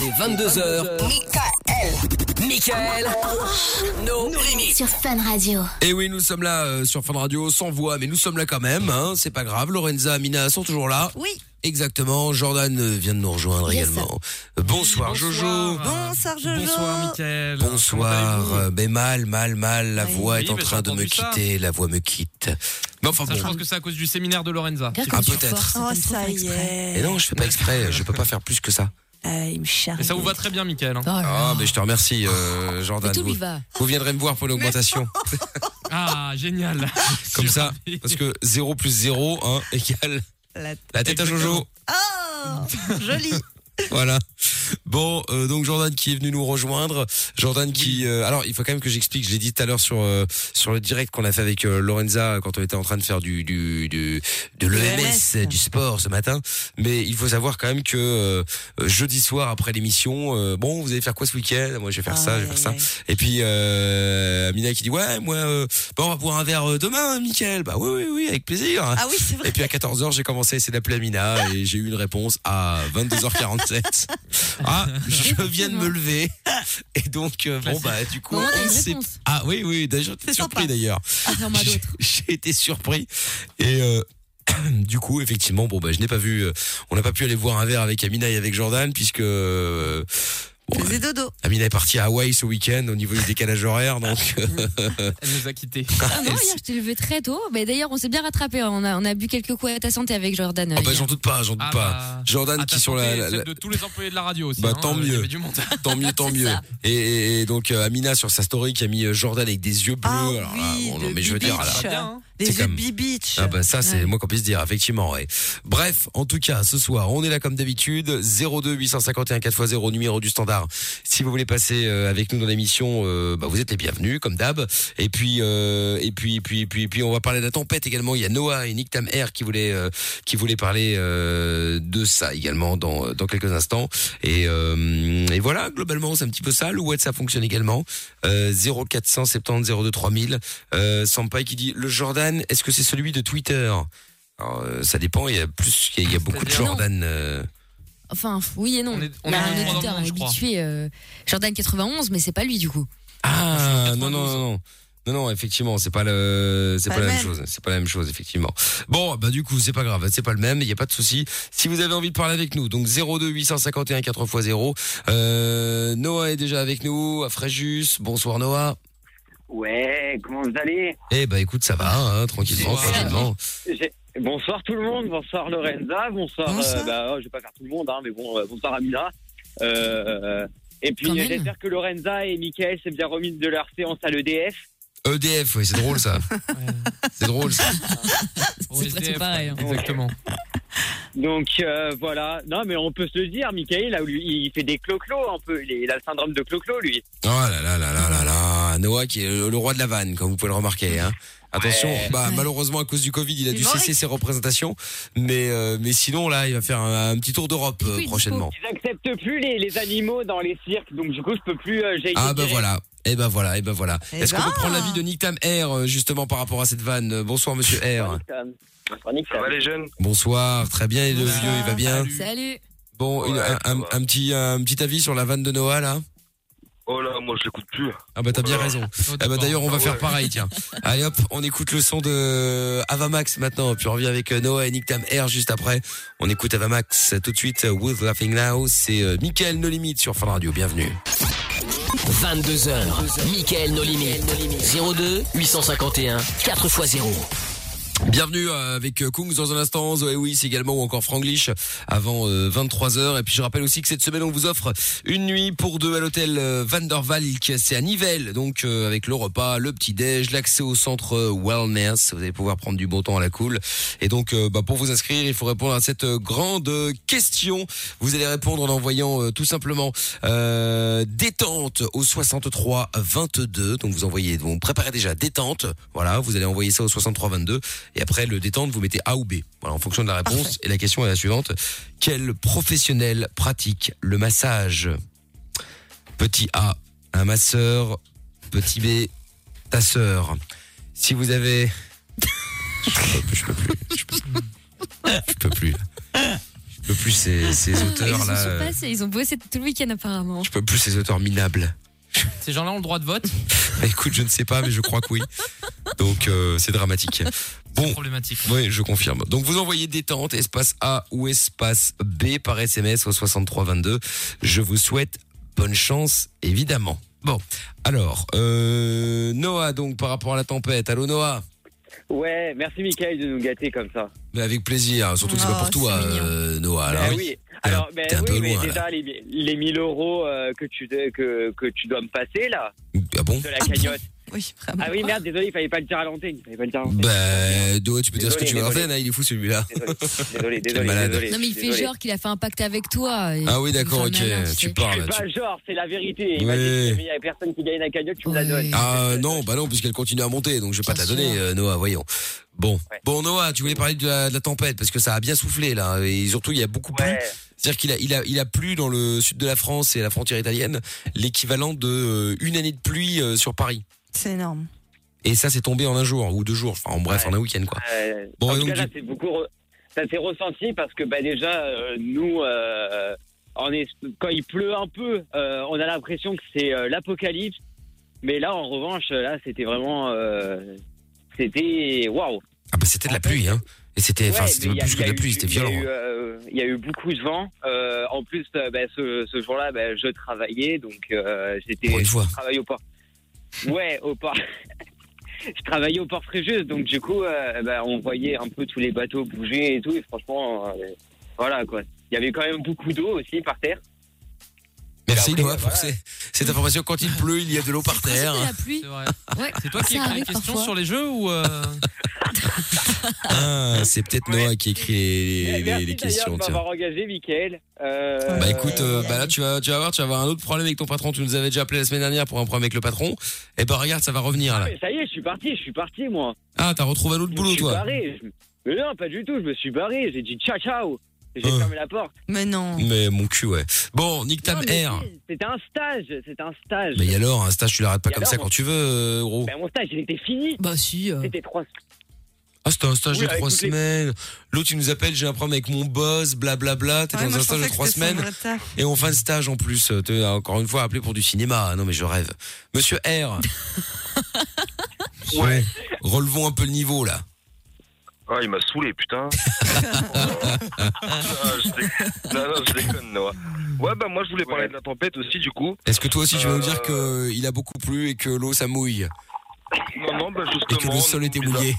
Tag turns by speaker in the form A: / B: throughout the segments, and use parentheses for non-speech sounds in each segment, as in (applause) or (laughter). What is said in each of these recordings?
A: Les 22h,
B: Michael.
A: Michael, No Limit.
C: Sur Fun Radio.
A: Et oui, nous sommes là euh, sur Fun Radio, sans voix, mais nous sommes là quand même, hein, c'est pas grave. Lorenza, Amina sont toujours là.
B: Oui.
A: Exactement, Jordan euh, vient de nous rejoindre
C: Yes.
A: également. Euh, Bonsoir, Jojo.
B: Bonsoir Jojo.
D: Bonsoir Mickaël.
A: Bonsoir, euh, mais mal, mal, mal, la
B: Oui.
A: voix est
D: Oui,
A: en
D: mais j'ai
A: train de me
D: entendu ça.
A: quitter, la voix me quitte. Mais enfin
D: Ça, je
A: bon,
D: pense que c'est à cause du séminaire de Lorenza.
A: Ah, peut-être.
B: Oh, ça y est.
A: et non, je fais pas exprès, je peux pas faire plus que ça.
B: Euh, il me charrie.
D: Et ça vous va très bien,
E: Oh
D: Mickaël. hein.
A: Ah, mais je te remercie, euh, Jordan.
E: tout lui
A: Vous,
E: va.
A: vous viendrez me voir pour l'augmentation.
D: Ah, génial.
A: Comme ça, parce que 0 plus 0 hein, (laughs) égale
B: La-
A: la tête à Jojo. (laughs)
B: Oh, joli.
A: Voilà. Bon, euh, donc Jordan qui est venu nous rejoindre. Jordan qui... euh, alors, il faut quand même que j'explique, je l'ai dit tout à l'heure sur, euh, sur le direct qu'on a fait avec euh, Lorenza quand on était en train de faire du, du, du- de l'EMS,
B: l'EMS.
A: euh, du sport ce matin. Mais il faut savoir quand même que euh, jeudi soir après l'émission, euh, bon, vous allez faire quoi ce week-end Moi, je vais faire ça, je vais faire ça. Et puis euh, Amina qui dit ouais moi euh, bah, on va boire un verre euh, demain Michael bah oui oui oui avec plaisir
B: Ah oui,
A: (laughs)
B: c'est vrai.
A: et puis à 14h j'ai commencé à essayer d'appeler Amina et j'ai eu une réponse à 22h47 ah je viens de me lever et donc euh, bon
D: Classique.
A: bah du coup
E: Au moins, t'as
A: on
E: une
A: s'est-
E: réponse. Ah,
A: ah oui oui d'ailleurs, j'étais surpris d'ailleurs
E: Contrairement à
A: j'ai
E: d'autres.
A: j'ai été surpris et euh, (clears throat) du coup, effectivement, bon bah je n'ai pas vu, euh, on n'a pas pu aller voir un verre avec Amina et avec Jordan puisque euh, bon,
B: Faisait dodo.
A: Amina est partie à Hawaï ce week-end au niveau du décalage horaire, donc
D: Ah,
A: euh,
D: (laughs) Elle nous a quittés.
E: Ah non, hier, je t'ai levé très tôt. Mais d'ailleurs, on s'est bien rattrapé. hein. On a, on a bu quelques coups à ta santé avec Jordan. euh,
A: (laughs) Ah bah,
E: hier.
A: j'en doute pas, j'en doute
D: Ah
A: pas.
D: bah,
A: Jordan
D: à
A: qui
D: ta
A: sur la,
D: santé,
A: la-
D: celle
A: la-
D: de tous les employés de la radio aussi.
A: Bah,
D: hein.
A: tant
D: Il y
A: mieux.
D: avait du monde.
A: tant
B: (laughs)
A: mieux, tant mieux. Et, et- et donc euh, Amina sur sa story qui a mis euh, Jordan avec des yeux bleus.
B: Ah
A: Alors là,
B: oui,
A: bon, non,
B: de
A: mais je veux
B: Bibi.
A: dire,
D: Ça
A: là,
D: va bien, hein.
B: Les
A: C'est
B: yeux
A: comme-
B: de Beach.
A: ah bah ça c'est
E: Ouais.
A: moi qu'on puisse dire effectivement ouais. Bref, en tout cas, ce soir, on est là comme d'habitude 02 851 4x0 numéro du standard. Si vous voulez passer euh, avec nous dans l'émission, euh, bah, vous êtes les bienvenus comme d'hab. Et puis euh, et puis et puis et puis et puis on va parler de la tempête également, il y a Noah et Nick Tamer qui voulaient euh, qui voulaient parler euh, de ça également dans dans quelques instants et euh, et voilà, globalement, c'est un petit peu ça le WhatsApp fonctionne également. Euh, 0470 02 3000 euh, Sampai qui dit le Jordan, est-ce que c'est celui de Twitter Alors, euh, ça dépend, il y a plus il y a, il y a beaucoup de
D: C'est-à-dire
A: Jordan. euh,
E: Enfin, oui et non.
D: On est- on est
E: Bah,
D: dans le droit
E: auditeur
D: dans le monde, je crois.
E: habitué. euh, Jordan 91, mais c'est pas lui du coup.
A: Ah
D: suis
A: non
D: 92.
A: non non non. Non, non, effectivement, c'est pas le, c'est pas,
B: Pas
A: la
B: le
A: même
B: même.
A: chose, c'est pas la même chose, effectivement. Bon, bah, du coup, c'est pas grave, c'est pas le même, il y a pas de souci. Si vous avez envie de parler avec nous, donc 02 851 4x0, euh, Noah est déjà avec nous, à Fréjus. Bonsoir, Noah.
F: Ouais, comment vous allez
A: Eh bah, écoute, ça va, hein, tranquillement,
D: Bonsoir.
A: tranquillement.
F: J'ai- Bonsoir tout le monde, bonsoir Lorenza, bonsoir.
B: Bonsoir.
F: euh, bah, oh, je vais pas faire tout le monde, hein, mais bon, euh, bonsoir Amina. Euh, euh, et puis
E: Quand
F: euh,
E: même.
F: j'espère que Lorenza et Michael s'est bien remis de leur séance à l'EDF.
A: EDF, oui, c'est drôle, ça. C'est drôle, ça.
D: Au
E: (laughs) C'est presque
D: SDF,
E: pareil, hein.
D: Exactement.
F: Donc euh, voilà, non mais on peut se le dire, Michael, là, lui, il fait des clo-clo un peu, il, est- il a le syndrome de clo-clo lui.
A: Oh là là là là là là Noah qui est le le roi de la vanne, comme vous pouvez le remarquer. Hein. Attention,
F: Ouais.
A: bah,
E: Ouais.
A: malheureusement à cause du Covid, il a
B: C'est
A: dû
B: vrai.
A: cesser ses représentations. Mais, euh, mais sinon, là, il va faire un, un petit tour d'Europe euh,
E: Oui, il faut.
A: prochainement.
F: Ils acceptent plus les, les animaux dans les cirques, donc du coup je peux plus. euh, j'ai-
A: Ah ben
F: j'ai-
A: voilà, et ben voilà, et ben voilà.
B: Eh
A: Est-ce qu'on
B: ben.
A: peut prendre l'avis de Nick Tam R euh, justement par rapport à cette vanne Euh, Bonsoir Monsieur R.
G: Ça va les jeunes
A: Bonsoir, très bien et le
D: Bonsoir.
A: vieux, il va bien.
D: Salut.
E: Salut.
A: Bon,
G: Ouais,
A: une- un, un-
G: ça va.
A: un petit un petit avis sur la vanne de Noah là.
G: Oh là, moi je l'écoute plus.
A: Ah bah t'as bien raison. Ah bah d'ailleurs on va
G: Ah ouais.
A: faire
G: (laughs)
A: pareil tiens. Allez hop, on écoute le son de Avamax maintenant, puis on revient avec euh, Noah et Nick Tam Air juste après. On écoute Avamax euh, tout de suite euh, With Laughing Now, c'est euh, Mickaël No Limit sur Fan Radio, bienvenue.
H: 22h, Michael No Limit. 02 851 4x0.
A: Bienvenue euh, avec euh, Kungs dans un instant, Zoé Wiss également ou encore Franglish avant 23h. Et puis je rappelle aussi que cette semaine on vous offre une nuit pour deux à l'hôtel euh, Van der Valk. C'est à Nivelles, donc euh, avec le repas, le petit-déj, l'accès au centre euh, wellness. Vous allez pouvoir prendre du bon temps à la cool. Et donc euh, bah, pour vous inscrire, il faut répondre à cette euh, grande euh, question. Vous allez répondre en envoyant euh, tout simplement euh, détente au 63 22. Donc vous envoyez, vous préparez déjà détente. Voilà, vous allez envoyer ça au 63 22 et après le détente vous mettez A ou B. Voilà, en fonction de la réponse. Et la question est la suivante quel professionnel pratique le massage Petit A, un masseur. Petit B, ta sœur. Si vous avez je peux plus, je peux plus. Je peux plus. Je peux plus. Je peux Je peux plus ces, ces auteurs
E: Ah, ils
A: là.
E: se sont
A: euh,
E: passés, ils ont bossé tout le week-end apparemment.
A: Je peux plus ces auteurs minables.
D: Ces gens-là ont le droit de vote.
A: Bah, écoute, je ne sais pas, mais je crois que oui. Donc euh, c'est dramatique. Bon,
D: Problématique.
A: Oui, je confirme. Donc vous envoyez détente, espace A ou espace B par SMS au 6322. Je vous souhaite bonne chance, évidemment. Bon, alors, euh, Noah, donc par rapport à la tempête. Allô, Noah
F: Ouais, merci Michael de nous gâter comme ça.
A: mais Bah, Avec plaisir, surtout que c'est
B: Oh,
A: pas pour toi,
B: c'est mignon.
A: euh, Noah. Alors,
F: Eh
A: oui.
F: oui. Alors, ben
A: t'es un
F: oui,
A: peu
F: mais
A: loin, là.
F: déjà, les, les 1000 euros euh, que, tu, que, que tu dois me passer, là,
A: Ah bon
F: de la cagnotte.
B: Oui, vraiment.
F: Ah oui, merde, désolé, il fallait pas le dire à l'antenne. Il fallait pas le dire à l'antenne.
A: Bah, Noah, tu peux dire ce que tu veux,
F: Désolé, désolé.
A: à l'antenne, hein, il est fou celui-là.
F: Désolé,
A: (laughs)
F: désolé,
A: Quel
F: désolé,
A: malade.
F: désolé.
E: Non mais il fait
F: désolé.
E: genre qu'il a fait un pacte avec toi. et-
A: Ah oui,
E: il fait
A: d'accord,
E: un
A: ok,
E: malin,
A: tu
E: sais.
F: Je suis
A: parles. tu-
F: pas genre, c'est la vérité. Il
A: Oui.
F: m'a dit, mais il y a personne qui gagne la cagnotte, tu me la (laughs)
E: Ouais.
F: donnes.
A: Ah non, bah non, puisqu'elle continue à monter, donc je vais pas te
E: Bien
A: la donner,
E: sûr.
A: euh, Noah, voyons. Bon.
F: Ouais.
A: bon, Noah, tu voulais parler de la, de la tempête, parce que ça a bien soufflé là, et surtout il y a beaucoup plu.
F: Ouais.
A: C'est-à-dire qu'il a, il a, il a plu dans le sud de la France et à la frontière italienne, l'équivalent de euh, une année de pluie euh, sur Paris.
B: C'est énorme.
A: Et ça, c'est tombé en un jour ou deux jours, enfin en bref,
F: Ouais.
A: en un week-end quoi.
F: Euh,
A: Bon,
F: en
A: et
F: tout
A: donc,
F: cas, là,
A: du-
F: c'est beaucoup. re- Ça s'est ressenti parce que bah, déjà, euh, nous, euh, en es- quand il pleut un peu, euh, on a l'impression que c'est euh, l'apocalypse. Mais là, en revanche, là, c'était vraiment. euh, c'était. Waouh!
A: Ah bah c'était de la
F: En fait,
A: pluie, hein. Et c'était, enfin,
F: Ouais,
A: c'était
F: mais
A: même
F: il y a-
A: plus que
F: il y
A: de
F: a
A: la
F: eu-
A: pluie, c'était
F: il y a
A: violent. hein.
F: eu, euh, Il y, a eu beaucoup de vent. Euh, en plus, euh, bah, ce, ce jour-là, bah, je travaillais, donc euh,
A: hein, Pour
F: j'étais
A: une fois.
F: travaille au port. Ouais, au port. (laughs) je travaillais au port Fréjus, donc du coup, euh, bah, on voyait un peu tous les bateaux bouger et tout. Et franchement, euh, voilà quoi. Il y avait quand même beaucoup d'eau aussi par terre.
A: Merci
F: après,
A: Noah pour
F: voilà.
A: ces- cette information. Quand il pleut, il y a de l'eau par
E: C'est
A: terre.
E: la
A: (laughs)
E: pluie.
D: C'est vrai.
E: Ouais.
D: C'est toi qui écris
E: Ça
D: les
E: arrive
D: questions
E: parfois.
D: sur les jeux ou. euh,
A: Ah, c'est peut-être Noah qui écrit les, les- les
F: Merci d'ailleurs
A: questions.
F: de
A: tiens.
F: m'avoir engagé, Michael. Euh,
A: Bah écoute, euh, bah là tu vas, tu vas voir, tu vas avoir un autre problème avec ton patron. Tu nous avais déjà appelé la semaine dernière pour un problème avec le patron. Et bah regarde, ça va revenir là.
F: mais ça y est, je suis parti, je suis parti moi.
A: Ah, t'as retrouvé un autre
F: Je
A: boulot
F: me suis
A: toi.
F: barré. Je- Mais non, pas du tout. Je me suis barré. J'ai dit ciao ciao. J'ai
A: Ah.
F: fermé la porte.
B: Mais non.
A: Mais mon cul, ouais. Bon, Nick Tam
F: hein. Non, mais
A: R.
F: si, C'était un stage. C'était un stage.
A: Mais et alors, un hein, stage, tu l'arrêtes pas
F: Et
A: comme
F: alors,
A: ça
F: mon-
A: quand tu veux, euh, gros.
F: Bah, mon stage, il était fini.
B: Bah si. euh.
F: C'était trois
A: Ah, c'était un stage de
F: Oula,
A: trois
F: écoute, les-
A: semaines. L'autre, il nous appelle, j'ai un problème avec mon boss, blablabla. T'es
B: Ah Ouais,
A: dans
B: moi,
A: un
B: je
A: stage de
B: pensais que
A: trois
B: c'était son
A: semaines.
B: vrai taf.
A: Et en fin de stage, en plus, Euh, t'es encore une fois appelé pour du cinéma. Ah, Non, mais je rêve. Monsieur
B: (laughs)
A: R. ouais. Relevons un peu le niveau, là.
G: Ah, il m'a saoulé,
A: (laughs)
G: putain. Ah, je déconne. non, non, je déconne, Noah. Ouais, bah moi, je voulais parler
F: Ouais.
G: de la tempête aussi, du coup.
A: Est-ce que toi aussi, tu vas nous dire
G: Euh.
A: qu'il a beaucoup plu et que l'eau, ça mouille
G: Non, non, bah
A: et
G: justement.
A: que le sol
G: nous,
A: était
G: mis à-
A: mouillé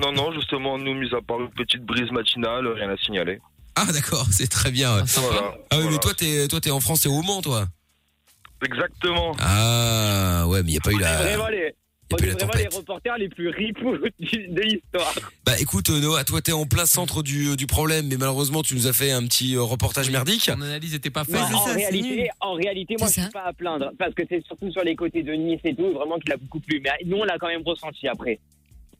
G: Non, non, justement, nous, mis à part une petite brise matinale, rien à signaler.
A: Ah, d'accord, c'est très bien. ouais.
D: sympa.
G: Voilà.
A: Ah oui,
G: Voilà.
A: mais toi, t'es toi, t'es en France, t'es au Mans, toi.
G: Exactement.
A: Ah, ouais, mais il n'y a pas eu
F: On est
A: la.
F: vraiment les,
A: Et
F: on
A: puis
F: est
A: la
F: vraiment les
A: tempête.
F: reporters les plus ripoux (laughs) du- de l'histoire.
A: Bah écoute, euh, Noah, toi t'es en plein centre du, du problème, mais malheureusement tu nous as fait un petit euh, reportage merdique.
D: Ton analyse n'était pas
F: Non,
D: faite.
B: c'est
F: Bah, En,
B: ça, c'est nul.
F: réalité, en réalité, moi,
E: C'est
F: je suis
E: ça.
F: pas à plaindre. Parce que c'est surtout sur les côtés de Nice et tout, vraiment qu'il a beaucoup plu. Mais nous, on l'a quand même ressenti après.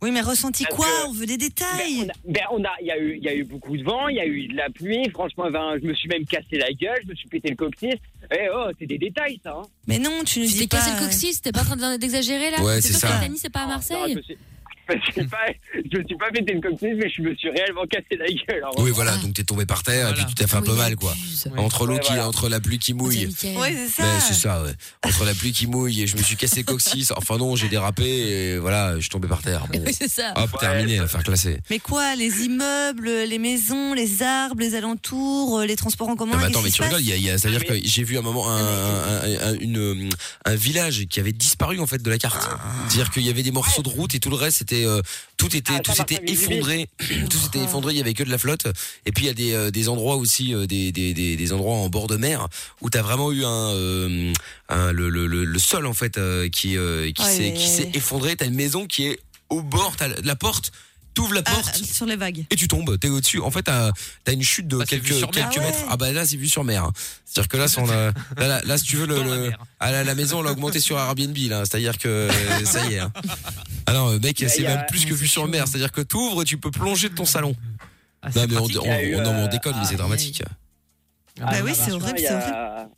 B: Oui, mais ressenti
F: Parce
B: quoi
F: que-
B: On veut des
F: Ben,
B: détails.
F: on a- ben, on a, il y a eu, il y a eu beaucoup de vent, il y a eu de la pluie. Franchement, ben, je me suis même cassé la gueule, je me suis pété le coccyx. Eh oh, c'est des détails, ça. hein.
B: Mais non, tu nous
E: Tu
B: dis
E: t'es
B: pas.
E: cassé le coccyx, t'es pas en train d'exagérer là
A: hein. Ouais, c'est
E: sûr
A: ça.
E: que Titanie, c'est pas à
F: Ah, Non, je
E: Marseille
F: me suis- (laughs) je me suis pas, je me suis pas pété le coccyx, mais je me suis réellement cassé la gueule. en vrai.
A: Oui voilà, donc t'es tombé par terre et puis
D: Voilà.
A: tu t'es fait un peu
E: Oui,
A: mal quoi.
E: abuse.
D: Ouais.
A: Entre l'eau
F: Ouais,
A: qui,
F: voilà.
A: entre la pluie qui
E: C'est
A: mouille.
E: Mickaël.
B: Ouais, c'est ça.
A: Mais c'est ça, ouais. Entre la pluie qui mouille et je me suis cassé le coccyx. Enfin non, j'ai dérapé et voilà, je suis tombé par terre. Bon.
E: (laughs) (laughs) Oui, c'est ça.
A: Hop, terminé, à faire classer.
B: Mais quoi Les immeubles, les maisons, les arbres, les alentours, euh, les transports en commun.
A: Non, mais Ah bah attends,
B: qu'est-ce
A: mais
B: qui
A: tu
B: se passe Ah,
A: rigoles, il y a- il y a- c'est-à-dire que
F: Mais-
A: j'ai vu à un moment un, un- un- une, euh, un village qui avait disparu en fait de la carte.
B: Ah.
A: C'est-à-dire qu'il y avait des morceaux de route et tout le reste c'était euh, tout était
F: Ah, ça
A: tout
F: va,
A: s'était
F: ça va,
A: effondré, (clears throat) tout
B: Ah.
A: s'était effondré. Il y avait que de la flotte. Et puis il y a des, euh, des endroits aussi euh, des, des, des, des endroits en bord de mer où t'as vraiment eu un, euh, un- le, le, le, le sol en fait euh, qui euh, qui
B: Ouais,
A: s'est
B: mais-
A: qui s'est effondré. T'as une maison qui est au bord, t'as la- la porte, t'ouvres la
B: Ah,
A: porte
B: Sur les vagues.
A: et tu tombes, t'es au-dessus. En fait, t'as as une chute de
D: Bah, c'est
A: quelques,
D: vue sur mer.
A: quelques
B: Ah ouais.
A: mètres. Ah bah là, c'est vu sur mer. C'est-à-dire que là, si on a- là, là, là, si tu veux, le,
D: Dans la
A: le-
D: mer.
A: ah, là, la maison, on l'a augmenté sur Airbnb. là. C'est-à-dire que euh, ça y est. hein. Ah non, euh, mec,
F: Bah,
A: c'est
F: y a-
A: même plus que vu sur mer. C'est-à-dire que t'ouvres et tu peux plonger de ton salon.
D: Ah,
A: Non,
D: c'est
A: mais on,
D: pratique.
A: on-
F: y a eu,
A: on- non, mais on
F: euh,
A: déconne, mais c'est
E: ah,
A: dramatique.
B: Bah oui, c'est
F: Saint-Martin,
B: horrible,
F: il y
B: c'est
F: a-
B: horrible.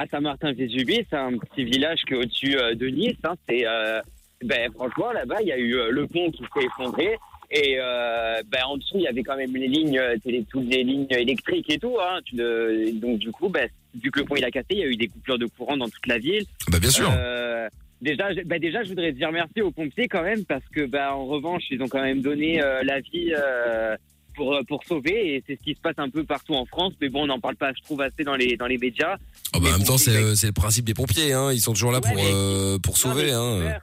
F: À Saint-Martin-Vésubie, c'est un petit village qui est au-dessus euh, de Nice. hein. c'est, euh, ben, franchement, là-bas, il y a eu euh, le pont qui s'est effondré. Et euh, ben, en dessous, il y avait quand même les lignes, euh, télé- toutes les lignes électriques et tout. Hein, Tu ne- donc du coup, ben, vu que le pont il a cassé, il y a eu des coupures de courant dans toute la ville.
A: Bah bien sûr.
F: Euh, déjà, je- bah, déjà, je voudrais dire merci aux pompiers quand même parce que bah, en revanche, ils ont quand même donné euh, la vie euh, pour euh, pour sauver et c'est ce qui se passe un peu partout en France. Mais bon, on n'en parle pas, je trouve assez dans les dans les médias.
A: Ah bah, en même temps, c'est
F: mais-
A: euh, c'est le principe des pompiers. Hein. Ils sont toujours là
F: Ouais,
A: pour
F: mais-
A: euh, pour sauver.
F: Non, mais
A: Hein.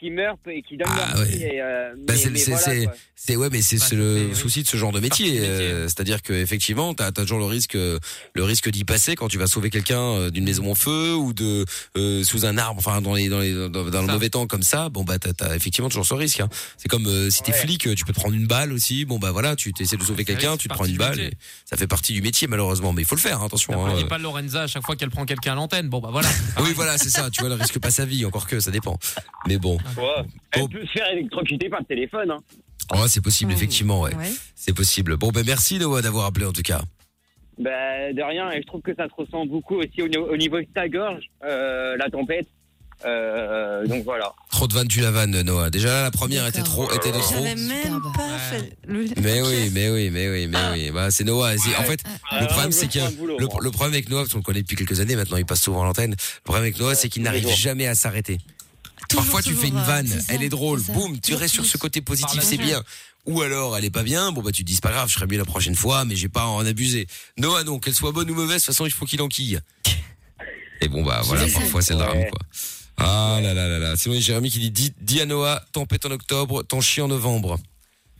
F: Qui meurent qui meurent et qui donnent
A: Ah,
F: leur
A: ouais.
F: vie. et, euh,
A: Bah,
F: mais-
A: c'est-
F: mais
A: c'est-
F: voilà,
A: c'est-
F: quoi.
A: C'est ouais, mais c'est
D: Bah,
A: c'est
D: c'est-
A: le
D: oui.
A: souci de ce genre de métier.
D: Partie du métier.
A: euh, C'est-à-dire que effectivement, t'as as toujours le risque euh, le risque d'y passer quand tu vas sauver quelqu'un euh, d'une maison en feu ou de euh, sous un arbre, enfin dans les dans les dans, dans le
D: Ça.
A: mauvais temps comme ça. Bon bah t'as as effectivement toujours ce risque. Hein. C'est comme euh, si t'es
F: Ouais.
A: flic, euh, tu peux te prendre une balle aussi. Bon bah voilà, tu essaies de
D: C'est vrai,
A: sauver quelqu'un,
D: c'est
A: tu te
D: partie
A: prends une
D: du
A: balle.
D: métier.
A: et Ça fait partie du métier malheureusement, mais il faut le faire. hein, attention. hein.
D: N'oubliez pas Lorenza à chaque fois qu'elle prend quelqu'un à l'antenne. Bon, bah voilà.
A: Oui voilà, c'est ça. Tu vois, elle risque pas sa vie, encore que ça dépend. Mais bon.
F: Ouais.
A: Bon.
F: Elle peut se faire électrocuter par le téléphone. Hein.
A: Oh, c'est possible,
B: Oui.
A: effectivement, ouais.
B: Ouais.
A: C'est possible. Bon, ben merci Noah d'avoir appelé en tout cas.
F: Bah, de rien, et je trouve que ça se ressent beaucoup aussi au, niveau- au niveau de ta gorge, euh, la tempête. Euh, donc voilà.
A: Trop de vannes, tu la vanne, Noah. Déjà là, la première était
B: D'accord.
A: trop,
B: Ah
A: était de trop.
B: J'avais même
E: Superbe.
B: pas fait le.
A: Mais
B: Ok.
A: oui, mais oui, mais oui, mais oui. Bah, c'est Noah. C'est- En fait, le
F: Alors,
A: problème,
F: je
A: c'est que
F: prends un boulot,
A: le,
F: moi.
A: le problème avec Noah, parce qu'on le connaît depuis quelques années, maintenant il passe souvent à l'antenne. Le problème avec Noah, c'est
F: tous
A: qu'il
F: les
A: n'arrive
F: jours.
A: jamais à s'arrêter.
B: Toujours,
A: Parfois, tu
B: toujours,
A: fais une
B: euh,
A: vanne,
E: c'est ça,
A: elle est drôle,
E: c'est ça.
A: boum, tu
E: Toujours
A: restes sur
E: plus.
A: ce côté positif,
D: Par la
A: c'est
D: suite.
A: bien. Ou alors, elle est pas bien, bon bah tu te dis c'est pas grave, je serai mieux la prochaine fois, mais j'ai pas à en abuser. Noah, non, qu'elle soit bonne ou mauvaise, de toute façon, il faut qu'il enquille. Et bon bah voilà,
E: ça.
A: parfois c'est le drame
F: Ouais.
A: quoi. Ah là là là là. Sinon, il y a Jérémy qui dit, dit dis à Noah, tempête en octobre, ton chien en novembre.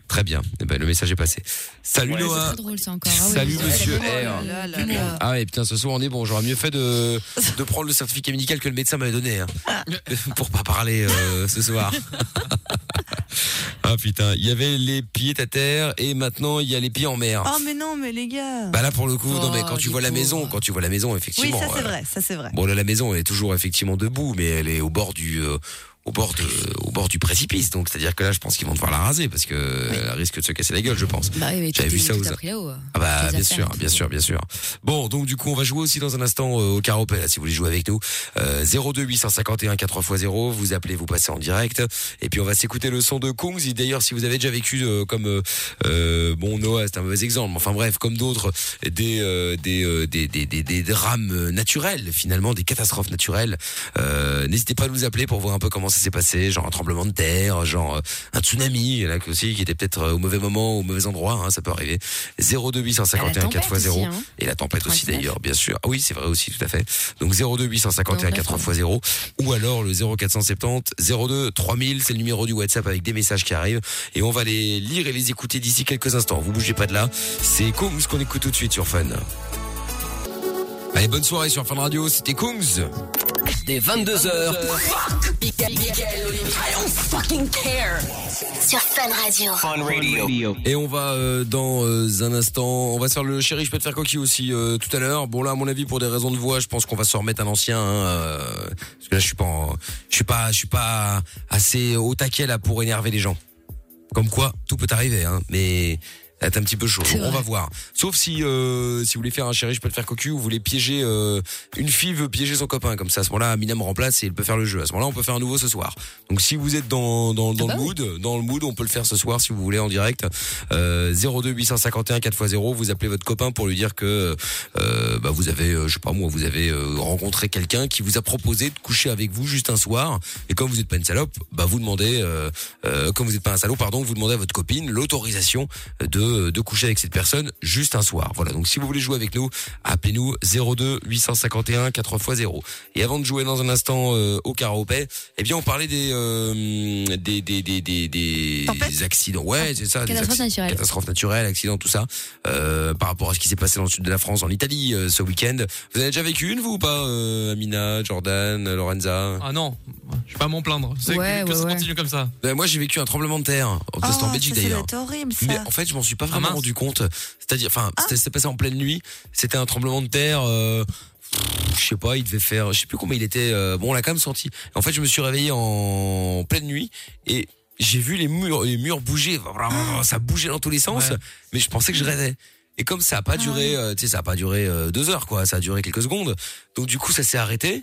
A: Très bien. Eh ben, le message est passé. Salut
F: Ouais,
E: C'est
A: Noah.
E: très drôle, ça encore. Ah oui.
A: Salut,
E: Ouais,
A: monsieur
E: c'est
A: R.
E: drôle.
B: Oh Là, là, là.
A: Ah ouais, putain, ce soir on est bon. J'aurais mieux fait de, de prendre le certificat médical que le médecin m'avait donné. Hein, (laughs) pour pas parler euh, ce soir. ah putain, il y avait les pieds à terre et maintenant il y a les pieds en mer.
B: Oh mais non, mais les gars.
A: Bah là pour le coup, non mais quand
E: Oh,
A: tu
E: les
A: vois la
E: pauvres.
A: maison, quand tu vois la maison,
B: oui,
A: effectivement.
B: ça c'est
A: euh,
B: vrai, ça c'est vrai.
A: Bon là la maison elle est toujours effectivement debout, mais elle est au bord du. euh, au bord, de, au bord du précipice. Donc, c'est-à-dire que là, je pense qu'ils vont devoir la raser parce que elle risque de se casser la gueule, je pense.
E: Bah oui, mais tout
A: J'avais vu
E: est-
A: ça
E: tout
A: aux-
E: a pris là-haut. hein.
A: Ah bah
E: Toutes les
A: bien
E: affaires
A: sûr,
E: et
A: bien
E: tout.
A: sûr, bien sûr. Bon, donc du coup, on va jouer aussi dans un instant euh, au caropé, là, si vous voulez jouer avec nous. Euh, 02 851 4x0, vous appelez, vous passez en direct. Et puis on va s'écouter le son de Kungs. Et D'ailleurs, si vous avez déjà vécu euh, comme euh, euh, bon Noah, c'est un mauvais exemple, mais enfin bref, comme d'autres, des, euh, des, euh, des, des, des, des drames euh, naturels, finalement, des catastrophes naturelles, euh, n'hésitez pas à nous appeler pour voir un peu comment ça s'est passé, genre un tremblement de terre, genre euh, un tsunami, là aussi, qui était peut-être euh, au mauvais moment, au mauvais endroit, hein, ça peut arriver. 02 851
E: tempête
A: 4x0
E: aussi, hein.
A: et la tempête aussi
E: 99.
A: d'ailleurs bien sûr ah oui c'est vrai aussi tout à fait donc 02 851
E: Non,
A: 4 x 0 ou alors le 0470 02 3000 c'est le numéro du WhatsApp avec des messages qui arrivent et on va les lire et les écouter d'ici quelques instants vous bougez pas de là c'est Kungs qu'on écoute tout de suite sur Fun Allez, bonne soirée sur Fun Radio, c'était Kungs.
H: Dès 22h. I don't fucking care.
C: Sur Fun Radio.
A: Et on va euh, dans euh, un instant, on va se faire le chéri, je peux te faire coquille aussi euh, tout à l'heure. Bon là à mon avis pour des raisons de voix, je pense qu'on va se remettre un ancien hein, euh, parce que là je suis pas en- je suis pas je suis pas assez au taquet là pour énerver les gens. Comme quoi tout peut arriver hein, mais là, t'es un petit peu chaud.
E: C'est
A: Donc, on
E: vrai.
A: va voir. Sauf si euh, si vous voulez faire un chéri, je peux te faire cocu ou vous voulez piéger euh, une fille veut piéger son copain comme ça à ce moment-là Mina me remplace et elle peut faire le jeu. À ce moment-là, on peut faire un nouveau ce soir. Donc si vous êtes dans dans, dans
E: Ah bah
A: le mood, dans le mood, on peut le faire ce soir si vous voulez en direct. Euh, 02 851 4x0, vous appelez votre copain pour lui dire que euh, bah vous avez euh, je sais pas moi, vous avez euh, rencontré quelqu'un qui vous a proposé de coucher avec vous juste un soir et comme vous n'êtes pas une salope, bah vous demandez euh, euh, comme vous n'êtes pas un salaud pardon, vous demandez à votre copine l'autorisation de de coucher avec cette personne juste un soir. Voilà. Donc si vous voulez jouer avec nous, appelez-nous 02 851 4x0. Et avant de jouer dans un instant euh, au karaopé, eh bien on parlait des euh, des des des des, des
B: Tempêtes
A: accidents. Ouais, c'est ça, des
E: Catastrophe
A: accidents-
E: naturelle.
A: catastrophes naturelles, accidents, tout ça. Euh, par rapport à ce qui s'est passé dans le sud de la France, en Italie euh, ce week-end. Vous avez déjà vécu une vous ou pas, euh, Amina, Jordan, euh, Lorenza
D: Ah non, je vais pas m'en plaindre. C'est
E: Ouais,
D: que, que
E: ouais,
D: ça
E: ouais.
D: continue comme ça.
A: Ben, Moi j'ai vécu un tremblement de terre. Oh, putain, C'était en
B: Oh,
A: Belgique
B: ça, ça doit
A: d'ailleurs.
B: être horrible ça. Ah.
A: Mais en fait, je m'en suis pas
D: Ah,
A: vraiment
D: mince.
A: rendu compte. C'est-à-dire, enfin, c'était- c'est passé en pleine nuit. C'était un tremblement de terre. euh, pff, je sais pas, il devait faire, je sais plus combien il était. euh, bon, on l'a quand même senti. En fait, je me suis réveillé en pleine nuit et j'ai vu les murs, les murs bouger. Vraiment, Ça bougeait dans tous les sens.
D: Ouais.
A: Mais je pensais que je rêvais. Et comme ça a pas duré, euh, tu sais, ça a pas duré euh, deux heures, quoi. Ça a duré quelques secondes. Donc du coup, ça s'est arrêté.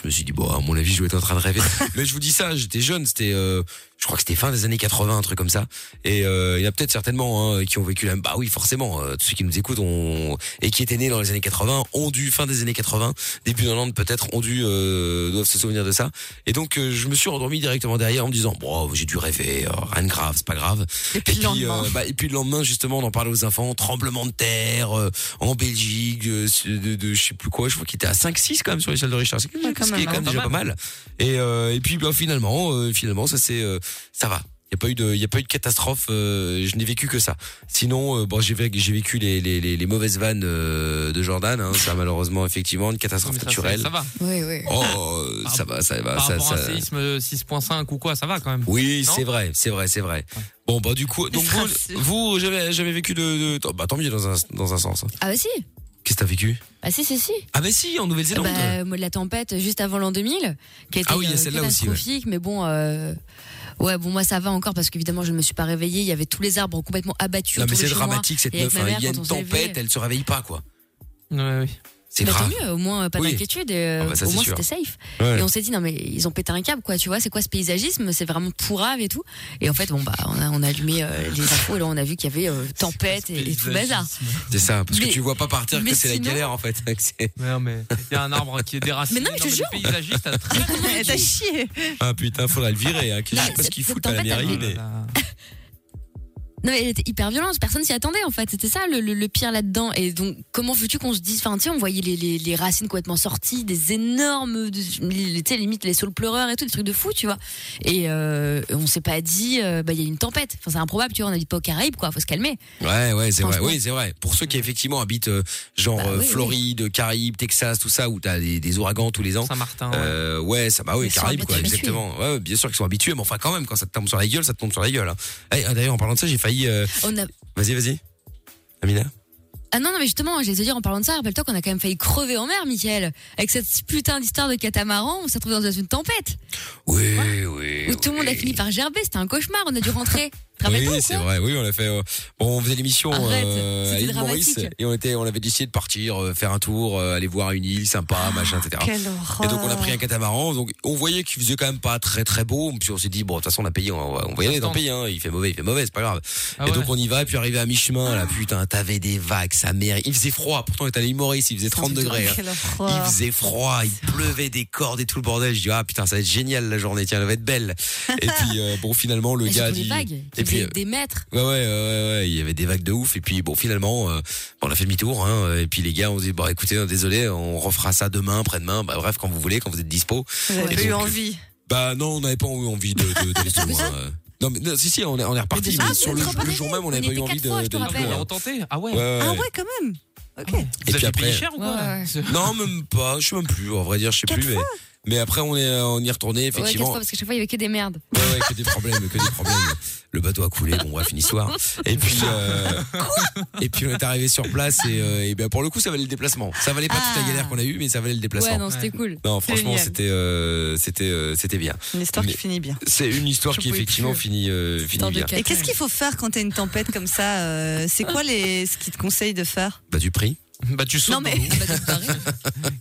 A: Je me suis dit, bon, à mon avis, je dois être en train de rêver. Mais je vous dis ça, j'étais jeune, c'était, euh, je crois que c'était fin des années 80, un truc comme ça. Et euh, il y en a peut-être certainement hein, qui ont vécu la même. Bah oui, forcément, euh, tous ceux qui nous écoutent ont... et qui étaient nés dans les années 80 ont dû, fin des années 80, début 90 peut-être, ont dû, euh, doivent se souvenir de ça. Et donc, euh, je me suis endormi directement derrière en me disant, bon, j'ai dû rêver, euh, rien de grave, c'est pas grave.
B: Et puis le lendemain.
A: bah, et puis le lendemain, justement, on en parlait aux enfants, tremblement de terre, euh, en Belgique, euh, de, de je sais plus quoi, je crois qu'il était à 5-6 quand même sur l'échelle de Richard. C'est
B: Ouais, quand
A: ce qui
B: même,
A: est quand
B: hein.
A: même déjà pas mal. Et, euh, et puis bah, finalement, euh, finalement, ça c'est, euh, ça va. Il n'y a pas eu de, il y a pas eu de catastrophe. euh, je n'ai vécu que ça. Sinon, euh, bon, j'ai vécu, j'ai vécu les, les, les, les mauvaises vannes euh, de Jordan. Hein, ça malheureusement, effectivement, une
D: Non,
A: catastrophe
D: mais ça,
A: naturelle.
D: c'est- Ça va.
B: Oui, oui.
A: Oh, euh,
D: Par-
A: ça va, ça va,
D: Par
A: ça.
D: rapport à un
A: ça-
D: séisme euh, 6.5 ou quoi, ça va quand même.
A: Oui,
D: Non
A: c'est vrai, c'est vrai, c'est vrai. Bon, bah du coup, donc vous,
B: phrases.
A: vous j'avais, j'avais vécu de, de- bah tant mieux dans un, dans un sens. hein.
E: Ah bah si.
A: Qu'est-ce que t'as vécu
E: Ah si, si, si.
A: Ah bah si, en
E: Eh
A: Nouvelle-Zélande.
E: bah, moi, de la tempête juste avant l'an 2000, qui était
A: Ah oui, il y a
E: euh,
A: celle-là aussi, ouais.
E: catastrophique, mais bon, euh, ouais, bon, moi ça va encore parce qu'évidemment je ne me suis pas réveillée, il y avait tous les arbres complètement abattus.
A: non mais
E: autour de
A: c'est
E: chez moi.
A: dramatique cette
E: et avec
A: meuf.
E: ma
A: hein.
E: mère,
A: Il y a
E: quand
A: une
E: on s'est
A: tempête,
E: levé.
A: elle se réveille pas quoi.
D: Ouais, oui.
A: C'est
E: Bah, tant
A: grave.
E: mieux, au moins euh, pas
A: Oui.
E: d'inquiétude, euh,
A: Ah bah, ça,
E: au
A: c'est
E: moins
A: sûr.
E: c'était safe.
A: Ouais.
E: Et on s'est dit, non mais ils ont pété un câble, quoi, tu vois, c'est quoi ce paysagisme, c'est vraiment pourrave et tout. Et en fait, bon, bah, on a, on a
B: (laughs)
E: allumé euh, les infos et là on a vu qu'il y avait euh, tempête et, et tout bazar.
A: C'est ça, parce que
E: Mais-
A: tu vois pas partir que
E: mais
A: c'est la
E: sinon-
A: galère en fait. (laughs) que c'est-
D: Mais non, mais il y a un arbre qui est déraciné.
E: Mais non, mais je te
D: Le paysagiste a
E: (laughs)
D: très
B: T'as chié.
A: ah putain, faudra le virer. Hein. Je
E: Non,
A: sais pas ce
E: cette-
A: qu'il
E: cette
A: fout à la
E: tempête,
D: Ah,
E: elle
A: mairie.
E: est-
A: mais-
E: Non, mais elle était hyper violente, personne s'y attendait en fait. C'était ça le, le- le pire là-dedans. Et donc, comment veux-tu qu'on se dise Enfin, tu sais, on voyait les, les- les racines complètement sorties, des énormes. de- Tu sais, limite les saules pleureurs et tout, des trucs de fou, tu vois. Et euh, on s'est pas dit, euh, bah, il y a une tempête. Enfin, c'est improbable, tu vois, on habite pas aux Caraïbes, quoi, faut se calmer.
A: Ouais, ouais, c'est vrai.
E: Franchement.
A: Oui, c'est vrai. Pour ceux qui effectivement habitent euh, genre
E: Bah
A: euh,
E: oui, oui.
A: Floride, Caraïbes, Texas, tout ça, où t'as des, des ouragans tous les ans.
D: Saint-Martin. ouais.
A: Euh, ouais, ça, bah oui,
E: Ah Ils sont
A: Caraïbes, quoi,
E: habitués.
A: exactement. Ouais, ouais, bien sûr qu'ils sont habitués, mais enfin, quand même, quand ça te tombe sur la gueule, ça te tombe sur la gueule. hein. Eh, ah, D'ailleurs, en parlant de ça, j'ai failli. euh,
E: On a...
A: Vas-y, vas-y. Amina
E: Ah non, non, mais justement, j'allais te dire en parlant de ça, rappelle-toi qu'on a quand même failli crever en mer, Michael. Avec cette putain d'histoire de catamaran, on s'est retrouvé dans une tempête
A: Oui, oui.
E: où tout le monde a
A: oui.
E: fini par gerber, c'était un cauchemar, on a
A: (laughs)
E: dû rentrer. Te rappelles-toi ou
A: Oui, c'est
E: quoi
A: vrai. Oui, on l'a fait. euh, on faisait l'émission
E: Arrête,
A: euh, à
E: c'était
A: l'île Maurice
E: dramatique.
A: et on était, on avait décidé de partir, euh, faire un tour, euh, aller voir une île
E: Ah,
A: sympa, machin, etc.
B: Quelle horreur.
A: Et donc on a pris un catamaran, donc on voyait qu'il faisait quand même pas très très beau, puis on s'est dit bon de toute façon on a payé, on va, on va y
D: Ça
A: aller dans
D: tente.
A: le pays, hein. il fait mauvais, il fait mauvais, c'est pas grave.
D: Ah
A: et
D: ouais.
A: donc on y va, et puis arrivé à mi-chemin, là putain t'avais des vagues, sa mère, il faisait froid, pourtant on était à l'île Maurice, il faisait 30 degrés. hein.
B: Quelle
A: Il
B: horreur.
A: faisait froid, il pleuvait des cordes et tout le bordel. Je dis ah putain ça va être génial la journée, tiens elle va être belle. Et puis euh, bon finalement le
E: Et
A: gars a
E: surtout les
A: dit
E: vagues,
A: et
E: et
A: puis euh,
E: des mètres.
A: Ouais, ouais, ouais, ouais, ouais, il y avait des vagues de ouf. Et puis, bon, finalement, euh, on a fait demi-tour. Hein, et puis, les gars, on dit, bon, écoutez, euh, désolé, on refera ça demain, après-demain. Bah, bref, quand vous voulez, quand vous êtes dispo.
B: Vous avez
A: Et
B: pas eu
A: donc,
B: envie.
A: Bah, non, on n'avait pas eu envie de,
E: (laughs)
A: de, d'aller plus loin, hein. Non, mais non, si, si, on est, on est reparti. Mais,
E: Ah,
A: sur
E: vous
A: le,
E: êtes
A: le
E: reparti
A: jour même, on n'avait pas
E: On
A: eu
E: était
A: envie
E: quatre
A: de, hein.
E: fois, je te
D: Ah
A: d'aller
D: ouais,
A: plus
D: on a
A: loin.
D: retenté. Ah ouais.
A: euh, Ouais, ouais,
B: Ah
A: ouais.
B: ouais, quand même. Ok.
A: Et
D: Vous
A: puis
D: aviez
A: après-
D: payé cher ou quoi
E: Ouais, ouais.
D: C'est-
A: Non, même pas. Je sais même plus. En vrai dire, je sais
B: Quatre
A: plus. Mais, mais après, on est, on y est retourné,
E: Ouais, quatre
A: effectivement.
E: fois, parce que chaque fois, il y avait que des merdes.
A: Ouais, ouais, que des problèmes, que des problèmes. Le bateau a coulé, bon bref, une histoire. Et puis, euh, et puis on est arrivé sur place et, euh, et ben pour le coup, ça valait le déplacement. Ça valait pas toute la
E: Ah.
A: galère qu'on a eue, mais ça valait le déplacement.
E: Ouais, non, c'était cool.
A: non. franchement,
B: Génial.
A: c'était euh, c'était euh, c'était bien.
B: Une histoire
A: Mais-
B: qui finit bien.
A: C'est une histoire
E: J'en
A: qui
E: pouvais
A: effectivement
E: plus.
A: finit euh, finit
E: Histoire de
A: bien.
E: quatre.
B: Et qu'est-ce qu'il faut faire quand t'as une tempête comme ça euh, C'est quoi les ce qu'ils te conseillent de faire
A: Bah du prix.
D: Bah tu sautes.
E: Non, mais.
D: dans l'eau.
E: Ah, (laughs) bah, c'est pareil.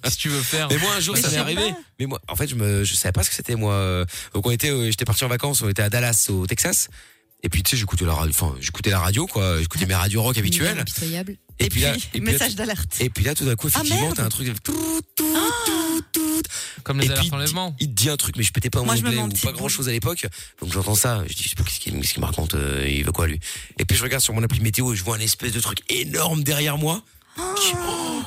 D: Qu'est-ce que tu veux faire
A: Mais moi un jour
B: Mais
A: ça
B: je
A: m'est
B: sais
A: arrivé.
B: pas.
A: Mais moi en fait je me je savais pas ce que c'était moi. Donc on était euh, j'étais parti en vacances, on était à Dallas au Texas. Et puis tu sais j'écoutais la radio, enfin j'écoutais la radio quoi, j'écoutais mes radios rock
E: Une
A: habituelles.
E: heure impitoyable.
A: Et, puis, là, et puis là,
B: message d'alerte.
A: Et puis là, tout d'un coup,
B: Ah,
A: effectivement,
B: merde. Ah.
A: t'as un truc. Tout, tout, tout, tout.
D: Comme
A: Et
D: les
A: puis,
D: alertes enlèvement.
A: il te dit un truc, mais je pétais pas mon
B: Moi, je me
A: anglais
B: mets en
A: ou
B: petite
A: pas
B: boule.
A: grand chose à l'époque. Donc j'entends ça, je dis, je sais pas qu'est-ce qu'il qu'est-ce qu'il me raconte, euh, il veut quoi lui. Et puis je regarde sur mon appli météo et je vois un espèce de truc énorme derrière moi.
B: Ah.
A: Je dis, oh.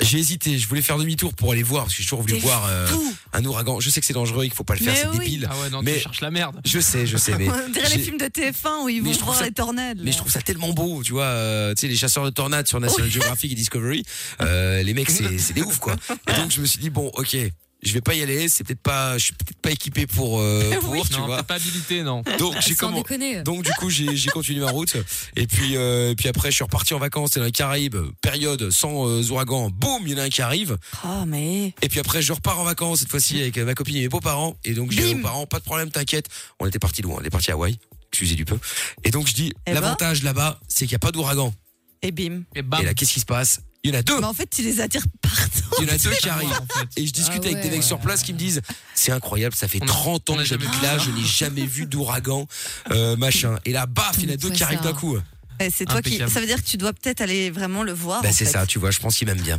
A: J'ai hésité, je voulais faire demi-tour pour aller voir, parce que j'ai toujours voulu
B: T'es
A: voir euh,
B: fou.
A: un ouragan. Je sais que c'est dangereux et qu'il faut pas le faire,
B: Mais
A: c'est
B: oui.
A: débile.
D: Ah ouais, non,
A: mais
D: tu cherches la merde.
A: je sais, je
B: (laughs)
A: sais, mais.
B: On dirait les
A: j'ai-
B: films de TF1 où ils
A: Mais
B: vont
A: je trouve
B: voir
A: ça-
B: les tornades.
A: mais je trouve ça tellement beau, tu vois, euh, tu sais les chasseurs de tornades sur National Geographic et Discovery, euh, les mecs c'est c'est des ouf quoi. Et donc je me suis dit bon ok, je vais pas y aller, c'est peut-être pas, je suis peut-être pas équipé pour
B: (laughs)
A: euh, pour tu
D: non,
A: vois.
D: t'es pas habilité, non.
A: Donc j'ai
E: Sans
A: comment.
E: déconner.
A: Donc du coup j'ai j'ai continué ma route et puis euh, et puis après je suis reparti en vacances dans les Caraïbes période sans euh, ouragan boum il y en a un qui arrive
B: Oh, mais.
A: et puis après, je repars en vacances cette fois-ci avec euh, ma copine et mes beaux-parents. Et donc, j'ai
B: Bim.
A: aux parents, pas de problème, t'inquiète. On était parti loin, on est parti à Hawaï. Excusez du peu. Et donc, je dis,
B: Eh ben.
A: l'avantage là-bas, c'est qu'il n'y a pas d'ouragan.
B: Et bim.
D: Et bam.
A: Et là, qu'est-ce qui se passe Il y en a deux.
B: Mais en fait, tu les attires partout.
A: Il y en a deux
B: (laughs)
A: qui
D: en
A: arrivent.
D: fait.
A: Et je discute
E: Ah
A: avec des
E: ouais.
A: mecs sur place qui me disent c'est incroyable, ça fait
D: On a-
A: 30 ans
D: on a
A: que
D: jamais
A: j'habite
D: vu
A: là,
D: ça.
A: je n'ai jamais vu d'ouragan, euh, machin. Et là, baf, il y en a
B: (laughs)
A: deux
E: Ouais,
A: qui arrivent
E: ça.
A: d'un coup.
B: Eh, c'est toi qui.
D: Impeccable.
B: Ça veut dire que tu dois peut-être aller vraiment le voir.
A: Bah,
B: en
A: c'est
B: fait.
A: ça, tu vois, je pense qu'ils m'aiment bien.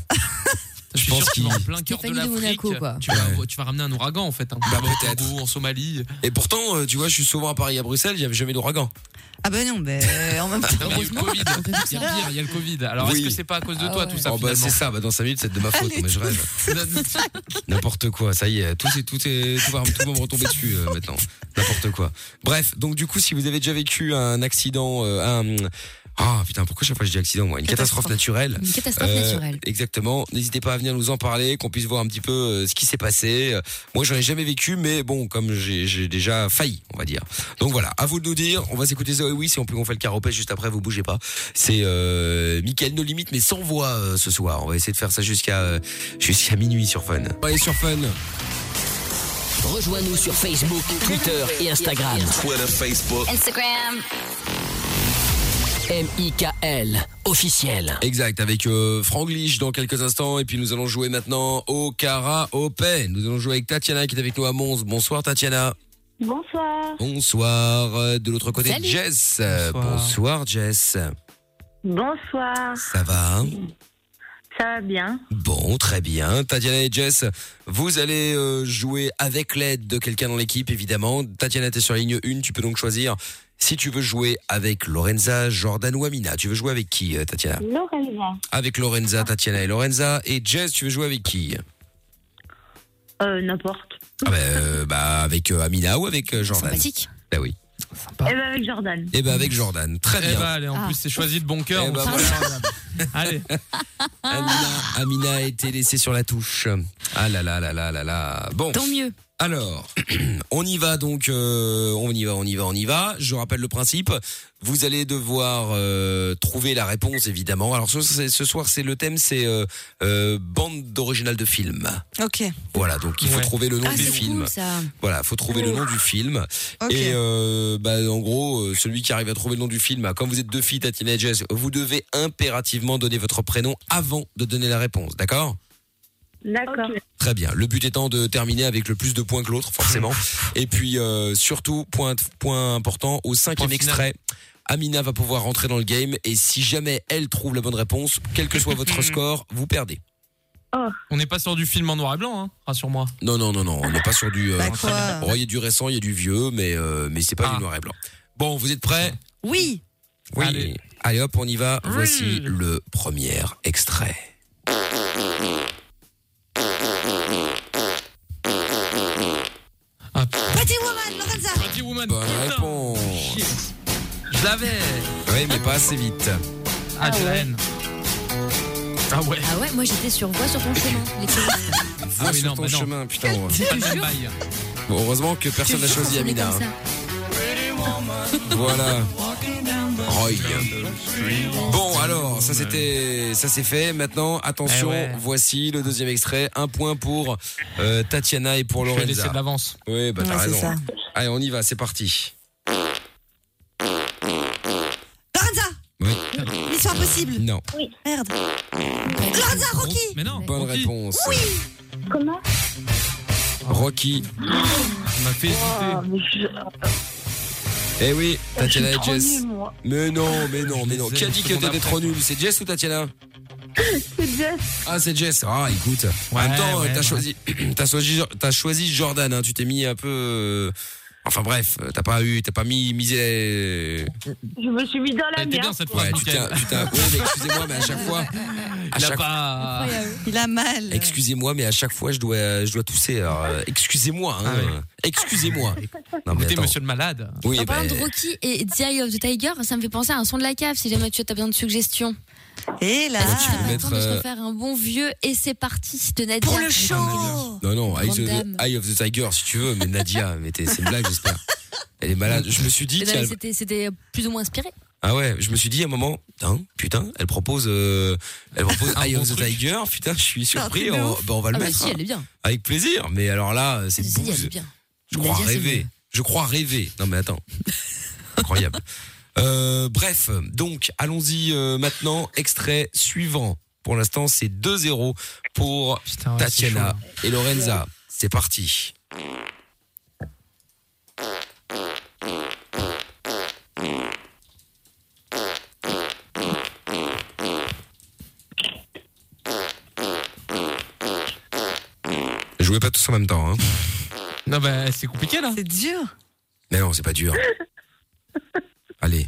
D: Je
A: pense
D: pense qu'il
A: qu'il-
D: en plein cœur de
E: Stéphanie de
D: l'Afrique.
E: Monaco, quoi.
D: Tu vas, tu vas ramener un ouragan en fait. Hein.
A: Bah,
D: Au
A: peut-être.
D: Congo, en Somalie.
A: Et pourtant, euh, tu vois, je suis souvent à Paris, à Bruxelles, il n'y avait jamais d'ouragan.
B: Ah bah non, mais euh, en même temps.
A: (laughs)
D: Non, mais il y a eu le Covid.
E: (laughs)
D: Il y a pire, il y a le Covid. Alors
A: Oui.
D: est-ce que c'est pas à cause de
E: Ah
D: toi
E: ouais.
D: tout ça
A: Oh, bah, c'est ça, bah, dans 5 minutes, c'est de
B: (laughs)
A: ma faute,
B: Allez,
A: mais je rêve.
D: finalement
A: N'importe quoi, ça y est, tout, est, tout, est, tout va, tout va me retomber dessus euh, maintenant. N'importe quoi. Bref, donc du coup, si vous avez déjà vécu un accident, euh, un. Ah putain, pourquoi chaque fois je dis accident, moi Une catastrophe,
B: Catastrophe.
A: naturelle.
E: Une catastrophe
A: Euh,
E: naturelle.
A: Exactement. N'hésitez pas à venir nous en parler, qu'on puisse voir un petit peu euh, ce qui s'est passé. Euh, Moi, j'en ai jamais vécu, mais bon, comme j'ai j'ai déjà failli, on va dire. Donc voilà, à vous de nous dire. On va s'écouter Zoé oui, si on peut qu'on fait le caropet juste après, vous bougez pas. C'est euh, Mickaël No Limite, mais sans voix euh, ce soir. On va essayer de faire ça jusqu'à euh, jusqu'à minuit sur Fun. Allez sur Fun.
H: Rejoins-nous sur Facebook, Twitter et Instagram.
C: Instagram,
H: M.I.K.L. officiel.
A: Exact, avec euh, Franglish dans quelques instants. Et puis nous allons jouer maintenant au karaopé. Nous allons jouer avec Tatiana qui est avec nous à Mons. Bonsoir Tatiana.
I: Bonsoir.
A: Bonsoir. Euh, De l'autre côté,
E: Salut.
A: Jess. Euh,
D: Bonsoir.
A: Bonsoir Jess.
I: Bonsoir.
A: Ça va hein
I: Ça va bien
A: Bon, très bien. Tatiana et Jess, vous allez euh, jouer avec l'aide de quelqu'un dans l'équipe, évidemment. Tatiana, t'es sur la ligne 1, tu peux donc choisir si tu veux jouer avec Lorenza, Jordan ou Amina. Tu veux jouer avec qui, euh, Tatiana
I: Lorenza.
A: Avec Lorenza, Tatiana et Lorenza. Et Jess, tu veux jouer avec qui
I: Euh, n'importe.
A: Ah bah, euh, bah, avec euh, Amina ou avec euh, Jordan
E: Sympathique.
A: Bah oui.
I: Eh ben avec Jordan.
A: Et bah avec Jordan. Très
D: (laughs) Eh
A: bien.
D: bah allez, en
E: Ah.
D: plus c'est choisi de bon
A: Eh
D: cœur. on
A: bah,
D: s'en
A: voilà.
D: fout. (laughs) Allez,
A: Amina, Amina a été laissée sur la touche. Ah là là là là là là. Bon.
E: Tant mieux.
A: Alors, (clears throat) on y va donc, euh, on y va, on y va, on y va. Je rappelle le principe. Vous allez devoir euh, trouver la réponse, évidemment. Alors ce, c'est- ce soir, c'est le thème, c'est euh, euh, bande d'original de film.
B: Ok.
A: Voilà, donc il faut
D: Ouais.
A: trouver le nom
E: Ah,
A: du
E: c'est
A: film.
E: cool ça.
A: Voilà, faut trouver le nom du film.
B: Ok.
A: Et euh, bah, en gros, euh, celui qui arrive à trouver le nom du film, comme vous êtes deux filles, Tatiana et Jess, vous devez impérativement donner votre prénom avant de donner la réponse, d'accord
I: D'accord.
A: Très bien. Le but étant de terminer avec le plus de points que l'autre,
E: (laughs)
A: forcément. Et puis, euh, surtout, point, point important, au cinquième
D: Point final.
A: extrait, Amina va pouvoir rentrer dans le game. Et si jamais elle trouve la bonne réponse, quel que
D: (laughs)
A: soit votre score, vous perdez.
D: on n'est pas sur du film en noir et blanc, hein, rassure-moi.
A: Non, non, non, non, on n'est pas sur du... euh,
B: Bah quoi
A: bon, il y a du récent, il y a du vieux, mais, euh, mais c'est pas
D: Ah.
A: du noir et blanc. Bon, vous êtes prêts
B: Oui.
A: Oui. Allez.
D: Allez.
A: hop, on y va.
D: Mmh.
A: Voici
D: Oui.
A: le premier extrait.
D: Ah, putain,
B: Pretty Woman, Lorenza.
D: Pretty Woman.
A: Bonne
D: putain.
A: réponse.
D: Chier. Je l'avais.
A: Oui, mais pas assez vite.
D: Ah, j'ai la haine. Ah ouais.
E: Ah ouais, moi j'étais sur voie sur ton chemin.
A: (laughs)
E: Les touristes.
A: Vois
D: oui,
A: Ah, sur
D: non,
A: ton
D: bah non.
A: chemin, putain. ouais.
D: C'est pas le même bail.
A: Bon, heureusement que personne n'a
E: Je te jure,
A: choisi
E: on est
A: Amina.
E: comme
A: hein.
E: ça.
A: Voilà. Roy. Bon, alors, ça c'était, ça c'est fait. Maintenant, attention,
D: Eh ouais.
A: voici le deuxième extrait. Un point pour euh, Tatiana et pour
D: Je vais laisser
A: Lorenza.
D: de l'avance.
A: Oui, bah t'as
B: Ouais, c'est
A: raison.
B: ça.
A: Allez, on y va, c'est parti.
B: Lorenza.
A: Oui.
B: Mission impossible.
A: Non,
B: Merde. Lorenza, Rocky.
D: Mais non.
A: bonne
D: Eh, Rocky,
A: réponse.
I: Comment
A: Rocky.
D: on m'a fait
E: Oh,
D: hésiter.
A: Eh oui, Tatiana et Jess.
I: moi.
A: Mais non, mais non, mais non.
D: Je les
A: Qui a
D: aime,
A: dit que
D: seconde
A: t'étais
D: après.
A: trop nul C'est Jess ou Tatiana
I: (laughs) C'est Jess.
A: Ah, c'est Jess. Ah, écoute. en
D: Ouais,
A: même temps,
D: ouais,
A: t'as
D: ouais.
A: choisi, (clears throat) t'as choisi, t'as choisi Jordan. hein. Tu t'es mis un peu. euh, Enfin bref, euh, t'as pas eu, t'as pas mis misé. euh,
I: Je me suis mis dans la
D: Elle était bien
I: merde.
D: cette fois.
A: Ouais, tu t'es, tu t'es- ouais, mais excusez-moi, mais à chaque
D: (laughs)
A: fois, à
D: Il a
A: chaque,
D: pas.
B: Il a mal.
A: excusez-moi, mais à chaque fois, je dois, je dois tousser. Alors, euh, excusez-moi, hein,
D: Ah ouais.
A: euh,
I: (laughs)
A: excusez-moi. Non mais
D: Écoutez,
A: attends.
D: monsieur le malade.
A: Oui,
E: En
A: bah,
E: parlant de Rocky et The Eye of the Tiger, ça me fait penser à un son de la cave si jamais tu as besoin de suggestions.
B: Et là.
A: Bah, tu
E: Ah,
A: peux
E: attends
A: mettre,
E: de se
A: euh,
E: refaire un bon vieux et c'est parti de Nadia.
B: Pour le show.
A: Non, non, Eye of,
E: Grande dame.
A: the, Eye of the Tiger, si tu veux, mais
E: (laughs)
A: Nadia, mais t'es- c'est une blague, j'espère. Elle est malade. Je me suis dit
E: Mais non,
A: qu'elle-
E: mais C'était c'était plus ou moins inspiré.
A: Ah ouais, je me suis dit à un moment, putain, putain, elle propose, euh, elle
E: (laughs)
A: propose
D: Un
A: Eye
D: bon
A: of the
D: truc.
A: Tiger, putain, je suis
B: un
A: surpris,
B: truc de
A: on,
B: ouf.
A: bah, on va le
E: Ah bah
A: mettre.
E: si,
A: hein.
E: elle est bien.
A: Avec plaisir, mais alors là, c'est
E: Si, elle
A: bouse.
E: est bien.
A: Je crois
E: Nadia, c'est
A: rêver.
E: mieux.
A: Je crois rêver. Non mais attends. Incroyable. Euh, bref, donc allons-y euh, maintenant. Extrait suivant. Pour l'instant, c'est 2-0 pour Tatiana et Lorenza. C'est parti. Jouez pas tous en même temps. Hein.
D: Non, bah, c'est compliqué là.
B: C'est dur.
A: Mais non, c'est pas
B: (laughs)
A: dur. Allez.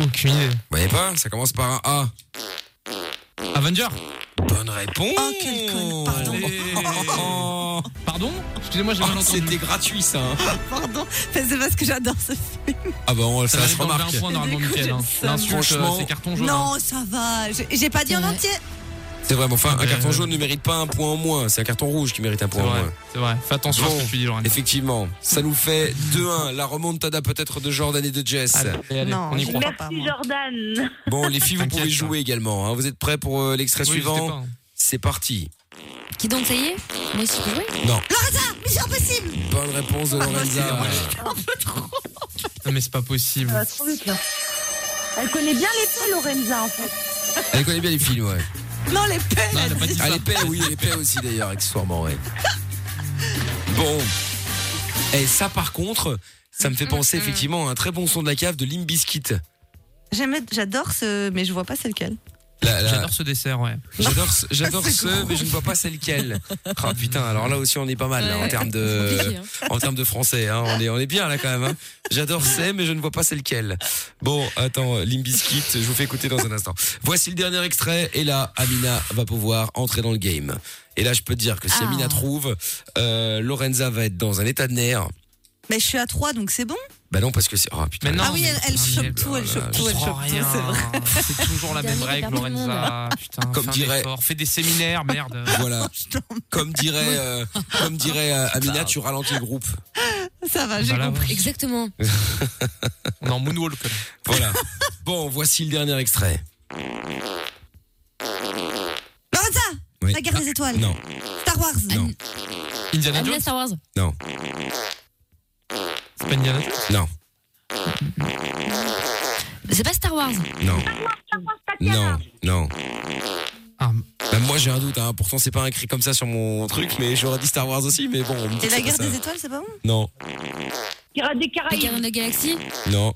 D: Aucune idée.
A: Vous voyez pas Ça commence par un A.
D: Avenger
A: Bonne réponse.
B: Oh, quel con. Pardon.
D: (laughs)
A: Oh.
B: (laughs)
D: Pardon Excusez-moi, j'ai mal
A: Ah,
D: entendu.
A: C'était gratuit ça. hein.
B: Pardon. Enfin, c'est parce que j'adore ce film.
A: Ah bah on-
D: Ça,
A: ça,
D: mérite
A: se
D: d'enlever
A: remarque.
D: un point normalement,
B: Du coup,
D: Mickaël,
B: je
D: hein.
B: le sais.
D: L'insulte, euh,
A: Franchement.
D: c'est carton jaune. hein.
B: Non, ça va. J'ai- J'ai pas dit en
E: Ouais.
B: entier.
A: C'est vraiment. Enfin, un
D: Ouais,
A: carton
D: ouais.
A: jaune ne mérite pas un point en moins. C'est un carton rouge qui mérite un
D: C'est
A: point en
D: vrai,
A: moins.
D: c'est vrai. Fais attention à
A: Bon.
D: ce que tu dis, Laurent.
A: Effectivement, ça nous fait 2-1. La remontada peut-être de Jordan et de Jess.
D: Allez, allez,
B: Non,
D: on y
B: je
D: croit.
B: l'ai-
I: Merci
B: pas, moi.
I: Jordan.
A: Bon, les filles, vous
D: T'inquiète,
A: pouvez
D: ça.
A: jouer également. hein. Vous êtes prêts pour euh, l'extrait
D: Oui, n'hésitez pas,
A: suivant
D: hein.
A: C'est parti.
E: Qui donc, ça y est Moi aussi, je peux jouer
A: Non,
B: Lorenza, mais c'est impossible.
A: bonne réponse
B: Ah,
A: de Lorenza.
D: Non, mais c'est pas possible.
B: Euh,
I: Ça va trop vite, là. Elle connaît bien les filles, Lorenza, en fait.
A: Elle connaît bien les films, ouais.
B: Non, les pelles.
D: Non, elle a pas dit
A: Ah,
D: ça.
A: les paix, oui, les paix aussi d'ailleurs, accessoirement, ouais. Bon. Et ça, par contre, ça me fait penser effectivement à un très bon son de la cave de Limbiskit.
B: J'aime- J'adore ce, mais je vois pas c'est lequel.
D: J'adore ce dessert, ouais.
A: J'adore ce,
E: (laughs)
A: j'adore ce mais je ne vois pas c'est lequel. Ah putain, alors là aussi on est pas mal là, en
E: Ouais.
A: termes
E: C'est
A: de
E: compliqué, hein.
A: en termes de français. Hein. On est on est bien là quand même. Hein. J'adore c'est mais je ne vois pas c'est lequel. Bon, attends, Limbiskit, je vous fais écouter dans un instant. Voici le dernier extrait et là Amina va pouvoir entrer dans le game. Et là je peux te dire que si
E: Ah.
A: Amina trouve, euh, Lorenza va être dans un état de nerfs.
B: Mais je suis à 3, donc c'est bon.
A: Bah non parce que c'est ah putain.
D: Mais non,
B: ah oui,
D: mais
B: elle, elle
D: putain, mais
B: chope tout, elle
A: là,
B: chope
A: je
B: tout, elle
D: comprends
B: chope tout, c'est
D: rien.
B: vrai.
D: (laughs) C'est toujours la
E: Dernier
D: même règle,
E: perdu du monde.
D: Lorenza. Putain,
A: Comme
D: fais un
A: dirait-
D: effort, Fais des séminaires, merde.
A: Voilà,
B: (laughs) Je t'en-
A: comme dirait euh, comme dirait euh, Amina, tu ralentis le groupe.
B: Ça va, Ah, j'ai
A: Bah
D: Voilà,
B: compris.
E: Exactement.
D: On est en moonwalk. là.
A: Voilà. Bon, voici le dernier extrait.
B: Lorenza,
A: Oui.
B: la guerre des étoiles.
A: Ah, Non,
B: Star Wars.
A: non,
D: Indiana
E: Amina
D: Jones
E: Star Wars.
A: non,
D: C'est pas Indiana Jones
A: non,
E: C'est pas Star Wars.
A: non, non, non.
D: Ah,
A: Bah, moi j'ai un doute, hein. pourtant c'est pas un cri comme ça sur mon truc, mais j'aurais dit Star Wars aussi, mais bon. on me dit
B: Et
A: que
B: la
A: c'est
B: guerre
A: pas ça.
B: des étoiles, c'est pas bon
A: Non,
I: Pirates des
E: Les
I: Caraïbes.
E: Gardiens de la Galaxie.
A: non,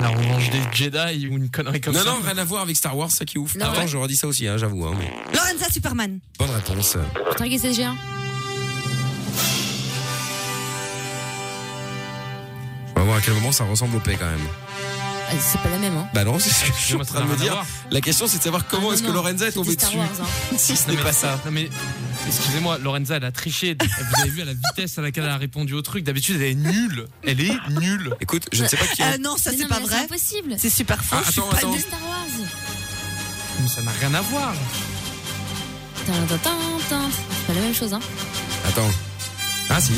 D: la revanche des Jedi ou une connerie comme
A: non,
D: ça.
A: non, rien à voir avec Star Wars, ça qui est ouf.
E: Non,
A: Pourtant
E: ouais.
A: j'aurais dit ça aussi, hein, j'avoue. Hein, mais...
B: Lorenza Superman.
A: Bonne réponse.
E: Target SG1.
A: On va voir à quel moment ça ressemble au P quand même.
E: Ah, C'est pas la même, hein.
A: Bah non, c'est ce que je suis en
D: Moi, ça
A: train de
D: n'a
A: me
D: rien à
A: dire.
D: voir.
A: La question c'est de savoir comment
E: Ah,
A: est-ce
E: non,
A: que
E: non,
A: Lorenza est
E: c'était
A: tombée
E: Star
A: dessus.
E: Wars, hein.
A: Si ce
D: Non,
A: n'est
D: mais-
A: pas ça.
D: Non mais excusez-moi, Lorenza elle a triché. Vous avez vu à la vitesse à laquelle elle a répondu au truc. D'habitude elle est nulle. Elle est nulle.
A: Écoute, je ne sais pas qui.
B: Euh, non, ça
E: Mais
B: c'est
E: non,
B: pas
E: mais
B: vrai.
E: C'est impossible.
B: C'est super faux.
A: Ah,
B: je suis
A: attends,
B: pas
A: attends.
E: C'est
B: nulle.
E: Star Wars.
D: Mais ça n'a rien à voir.
E: Tin, tin, tin, tin. C'est pas la même chose, hein.
A: Attends. Ah si.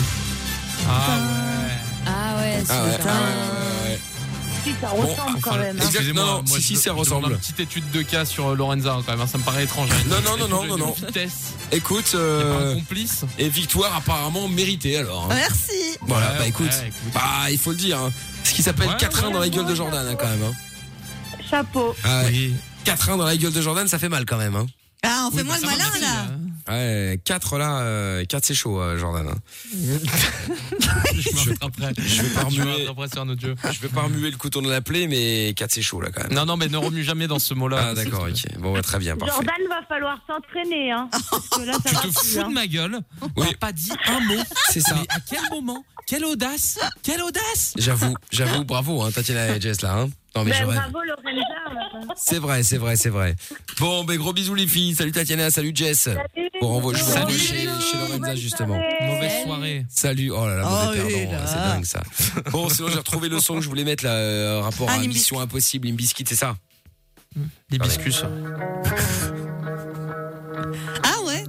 D: Ah ouais.
E: Ah ouais, c'est
A: Ah ouais,
E: ça.
A: ah ouais, ouais, ouais.
I: Si, ça ressemble
D: Enfin,
I: quand même. hein.
A: exact-
D: excusez-moi,
A: non, non,
D: moi,
A: si,
D: je-
A: si, ça
D: je demande
A: ressemble.
D: Une petite étude de cas sur euh, Lorenza quand même. hein, Ça me paraît étrange. hein.
A: Non, non, non,
D: Elle
A: non,
D: est
A: non,
D: d'une
A: non.
D: Vitesse.
A: Écoute,
D: Y a pas un
A: euh,
D: complice.
A: et victoire apparemment méritée alors. hein.
B: Merci.
A: Voilà,
D: Ouais,
A: bah écoute,
D: ouais, écoute.
A: bah il faut le dire, hein. ce qui s'appelle
D: Ouais,
A: 4-1 dans la gueule de Jordan hein, quand même. Hein.
I: Chapeau.
A: Ah, ouais.
D: Oui.
A: 4-1 dans la gueule de Jordan, ça fait mal quand même. Hein.
B: Ah, on fait
D: Oui,
B: moins
D: bah,
B: le
D: ça va,
B: malin
D: merci,
B: là.
A: Ouais, 4 là, 4 c'est chaud euh, Jordan. hein.
D: (laughs) Je me rattraperai.
A: Je vais pas
D: Je me
A: remuer,
D: rattraperai sur un autre jeu.
A: je vais pas remuer le couteau dans la plaie, mais 4 c'est chaud là quand même.
D: Non, non, mais ne remue jamais dans ce mot-là.
A: Ah d'accord, ok. Bon, bah, très bien, parfait.
I: Jordan, va falloir s'entraîner.
A: (laughs)
I: Hein, parce que là, ça
D: Tu te
I: va plus,
D: fous
I: hein.
D: de ma gueule.
A: Oui.
D: T'as pas dit un mot.
A: C'est ça.
D: Mais à quel moment Quelle audace Quelle audace
A: J'avoue, j'avoue, bravo, hein, Tatiana et Jess là. Hein. Non mais
I: Ben,
A: je rêve.
I: bravo Lorenza. euh.
A: C'est vrai, c'est vrai, c'est vrai. Bon, ben gros bisous les filles. Salut Tatiana, salut Jess. Bon, on va- je vous
D: Salut.
A: renvoie chez, chez Lorenza justement.
D: Mauvaise soirée.
A: Salut. Oh là là, mauvais
B: Oh,
A: perdant,
B: il est
A: hein,
B: là.
A: c'est dingue ça. Bon, sinon j'ai retrouvé le son que je voulais mettre là, euh, rapport
B: Ah,
A: à
B: Limp
A: Mission Impossible, Limbiskit, c'est ça
D: Les biscuits.
B: Ah ouais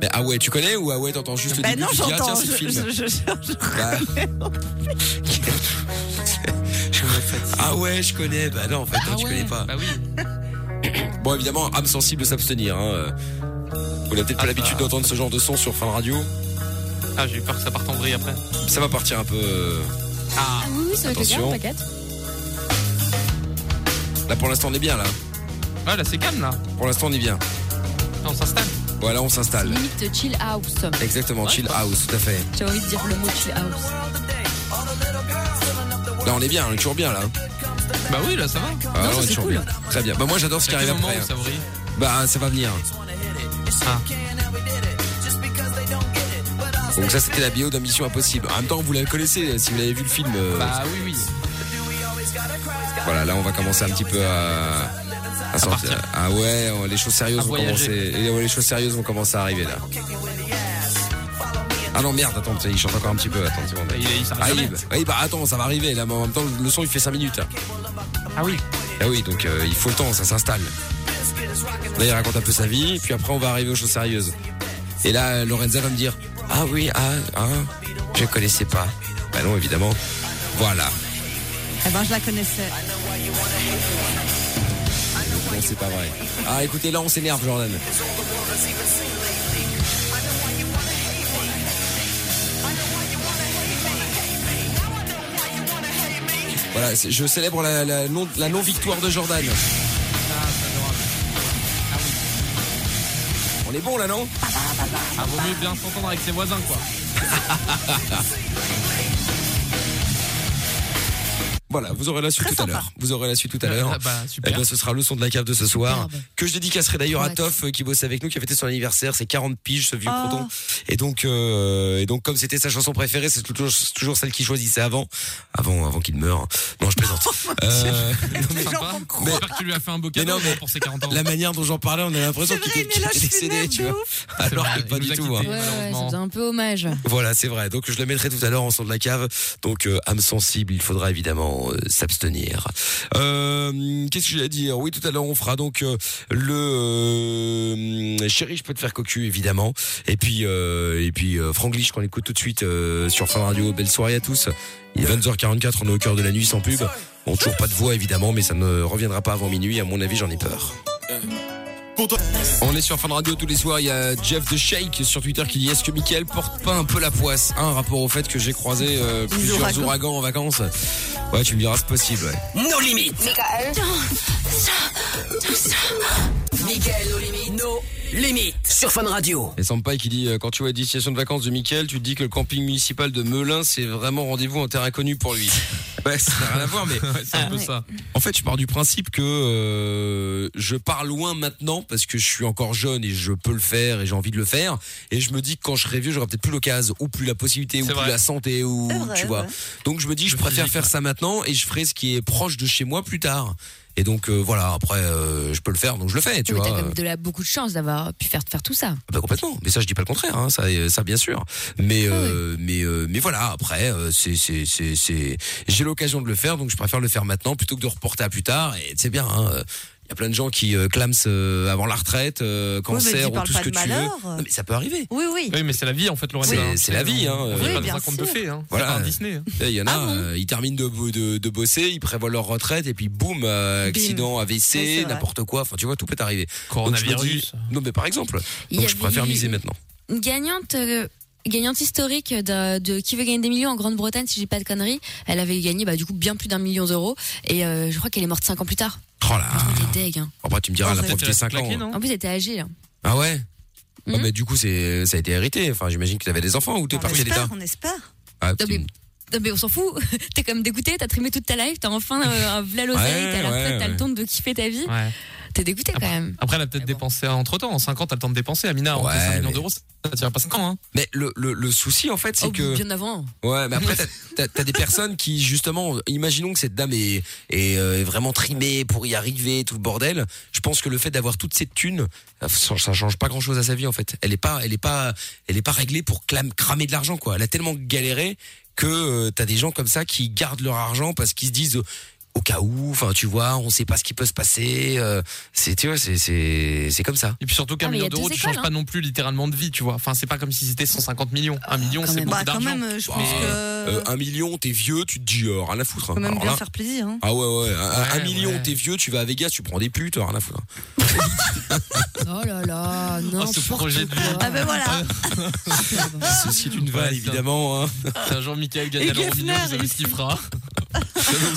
A: Mais ah ouais, tu connais ou ah ouais, t'entends juste le
B: Bah
A: début
B: non,
A: tu te dis, ah, tiens,
B: j'entends.
A: c'est le
B: Je,
A: film.
B: je, je, je- (laughs)
A: Bah.
B: Ah
A: ah ouais, je connais. Bah non, en fait, non, tu connais pas.
D: Bah oui.
A: Bon, évidemment, âme sensible s'abstenir. Hein. Vous n'avez peut-être
B: Ah,
A: pas l'habitude
B: bah.
A: d'entendre ce genre de son sur fin de radio.
D: Ah, j'ai eu peur que ça parte en vrille après.
A: Ça va partir un peu. euh,
E: Ah oui, oui, ça va être le
A: Attention.
E: cas, t'inquiète.
A: Là, pour l'instant, on est bien, là.
D: Ouais, là, c'est calme, là.
A: Pour l'instant, on est bien.
D: Là, on s'installe.
A: Voilà, on s'installe.
E: Limite chill house.
A: Exactement, chill house, tout à fait.
E: J'avais envie de dire le mot chill house.
A: Là, on est bien, on est toujours bien, là.
D: Bah oui, là, ça va.
A: Ah,
E: ça,
A: on est
E: c'est
A: toujours
E: cool.
A: bien. Très bien. Bah, moi, j'adore ce qui
D: À quel
A: arrive
D: moment
A: après.
D: où ça
A: hein.
D: brille
A: Bah, ça va venir.
D: Ah.
A: Donc, ça, c'était la bio d'un Mission Impossible. En même temps, vous la connaissez, si vous l'avez vu le film. euh,
D: Bah oui, oui.
A: Voilà, là on va commencer un petit peu à, à sortir.
D: partir.
A: Ah ouais, on- les choses sérieuses
D: À
A: vont
D: voyager.
A: commencer. et ouais, les choses sérieuses vont commencer à arriver là. Ah non merde, attends, il chante encore un petit peu. Attends, une seconde.
D: Bah, il- il s'arrête
A: ah,
D: jamais.
A: bah, oui, bah attends, ça va arriver. Là, mais en même temps, le son il fait 5 minutes. hein.
D: Ah oui.
A: Ah oui, donc euh, il faut le temps, ça s'installe. Là, il raconte un peu sa vie, puis après on va arriver aux choses sérieuses. Et là, euh, Lorenza va me dire Ah oui, ah, ah, je connaissais pas. Bah non, évidemment. Voilà.
B: Eh ben, je la connaissais.
A: Non, c'est pas vrai. Ah, écoutez, là, on s'énerve, Jordan. Voilà, c'est- je célèbre la, la non, la non-victoire de Jordan. On est bon là, non
D: Ah, vaut mieux bien s'entendre avec ses voisins,
A: (laughs)
D: quoi.
A: Voilà, vous aurez la suite tout à l'heure. Vous aurez la suite tout à
D: Ah,
A: l'heure.
D: bah, super.
A: Eh ben, ce sera le son de la cave de ce soir.
B: bah.
E: Superbe.
A: Que je dédicacerai d'ailleurs à
E: Ouais.
A: Toff euh, qui bossait avec nous, qui a fêté son anniversaire, ses 40 piges, ce vieux
B: Oh.
A: croton. Et donc, euh, et donc comme c'était sa chanson préférée, c'est toujours, c'est toujours celle qu'il choisissait avant, avant, avant qu'il meure. Non, je
B: (laughs)
A: plaisante.
B: Oh,
A: Euh, non, mais
D: Sympa.
A: Mais-
D: J'espère que tu lui as fait un beau
A: Mais non,
D: cadeau
A: mais-
D: pour ses 40 ans.
A: la manière dont j'en parlais, on a l'impression
B: C'est
A: qu'il
B: vrai,
A: était,
B: mais
A: qu'il
B: là,
A: était
B: je suis
A: décédé,
B: naze
A: tu
B: de
A: vois. Alors
D: vrai,
A: que
D: il
A: pas
D: nous
A: du
D: a
A: tout. hein.
E: Ouais,
D: quittés.
E: ouais, ça
D: Malheureusement.
E: faisait un peu hommage.
A: Voilà, c'est vrai. Donc je le mettrai tout à l'heure en son de la cave. Donc euh, âme sensible, il faudra évidemment euh, s'abstenir. Euh, Qu'est-ce que j'ai à dire Oui, tout à l'heure on fera donc euh, le euh, chéri, je peux te faire cocu évidemment. Et puis euh, et puis euh, Franglish qu'on écoute tout de suite euh, sur Fin Radio. Belle soirée à tous. Il est 22h44, on est au cœur de la nuit sans pub. Bon, toujours pas de voix évidemment, mais ça ne reviendra pas avant minuit. À mon avis, j'en ai peur. On est sur Fan Radio tous les soirs. Il y a Jeff the Shake sur Twitter qui dit Est-ce que Michael porte pas un peu la poisse Un rapport au fait que j'ai croisé euh, plusieurs
B: ouragans.
A: ouragans en vacances. Ouais, tu me diras, c'est possible. ouais.
H: Nos limites.
I: Michael.
H: Mickaël, nos limites. Nos limites. Sur Fun Radio.
A: Et Sampai qui dit euh, Quand tu vois la destination de vacances de Michael, tu te dis que le camping municipal de Melun, c'est vraiment rendez-vous en terrain inconnu pour
D: (laughs)
A: lui. Ouais, ça n'a rien à voir, mais
D: Ouais, c'est un peu ça.
A: En fait, je pars du principe que euh, je pars loin maintenant parce que je suis encore jeune et je peux le faire et j'ai envie de le faire. Et je me dis que quand je serai vieux, j'aurai peut-être plus l'occasion ou plus la possibilité ou
D: C'est
A: plus
D: vrai.
A: la santé ou
B: C'est vrai,
A: tu vois.
B: ouais.
A: Donc je me dis, je
D: Le
A: préfère
D: physique,
A: faire ça maintenant et je ferai ce qui est proche de chez moi plus tard. Et donc euh, voilà, après euh, je peux le faire, donc je le fais, tu
E: Oui,
A: vois. euh,
E: t'as quand même de la, beaucoup de chance d'avoir pu faire, faire tout ça.
A: Ah bah complètement. Mais ça, je dis pas le contraire. Hein. Ça, euh, ça bien sûr.
B: Ah
A: Mais euh, mais euh, mais voilà. Après, euh, c'est c'est c'est c'est. J'ai l'occasion de le faire, donc je préfère le faire maintenant plutôt que de reporter à plus tard. Et c'est bien. hein. Il y a plein de gens qui euh, clament euh, avant la retraite, euh,
B: mais
A: cancer
B: dis,
A: ou
B: parle
A: tout ce
B: pas
A: que
B: de
A: tu
B: malheur.
A: veux. Non, mais ça peut arriver.
B: Oui, oui.
D: Oui, mais c'est la vie, en fait, Lorenza.
A: C'est- c'est la vie, hein.
D: On
A: Oui,
D: vit pas dans
B: bien
D: un conte de
B: sûr.
D: fées, hein.
A: Voilà.
D: C'est pas un Disney. hein.
A: Et Il y en a,
E: Ah bon
A: euh, ils terminent de, bo- de, de bosser, ils prévoient leur retraite et puis boum, euh,
B: Bim.
A: accident,
B: Ouais, c'est
A: AVC,
B: vrai.
A: n'importe quoi. Enfin, tu vois, tout peut arriver. Donc, je me dis-
D: Coronavirus.
A: non, mais par exemple.
E: Il y
A: Donc, je
E: avait
A: préfère
E: eu
A: miser
E: une-
A: maintenant.
E: Une gagnante, euh, gagnante historique de, de Qui veut gagner des millions en Grande-Bretagne, si j'ai pas de conneries, elle avait gagné bah, du coup bien plus d'un million d'euros. Et euh, je crois qu'elle est morte 5 ans plus tard.
A: Oh là.
E: Elle est deg. hein.
A: Après, tu me diras,
B: Ah,
A: elle a
B: ça a été
A: profité 5 ans. hein.
D: Claqué, non
E: En plus, elle était âgée. hein. là.
A: Ah ouais Ah
E: Mhm.
A: bah, du coup, c'est, ça a été hérité. Enfin, j'imagine que t'avais des enfants ou t'es
B: On
A: parti à l'État
B: espère, on espère.
A: Ah,
E: Non,
A: tu-
E: Ah, mais- Non, mais on s'en fout. (laughs) t'es quand même dégoûté, t'as trimé toute ta life, t'as enfin euh, un v'là l'oseille,
A: Ouais,
E: t'as la
A: ouais,
E: retraite, t'as
A: ouais.
E: le temps de kiffer ta vie.
D: Ouais.
E: T'es dégoûté quand même.
D: Après, elle a peut-être
E: Mais bon.
D: dépensé entre temps. En 50, elle le temps de dépenser. Amina, on
A: Ouais,
D: fait 5 millions
A: mais-
D: d'euros, ça ne tire pas 5 ans. Hein.
A: Mais le, le, le souci, en fait, c'est
E: Oh,
A: que.
E: bien avant.
A: Ouais, mais après, t'as, t'as- t'as des personnes qui, justement, imaginons que cette dame est, est, euh, est vraiment trimée pour y arriver, tout le bordel. Je pense que le fait d'avoir toute cette thune, ça, ça change pas grand chose à sa vie, en fait. Elle est pas, elle est pas, elle est pas réglée pour clam- cramer de l'argent, quoi. Elle a tellement galéré que euh, t'as des gens comme ça qui gardent leur argent parce qu'ils se disent, euh, au cas où, enfin tu vois, on sait pas ce qui peut se passer, euh, c'est tu vois, c'est c'est c'est comme ça.
D: Et puis surtout qu'un
A: Ah, mais il y
D: million
A: a deux
D: d'euros, tu
A: écoles,
B: hein.
D: changes pas non plus littéralement de vie, tu vois. Enfin, c'est pas comme si c'était 150 millions. Un million, c'est
B: même.
D: beaucoup
B: Bah, quand
D: d'argent.
B: même, euh, je pense que-
A: Euh, un million, t'es vieux, tu te dis euh, rien à foutre. hein.
B: Quand même
A: Alors
B: bien
A: là-
B: faire plaisir. hein.
A: Ah ouais ouais, un, un
D: Ouais,
A: million,
D: ouais.
A: t'es vieux, tu vas à Vegas, tu prends des putes, hein, rien à foutre.
E: Oh là
A: (laughs)
E: là, non.
D: ce projet de vie.
B: Ah
E: bah
B: ben
A: euh,
B: voilà.
A: Ceci est une vanne évidemment. hein.
D: C'est un jour Michael gagne
B: Et
D: à l'euro million,
B: Geffner,
D: vous savez ce qu'il fera.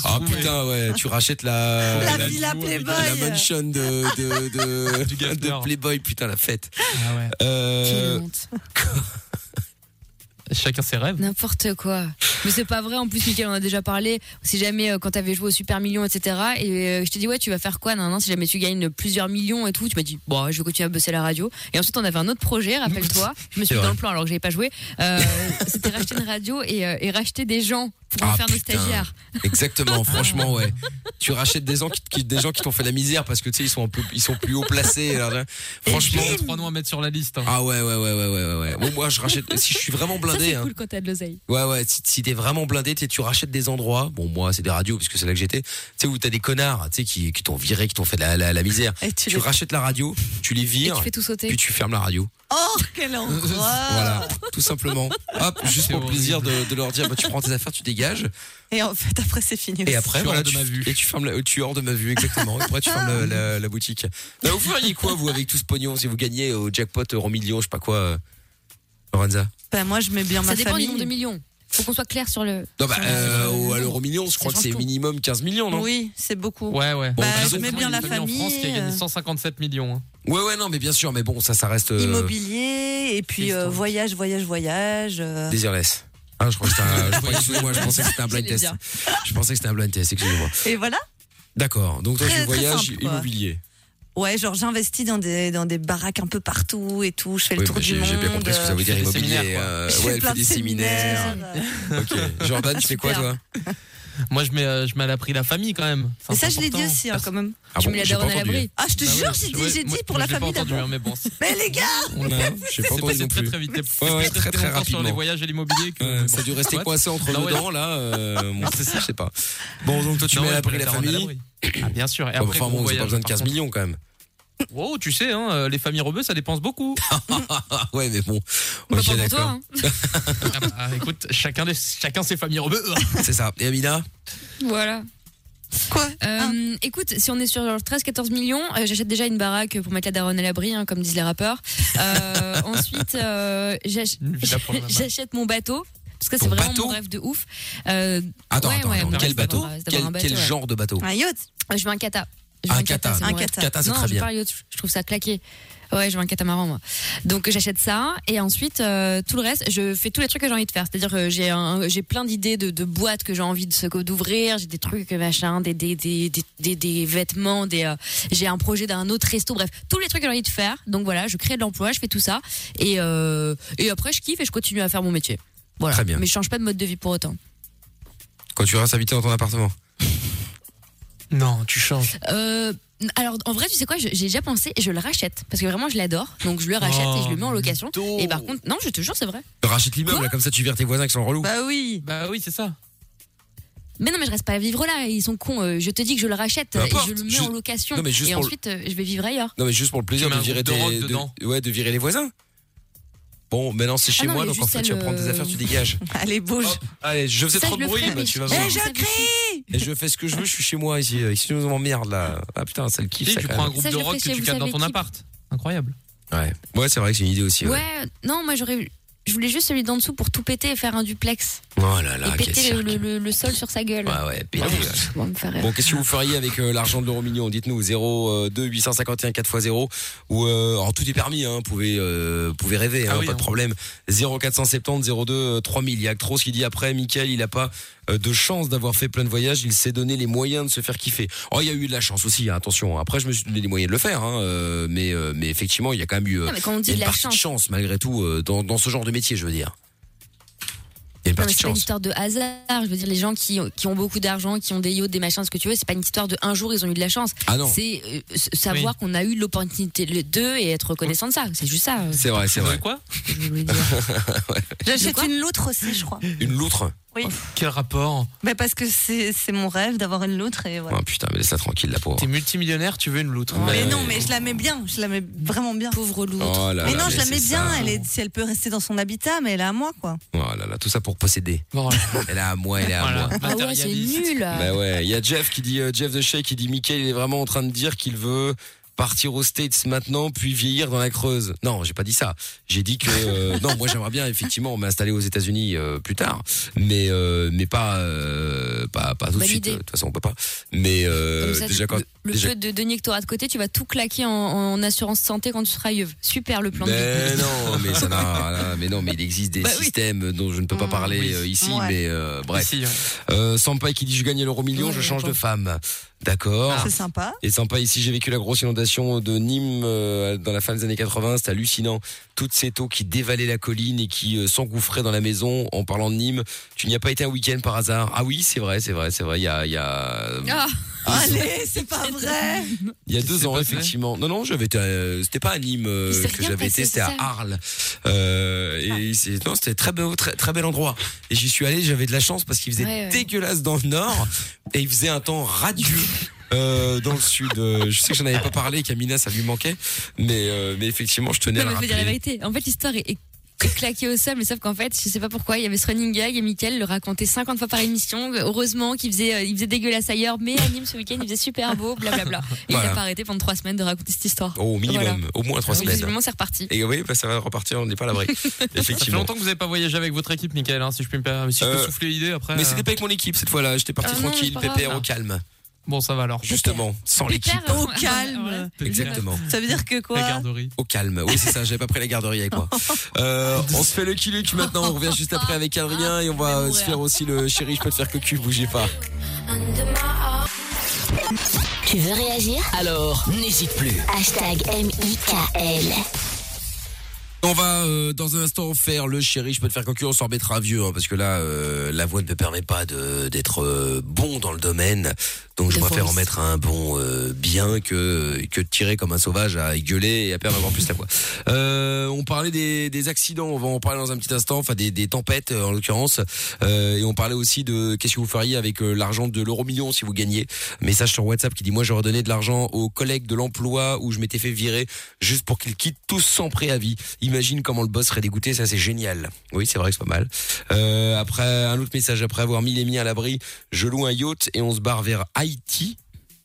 A: Ah putain ouais, tu rachètes la
B: La villa Playboy.
A: la mansion de de (laughs) de,
D: Du Gaffer.
A: de Playboy, putain la fête.
D: Ah ouais.
A: Euh,
E: Quelle honte.
D: Chacun ses rêves.
E: N'importe quoi. Mais c'est pas vrai. En plus, Mickaël, on a déjà parlé. Si jamais, euh, quand t'avais joué au Super Million, etc., et euh, je t'ai dit, ouais, tu vas faire quoi non, non, Si jamais tu gagnes plusieurs millions et tout, tu m'as dit, bon, je vais continuer à bosser à la radio. Et ensuite, on avait un
A: (laughs)
E: autre projet, rappelle-toi. Je me
A: C'est
E: suis
A: vrai.
E: dans le plan alors que j'avais pas joué. Euh, C'était racheter une radio et, euh, et racheter des gens pour en
A: Ah,
E: faire nos
A: putain.
E: stagiaires.
A: Exactement, franchement, ouais. Tu rachètes des gens qui, qui- des gens qui t'ont fait la misère parce que tu sais ils sont un peu, ils sont plus haut placés. alors là, franchement.
D: Franchement, trois noms à mettre sur la liste. hein.
A: Ah ouais ouais ouais ouais ouais ouais. ouais. Bon, moi je rachète. Si je suis vraiment
E: Ça,
A: blindé,
E: c'est
A: hein,
E: cool quand t'as de l'oseille.
A: ouais ouais. Si, si t'es vraiment blindé, tu sais, tu rachètes des endroits. Bon moi c'est des radios parce que c'est là que j'étais. Tu sais où t'as des connards, tu sais qui, qui t'ont viré, qui t'ont fait de la, la, la misère.
B: Et
A: Tu,
B: tu les-
A: rachètes la radio, tu les
E: Et
A: vires,
E: tu fais tout sauter.
A: puis tu fermes la radio.
B: Oh,
A: (laughs)
B: quelle horreur
A: Voilà, tout simplement. Hop, juste
D: C'est
A: pour le plaisir de, de leur dire, bah, tu prends tes affaires, tu dégages.
B: Et en fait, après, c'est fini.
A: Et
D: Tu
A: après,
D: es
A: voilà,
D: hors de
A: tu,
D: ma vue. Ah
A: Et tu fermes la, tu es hors de ma vue, exactement. Et après, tu fermes la, la- la boutique. Bah, vous feriez quoi, vous, avec tout ce pognon, si vous gagnez au jackpot euro million, je sais pas quoi, euh, Lorenza?
B: Ben, moi, je mets bien
E: Ça
B: ma
E: dépend
B: famille.
E: du nombre de millions. Faut qu'on soit clair sur le.
A: Non, bah, euh, au- à l'euro million, je
E: Ça
A: crois que
E: change
A: c'est
E: tout.
A: minimum 15 millions, non?
B: Oui, c'est beaucoup.
D: Ouais, ouais.
A: Bon,
B: Bah,
A: disons
B: je mets
A: que-
B: bien la
D: Il y a une famille en France qui a
B: famille,
D: gagné
B: euh,
D: 157 millions. hein.
A: Ouais, ouais, non, mais bien sûr, mais bon, ça, ça reste. euh,
B: Immobilier, et puis
D: Histoire.
B: euh, voyage, voyage, voyage. euh.
A: Désirless. Ah, je crois que c'était un, je crois- excusez-moi, je pensais que c'était un blind
E: J'allais
A: test.
E: dire.
A: Je pensais que c'était un blind test, excusez-moi.
B: Et voilà.
A: D'accord. Donc, toi,
B: Très-
A: tu
B: très
A: voyages
B: simple, quoi.
A: immobilier.
B: Ouais, genre j'investis dans des, dans des baraques un peu partout et tout, je fais le
A: Oui,
B: tour
A: bah,
B: du
A: j'ai
B: monde.
A: j'ai bien compris ce que ça veut
D: Je
A: dire
D: fais des
A: immobilier.
D: séminaires, quoi.
A: euh,
B: Je fais
A: Ouais, elle
B: plein
A: fait
B: de
A: des séminaires. Ok. Jordan, tu fais quoi, toi?
B: Super.
D: Moi, je mets, euh, je mets à l'abri la famille quand même. C'est
B: Mais ça, je l'ai dit
D: important.
B: aussi, hein, quand même.
A: Ah
E: tu
A: bon,
E: mets la
A: j'ai pas
E: daronne à
A: entendu.
E: l'abri.
B: Ah, je te
D: Bah
B: jure,
D: ouais,
B: j'ai
D: ouais,
B: dit, j'ai
D: moi-
B: dit pour
D: moi,
B: la
D: je l'ai
B: famille
D: pas entendu,
B: d'abord.
D: hein, mais bon,
B: (laughs)
D: c'est
B: Mais les gars
A: On a- j'ai pas
D: c'est
A: entendu
D: passé
A: non
D: très
A: plus.
D: très vite.
A: Ouais, ouais,
D: C'est
A: très, très
D: longtemps sur les
A: rapidement.
D: voyages et l'immobilier. que-
A: Euh,
D: bon,
A: ça a dû rester
D: what
A: coincé entre
D: Non,
A: nos
D: ouais.
A: dents
D: (laughs)
A: là. euh, bon,
D: C'est ça.
A: je sais pas. Bon donc toi tu
D: Non,
A: mets à
D: ouais,
A: l'abri
D: je
A: la
D: mets à
A: famille.
D: l'abri. Ah, bien sûr. Et
A: Bon,
D: après,
A: enfin
D: bon
A: bon, c'est
D: voyage,
A: pas besoin de
D: par
A: 15
D: contre.
A: millions quand même.
D: Oh, tu sais, hein, euh, les familles rebeux, ça dépense beaucoup.
A: Ah ouais mais bon. Ok
E: Bah, pas pour
A: d'accord.
E: toi. hein.
D: Ah bah, écoute, chacun, des- chacun ses familles rebeux.
A: C'est ça. Et Amina
E: Voilà.
B: Quoi Ah.
E: Euh, Écoute, si on est sur 13-14 millions, euh, j'achète déjà une baraque pour mettre la daronne à l'abri, hein, comme disent les rappeurs.
B: (laughs)
E: Euh, ensuite, euh, j'ach-
D: Une villa
E: (laughs)
D: pour la maman.
E: j'achète mon bateau. Parce que
A: Ton
E: c'est vraiment
A: bateau
E: mon rêve de ouf. Euh,
A: Attends
E: Ouais,
A: attends.
E: ouais,
A: attends.
E: mon
A: Quel
E: rêve, c'est
A: bateau
E: d'avoir- c'est
A: Quel
E: d'avoir un
A: quel
E: bateau, ouais.
A: genre de bateau
B: Un yacht
E: je veux un kata. Je veux
A: Un kata,
E: c'est mon
B: un
E: rêve.
B: kata.
A: Kata, c'est
E: non,
A: très
E: je
A: bien.
E: veux pas un yacht, je trouve ça claqué. Ouais, je veux un catamaran moi. Donc euh, j'achète ça et ensuite euh, tout le reste, je fais tous les trucs que j'ai envie de faire. C'est-à-dire que j'ai un- j'ai plein d'idées de, de boîtes que j'ai envie de se- d'ouvrir, j'ai des trucs machin, des des, des, des, des- des vêtements, des euh, j'ai un projet d'un autre resto, bref, tous les trucs que j'ai envie de faire. Donc voilà, je crée de l'emploi, je fais tout ça et euh, et après je kiffe et je continue à faire mon métier. Voilà.
A: Très bien.
E: Mais je change pas de mode de vie pour autant.
A: Quand tu restes habité dans ton appartement.
D: Non, tu changes.
E: Euh, alors en vrai, tu sais quoi, je- j'ai déjà pensé et je le rachète parce que vraiment je l'adore. Donc je le rachète et je le mets en
A: Oh,
E: location.
D: mytho.
E: Et par contre, non, je te jure, c'est vrai.
A: Tu rachètes l'immeuble là, comme ça tu vires tes voisins qui sont relous.
B: Bah oui
D: Bah oui, c'est ça.
E: Mais non, mais je reste pas à vivre là, ils sont cons. euh, je te dis que je le rachète
A: Peu
E: euh, et
A: importe,
E: je le mets
A: juste-
E: en location.
A: Non, mais juste
E: et
A: pour le-
E: ensuite, euh, je vais vivre ailleurs.
A: Non mais juste pour le plaisir
D: Tu
A: de
D: mets un
A: virer
D: groupe de rock
A: tes de-
D: dedans.
A: ouais de virer les voisins. Bon maintenant c'est chez
E: Ah non,
A: moi
E: mais
A: donc en
E: juste
A: fait tu vas
E: le-
A: prendre tes affaires tu
E: (laughs)
A: dégages.
B: Allez, bouge
E: Oh.
A: Hop, (laughs) Allez je faisais
E: Ça,
A: trop
E: je
A: de
E: le
A: bruit
E: ferai,
A: bah,
E: mais
A: tu vas
E: je-
A: voir.
E: Eh,
B: Et je
E: ça me
B: crie
A: Et je fais ce que je veux, je suis chez moi ici. Ici, nous on m'emmerde là. Ah putain, ça le
D: Tu,
A: kiffe.
D: sais,
A: ça,
D: tu
A: quand
D: prends un
A: même.
D: groupe
E: Ça,
D: de
E: je le
D: rock
E: fais
D: que
E: chez
D: tu
E: vous
D: cadres dans
E: savez
D: ton
E: qui.
D: appart. Incroyable.
A: Ouais, ouais c'est vrai que c'est une idée aussi.
E: Ouais,
A: Ouais.
E: non, moi j'aurais. Je voulais juste celui d'en dessous pour tout péter et faire un duplex.
A: Oh là là, quel
E: et péter le,
A: cirque.
E: le- le- le sol sur sa gueule.
A: Ouais, ouais, pété,
D: Ah,
E: Bon,
A: ouais.
E: bon, me faire rire.
A: Bon, qu'est-ce que vous feriez avec euh, l'argent de l'euro million Dites-nous 0 euh, 2 851 4x0 ou euh, alors tout est permis hein, pouvez euh, pouvez rêver hein,
D: Ah oui,
A: pas de
D: hein.
A: problème. 0 470 02 euh, 3000. Il y a que trop ce qu'il dit après Michael, il a pas euh, de chance d'avoir fait plein de voyages, il s'est donné les moyens de se faire kiffer. Oh, il y a eu de la chance aussi, hein, attention. Après je me suis donné les moyens de le faire hein, euh, mais euh, mais effectivement, il y a quand même eu euh,
E: Non, Ah, mais quand on
A: il y a
E: dit de
A: une
E: la
A: partie
E: chance.
A: de chance malgré tout euh, dans, dans ce genre de métier, je veux dire. Il y a une
E: Non, mais
A: partie de
E: c'est pas une
A: chance.
E: histoire de hasard. Je veux dire, les gens qui, ont- qui ont beaucoup d'argent, qui ont des yachts, des machins, ce que tu veux, c'est pas une histoire de un jour ils ont eu de la chance.
A: Ah non.
E: C'est euh, s- savoir qu'on a eu l'opportunité le- d'eux et être reconnaissant de ça. C'est juste ça. euh, (laughs)
A: C'est vrai, c'est
D: Tu
A: vrai. (laughs)
D: veux Quoi
E: Ah que je voulais dire.
B: J'achète
E: quoi
B: une loutre aussi, je crois.
A: Une loutre.
B: Oui.
D: Quel rapport
B: Bah, parce que c'est c'est mon rêve d'avoir une loutre et voilà.
A: Oh putain, mais laisse-la tranquille, la pauvre.
D: T'es multimillionnaire, tu veux une loutre
B: mais non, mais je la mets bien, je la mets vraiment bien.
E: Pauvre loutre.
A: Oh là
B: mais
A: là,
B: non, je la
A: c'est
B: mets bien.
A: ça.
B: Elle est, si elle peut rester dans son habitat, mais elle est à moi, quoi.
A: Oh là là, tout ça pour posséder.
D: Bon, voilà.
A: Elle est à moi, elle est à
D: Voilà,
A: moi.
E: Ah ouais, c'est
D: matérialiste.
E: nul.
A: Bah ouais, il y a Jeff qui dit euh, Jeff de Shea qui dit Michael il est vraiment en train de dire qu'il veut partir aux States maintenant puis vieillir dans la Creuse. Non, j'ai pas dit ça. J'ai dit que euh, non, moi j'aimerais bien effectivement m'installer aux États-Unis euh, plus tard, mais euh, mais pas euh, pas pas tout de
E: Bonne
A: suite.
E: idée.
A: euh, De toute façon, on peut pas. Mais euh,
E: Comme ça,
A: déjà
E: tu-
A: quand
E: le
A: déjà-
E: peu de deniers que tu auras de côté, tu vas tout claquer en, en assurance santé quand tu seras yeuve. Super le plan de
A: mais
E: vie.
A: non, mais ça n'a- là, mais non, mais il existe des
E: Bah oui.
A: systèmes dont je ne peux pas parler
D: oui.
A: euh, ici,
B: Ouais.
A: mais euh, bref.
D: Ici, ouais.
A: Euh, Sampai qui dit je gagne l'euro million,
B: Ouais,
A: je change de
B: d'accord. Ah.
A: femme. D'accord.
B: C'est sympa.
A: Et sympa ici, j'ai vécu la grosse inondation de Nîmes euh, dans la fin des années 80, c'était hallucinant. Toute cette eau qui dévalait la colline et qui euh, s'engouffrait dans la maison en parlant de Nîmes. Tu n'y as pas été un week-end par hasard Ah oui, c'est vrai, c'est vrai, c'est vrai. Il y a, euh, il y a,
E: Ah,
B: Allez, c'est pas vrai.
A: il y a deux
D: s'est
A: ans
D: passé
A: effectivement. Non non, j'avais été, euh, c'était pas à Nîmes euh,
E: Il s'est
A: que
E: rien
A: j'avais
E: passé,
A: été, c'était à
E: c'est ça. Ah.
A: Arles. Euh, et c'est non, c'était très beau, très, très bel endroit. Et j'y suis allé, j'avais de la chance parce qu'il faisait
E: Ouais, ouais.
A: dégueulasse dans le nord et il faisait un temps
E: (laughs)
A: radieux. euh, dans le sud, Euh, je sais que j'en avais pas parlé, Camina, ça lui manquait, mais euh, mais effectivement, je tenais
E: non, mais
A: à le
E: je veux dire la
A: rappeler.
E: vérité. En fait, l'histoire est, est claquée au sol, mais sauf qu'en fait, je sais pas pourquoi, il y avait ce running gag et Mickaël le racontait 50 fois par émission. Heureusement qu'il faisait, euh, il faisait dégueulasse ailleurs, mais à Nîmes ce week-end, il faisait super beau, blablabla. Et il
A: Voilà.
E: a pas arrêté pendant trois semaines de raconter cette histoire.
A: Au minimum,
E: Voilà.
A: au moins trois
E: Donc,
A: semaines.
E: visiblement, c'est reparti.
A: Et oui, bah, ça va repartir, on n'est pas à
E: (laughs)
A: l'abri.
D: Ça fait
A: effectivement.
D: longtemps que vous n'avez pas voyagé avec votre équipe, Michael, hein, si je puis me permettre. Si je peux
A: Euh,
D: souffler l'idée après.
A: Mais
D: euh,
A: c'était pas avec mon équipe cette fois-là, j'étais parti
E: Ah non,
A: tranquille,
E: c'est pas grave.
A: pépère au calme,
D: Bon, ça va alors.
A: justement, sans l'équipe.
E: Pépère,
B: Au
E: euh,
B: calme.
D: Pépère.
A: Exactement.
B: Ça veut dire que
D: La
B: quoi
D: garderie.
A: Au calme. Oui, c'est ça, j'avais pas pris la garderie avec moi. Euh, on se fait le Luke maintenant, on revient juste après avec Adrien et on va euh, se faire aussi le chéri, je peux te faire que cul, bougez pas.
C: Tu veux réagir
H: Alors, n'hésite plus.
C: Hashtag M-I-K-L.
A: On va euh, dans un instant faire le chéri, je peux te faire que cul, on s'en remettra vieux hein, parce que là euh, la voix ne me permet pas de d'être euh, bon dans le domaine. Donc je
E: De
A: préfère en
E: force.
A: mettre un bon euh, bien que que de tirer comme un sauvage à gueuler et à perdre encore plus la voix. Euh, on parlait des, des accidents, on va en parler dans un petit instant, enfin des, des tempêtes euh, en l'occurrence. Euh, et on parlait aussi de qu'est-ce que vous feriez avec euh, l'argent de l'euro million si vous gagnez. Message sur WhatsApp qui dit moi j'aurais donné de l'argent aux collègues de l'emploi où je m'étais fait virer juste pour qu'ils quittent tous sans préavis. Imagine comment le boss serait dégoûté, ça c'est génial. Oui c'est vrai que c'est pas mal. Euh, après un autre message après avoir mis les miens à l'abri, je loue un yacht et on se barre vers Haïti.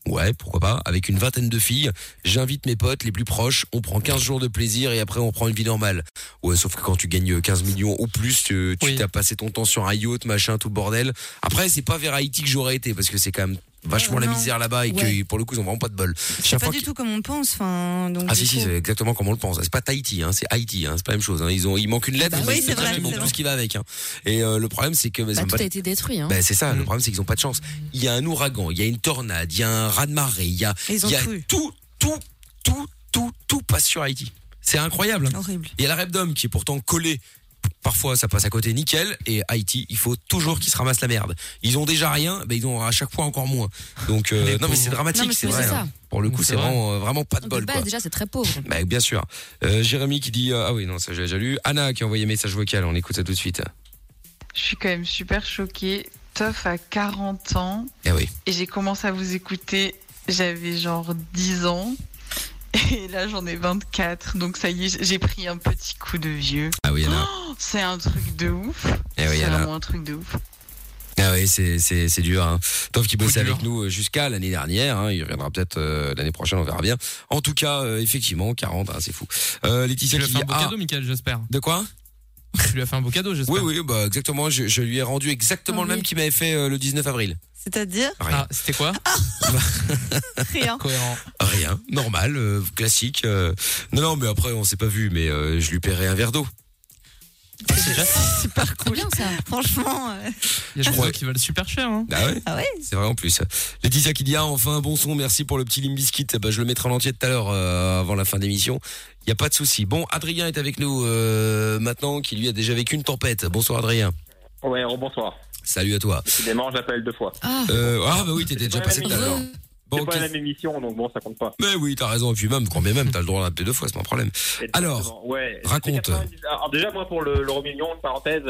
A: Ouais, pourquoi pas, avec une vingtaine de filles, j'invite mes potes les plus proches, on prend 15 jours de plaisir et après on prend une vie normale. Ouais, sauf que quand tu gagnes 15 millions ou plus, tu tu
D: Oui.
A: t'as passé ton temps sur un yacht, machin, tout le bordel. Après, c'est pas vers Haïti que j'aurais été parce que c'est quand même vachement la
B: Ah, Non.
A: misère là-bas et que
E: Ouais.
A: pour le coup, ils ont vraiment pas de bol.
B: C'est
A: Chaque
B: pas
A: fois
B: du
A: que-
B: tout comme on pense. Enfin, donc.
A: ah
B: du
A: si si
B: coup-
A: c'est exactement comme on le pense. C'est pas Tahiti, hein, c'est Haïti, hein, c'est pas la même chose. Hein. Ils ont, il manque une lettre,
B: Bah
A: mais
B: oui, c'est
A: très bien,
B: vrai,
A: ils
B: c'est
A: manque tout
B: vrai.
A: ce qui va avec. Hein. Et euh, le problème c'est que bah, ils
E: Bah,
A: ont
E: tout
A: pas
E: a
A: de-
E: été détruit. Hein.
A: bah, c'est ça, le
D: Mm.
A: problème c'est qu'ils ont pas de chance. Il y a un ouragan, il y a une tornade, il y a un raz de marée, il y a,
B: Ils ont
A: il y a
B: tout eu.
A: tout, tout, tout, tout, tout passe sur Haïti. C'est incroyable. hein.
B: Horrible.
A: Il y a la rêve d'homme qui est pourtant collée. Parfois, ça passe à côté nickel. Et Haïti, il faut toujours qu'ils se ramassent la merde. Ils ont déjà rien, mais ils ont à chaque fois encore moins. Donc, euh,
D: Les
A: non, mais
D: pauvres.
A: c'est
E: Non,
A: dramatique,
E: mais
A: c'est
E: oui,
A: vrai.
E: c'est ça.
A: hein. Pour le coup,
D: Oui,
A: c'est
D: c'est vrai.
A: vraiment, euh, vraiment pas de
E: Donc, de
A: bol.
E: base,
A: quoi.
E: déjà, c'est très pauvre.
A: Bah, bien sûr. Euh, Jérémy qui dit euh, ah oui non ça j'ai déjà lu. Anna qui a envoyé message vocal. On écoute ça tout de suite.
J: Je suis quand même super choquée. Toff a 40 ans
A: Ah oui.
J: et j'ai commencé à vous écouter, j'avais genre 10 ans. Et là, j'en ai 24. Donc ça y est, j'ai pris un petit coup de vieux.
A: Ah oui Anna.
J: Oh, C'est un truc de ouf.
A: Eh oui,
J: C'est
A: Anna.
J: vraiment un truc de ouf.
A: Ah oui c'est c'est c'est dur. Hein. Toff qui bossait
D: dur.
A: avec nous euh, jusqu'à l'année dernière. hein. Il reviendra peut-être euh, l'année prochaine. On verra bien. En tout cas euh, effectivement 40 hein, c'est fou. Euh,
D: Tu
A: Laetitia
D: lui as
A: qui
D: fait
A: dit
D: un beau
A: ah
D: cadeau, Michael, j'espère.
A: de quoi
D: Tu lui as fait un beau cadeau, j'espère.
A: Oui, oui, bah exactement. Je, je lui ai rendu exactement
E: Ah
A: le même
E: oui.
A: qu'il m'avait fait euh, le 19 avril. (laughs)
B: C'est-à-dire
A: Rien.
D: Ah, c'était quoi
B: rien.
I: (laughs)
D: Cohérent.
A: Rien. Normal, euh, classique. euh. Non, non, mais après, on s'est pas vu, mais euh, je lui paierai un verre d'eau.
B: Super
E: C'est
B: cool.
E: bien ça.
B: Franchement. euh,
D: Il y a des
A: crois-
D: cadeaux qui valent super cher. Hein.
A: Ah ouais
B: Ah ouais
A: C'est vrai en plus. Laetitia qui dit Ah, enfin, bon son, merci pour le petit Limbiskit. Bah, je le mettrai en entier tout à l'heure euh, avant la fin d'émission. Il n'y a pas de souci. Bon, Adrien est avec nous euh, maintenant, qui lui a déjà vécu une tempête. Bonsoir Adrien.
K: Ouais, oh, rebonsoir.
A: Salut à toi.
K: Décidément, j'appelle deux fois.
E: Ah, euh,
A: Euh, ah bah oui, t'étais déjà
K: Ouais,
A: passé
K: mais
A: tout à l'heure. Bon,
K: C'est pas
A: qu'est-ce-
K: la même émission, donc bon, ça compte pas.
A: Mais oui, t'as raison. Et puis même, quand bien même, t'as le droit de l'appeler deux fois, c'est pas un problème.
K: Exactement.
A: Alors,
K: ouais,
A: raconte.
K: c'était 90 Alors, déjà, moi, pour le- l'euro million, parenthèse,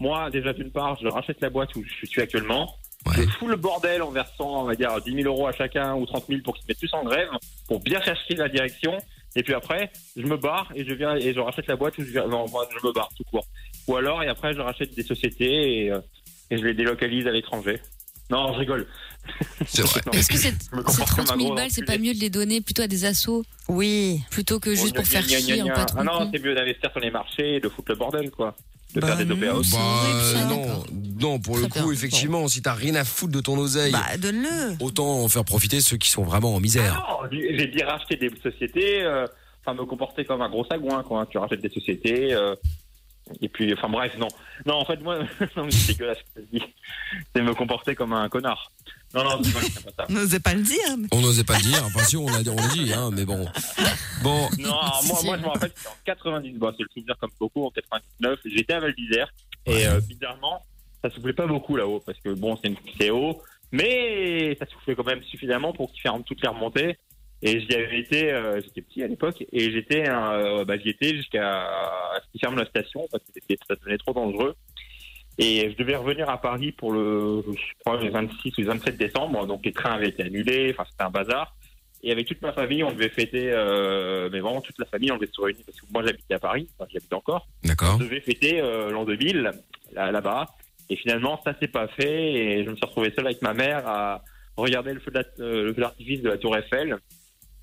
K: Moi, déjà d'une part, je rachète la boîte où je suis actuellement. Je fous le bordel en versant, on va dire, 10 000 euros à chacun ou 30 000 pour qu'ils se mettent tous en grève, pour bien chercher la direction. Et puis après, je me barre et je viens et je rachète la boîte où je, viens- non, moi, je me barre tout court. Ou alors, et après, je rachète des sociétés et, euh, et je les délocalise à l'étranger. Non, je rigole. (laughs)
A: C'est vrai.
E: Est-ce que cette- ces 30 000
K: hein.
E: balles, c'est pas mieux de les donner plutôt à des assos
B: Oui.
E: Plutôt que
K: Oh,
E: juste pour faire chier en patron.
K: Ah
A: Hmm.
K: non, c'est mieux d'investir sur les marchés et de foutre le bordel, quoi. De faire des OPA aussi.
A: Bah, non, non, pour le coup, effectivement, si t'as rien à foutre de ton oseille,
K: Bah, Ah.
B: donne-le.
A: Autant en faire profiter ceux qui sont vraiment en misère.
K: Non, j'ai dit racheter des sociétés, euh, enfin me comporter comme un gros sagouin, quoi. hein. Tu rachètes des sociétés, euh, et puis, enfin bref, non. Non, en fait, moi, (laughs) non, mais c'est dégueulasse ce que je dis. C'est me comporter comme un connard. Non, non, c'est pas c'est pas ça.
B: N'osez pas le dire. mais-
A: On n'osait pas le dire, enfin si, on l'a on l'a dit, hein, mais bon. Bon,
K: Non, alors, moi, moi, je me rappelle, c'était en 90, bon, c'est le souvenir comme beaucoup, en 99, j'étais à Val d'Isère, et euh, bizarrement, ça soufflait pas beaucoup là-haut, parce que bon, c'est une c'est haut, mais ça soufflait quand même suffisamment pour qu'il ferme toutes les remontées. Et j'y avais été, euh, j'étais petit à l'époque, et j'étais, euh, bah, j'y étais jusqu'à ce qu'ils ferment la station, parce que c'était- ça devenait trop dangereux. Et je devais revenir à Paris pour le, je crois, le 26 ou le 27 décembre. Donc les trains avaient été annulés. Enfin, c'était un bazar. Et avec toute ma famille, on devait fêter, euh, mais vraiment toute la famille, on devait se réunir parce que moi j'habitais à Paris, enfin, j'habite encore.
A: D'accord.
K: On devait fêter euh, l'an 2000 là- là-bas. Et finalement, ça s'est pas fait. Et je me suis retrouvé seul avec ma mère à regarder le feu de la- euh, le feu d'artifice de la Tour Eiffel.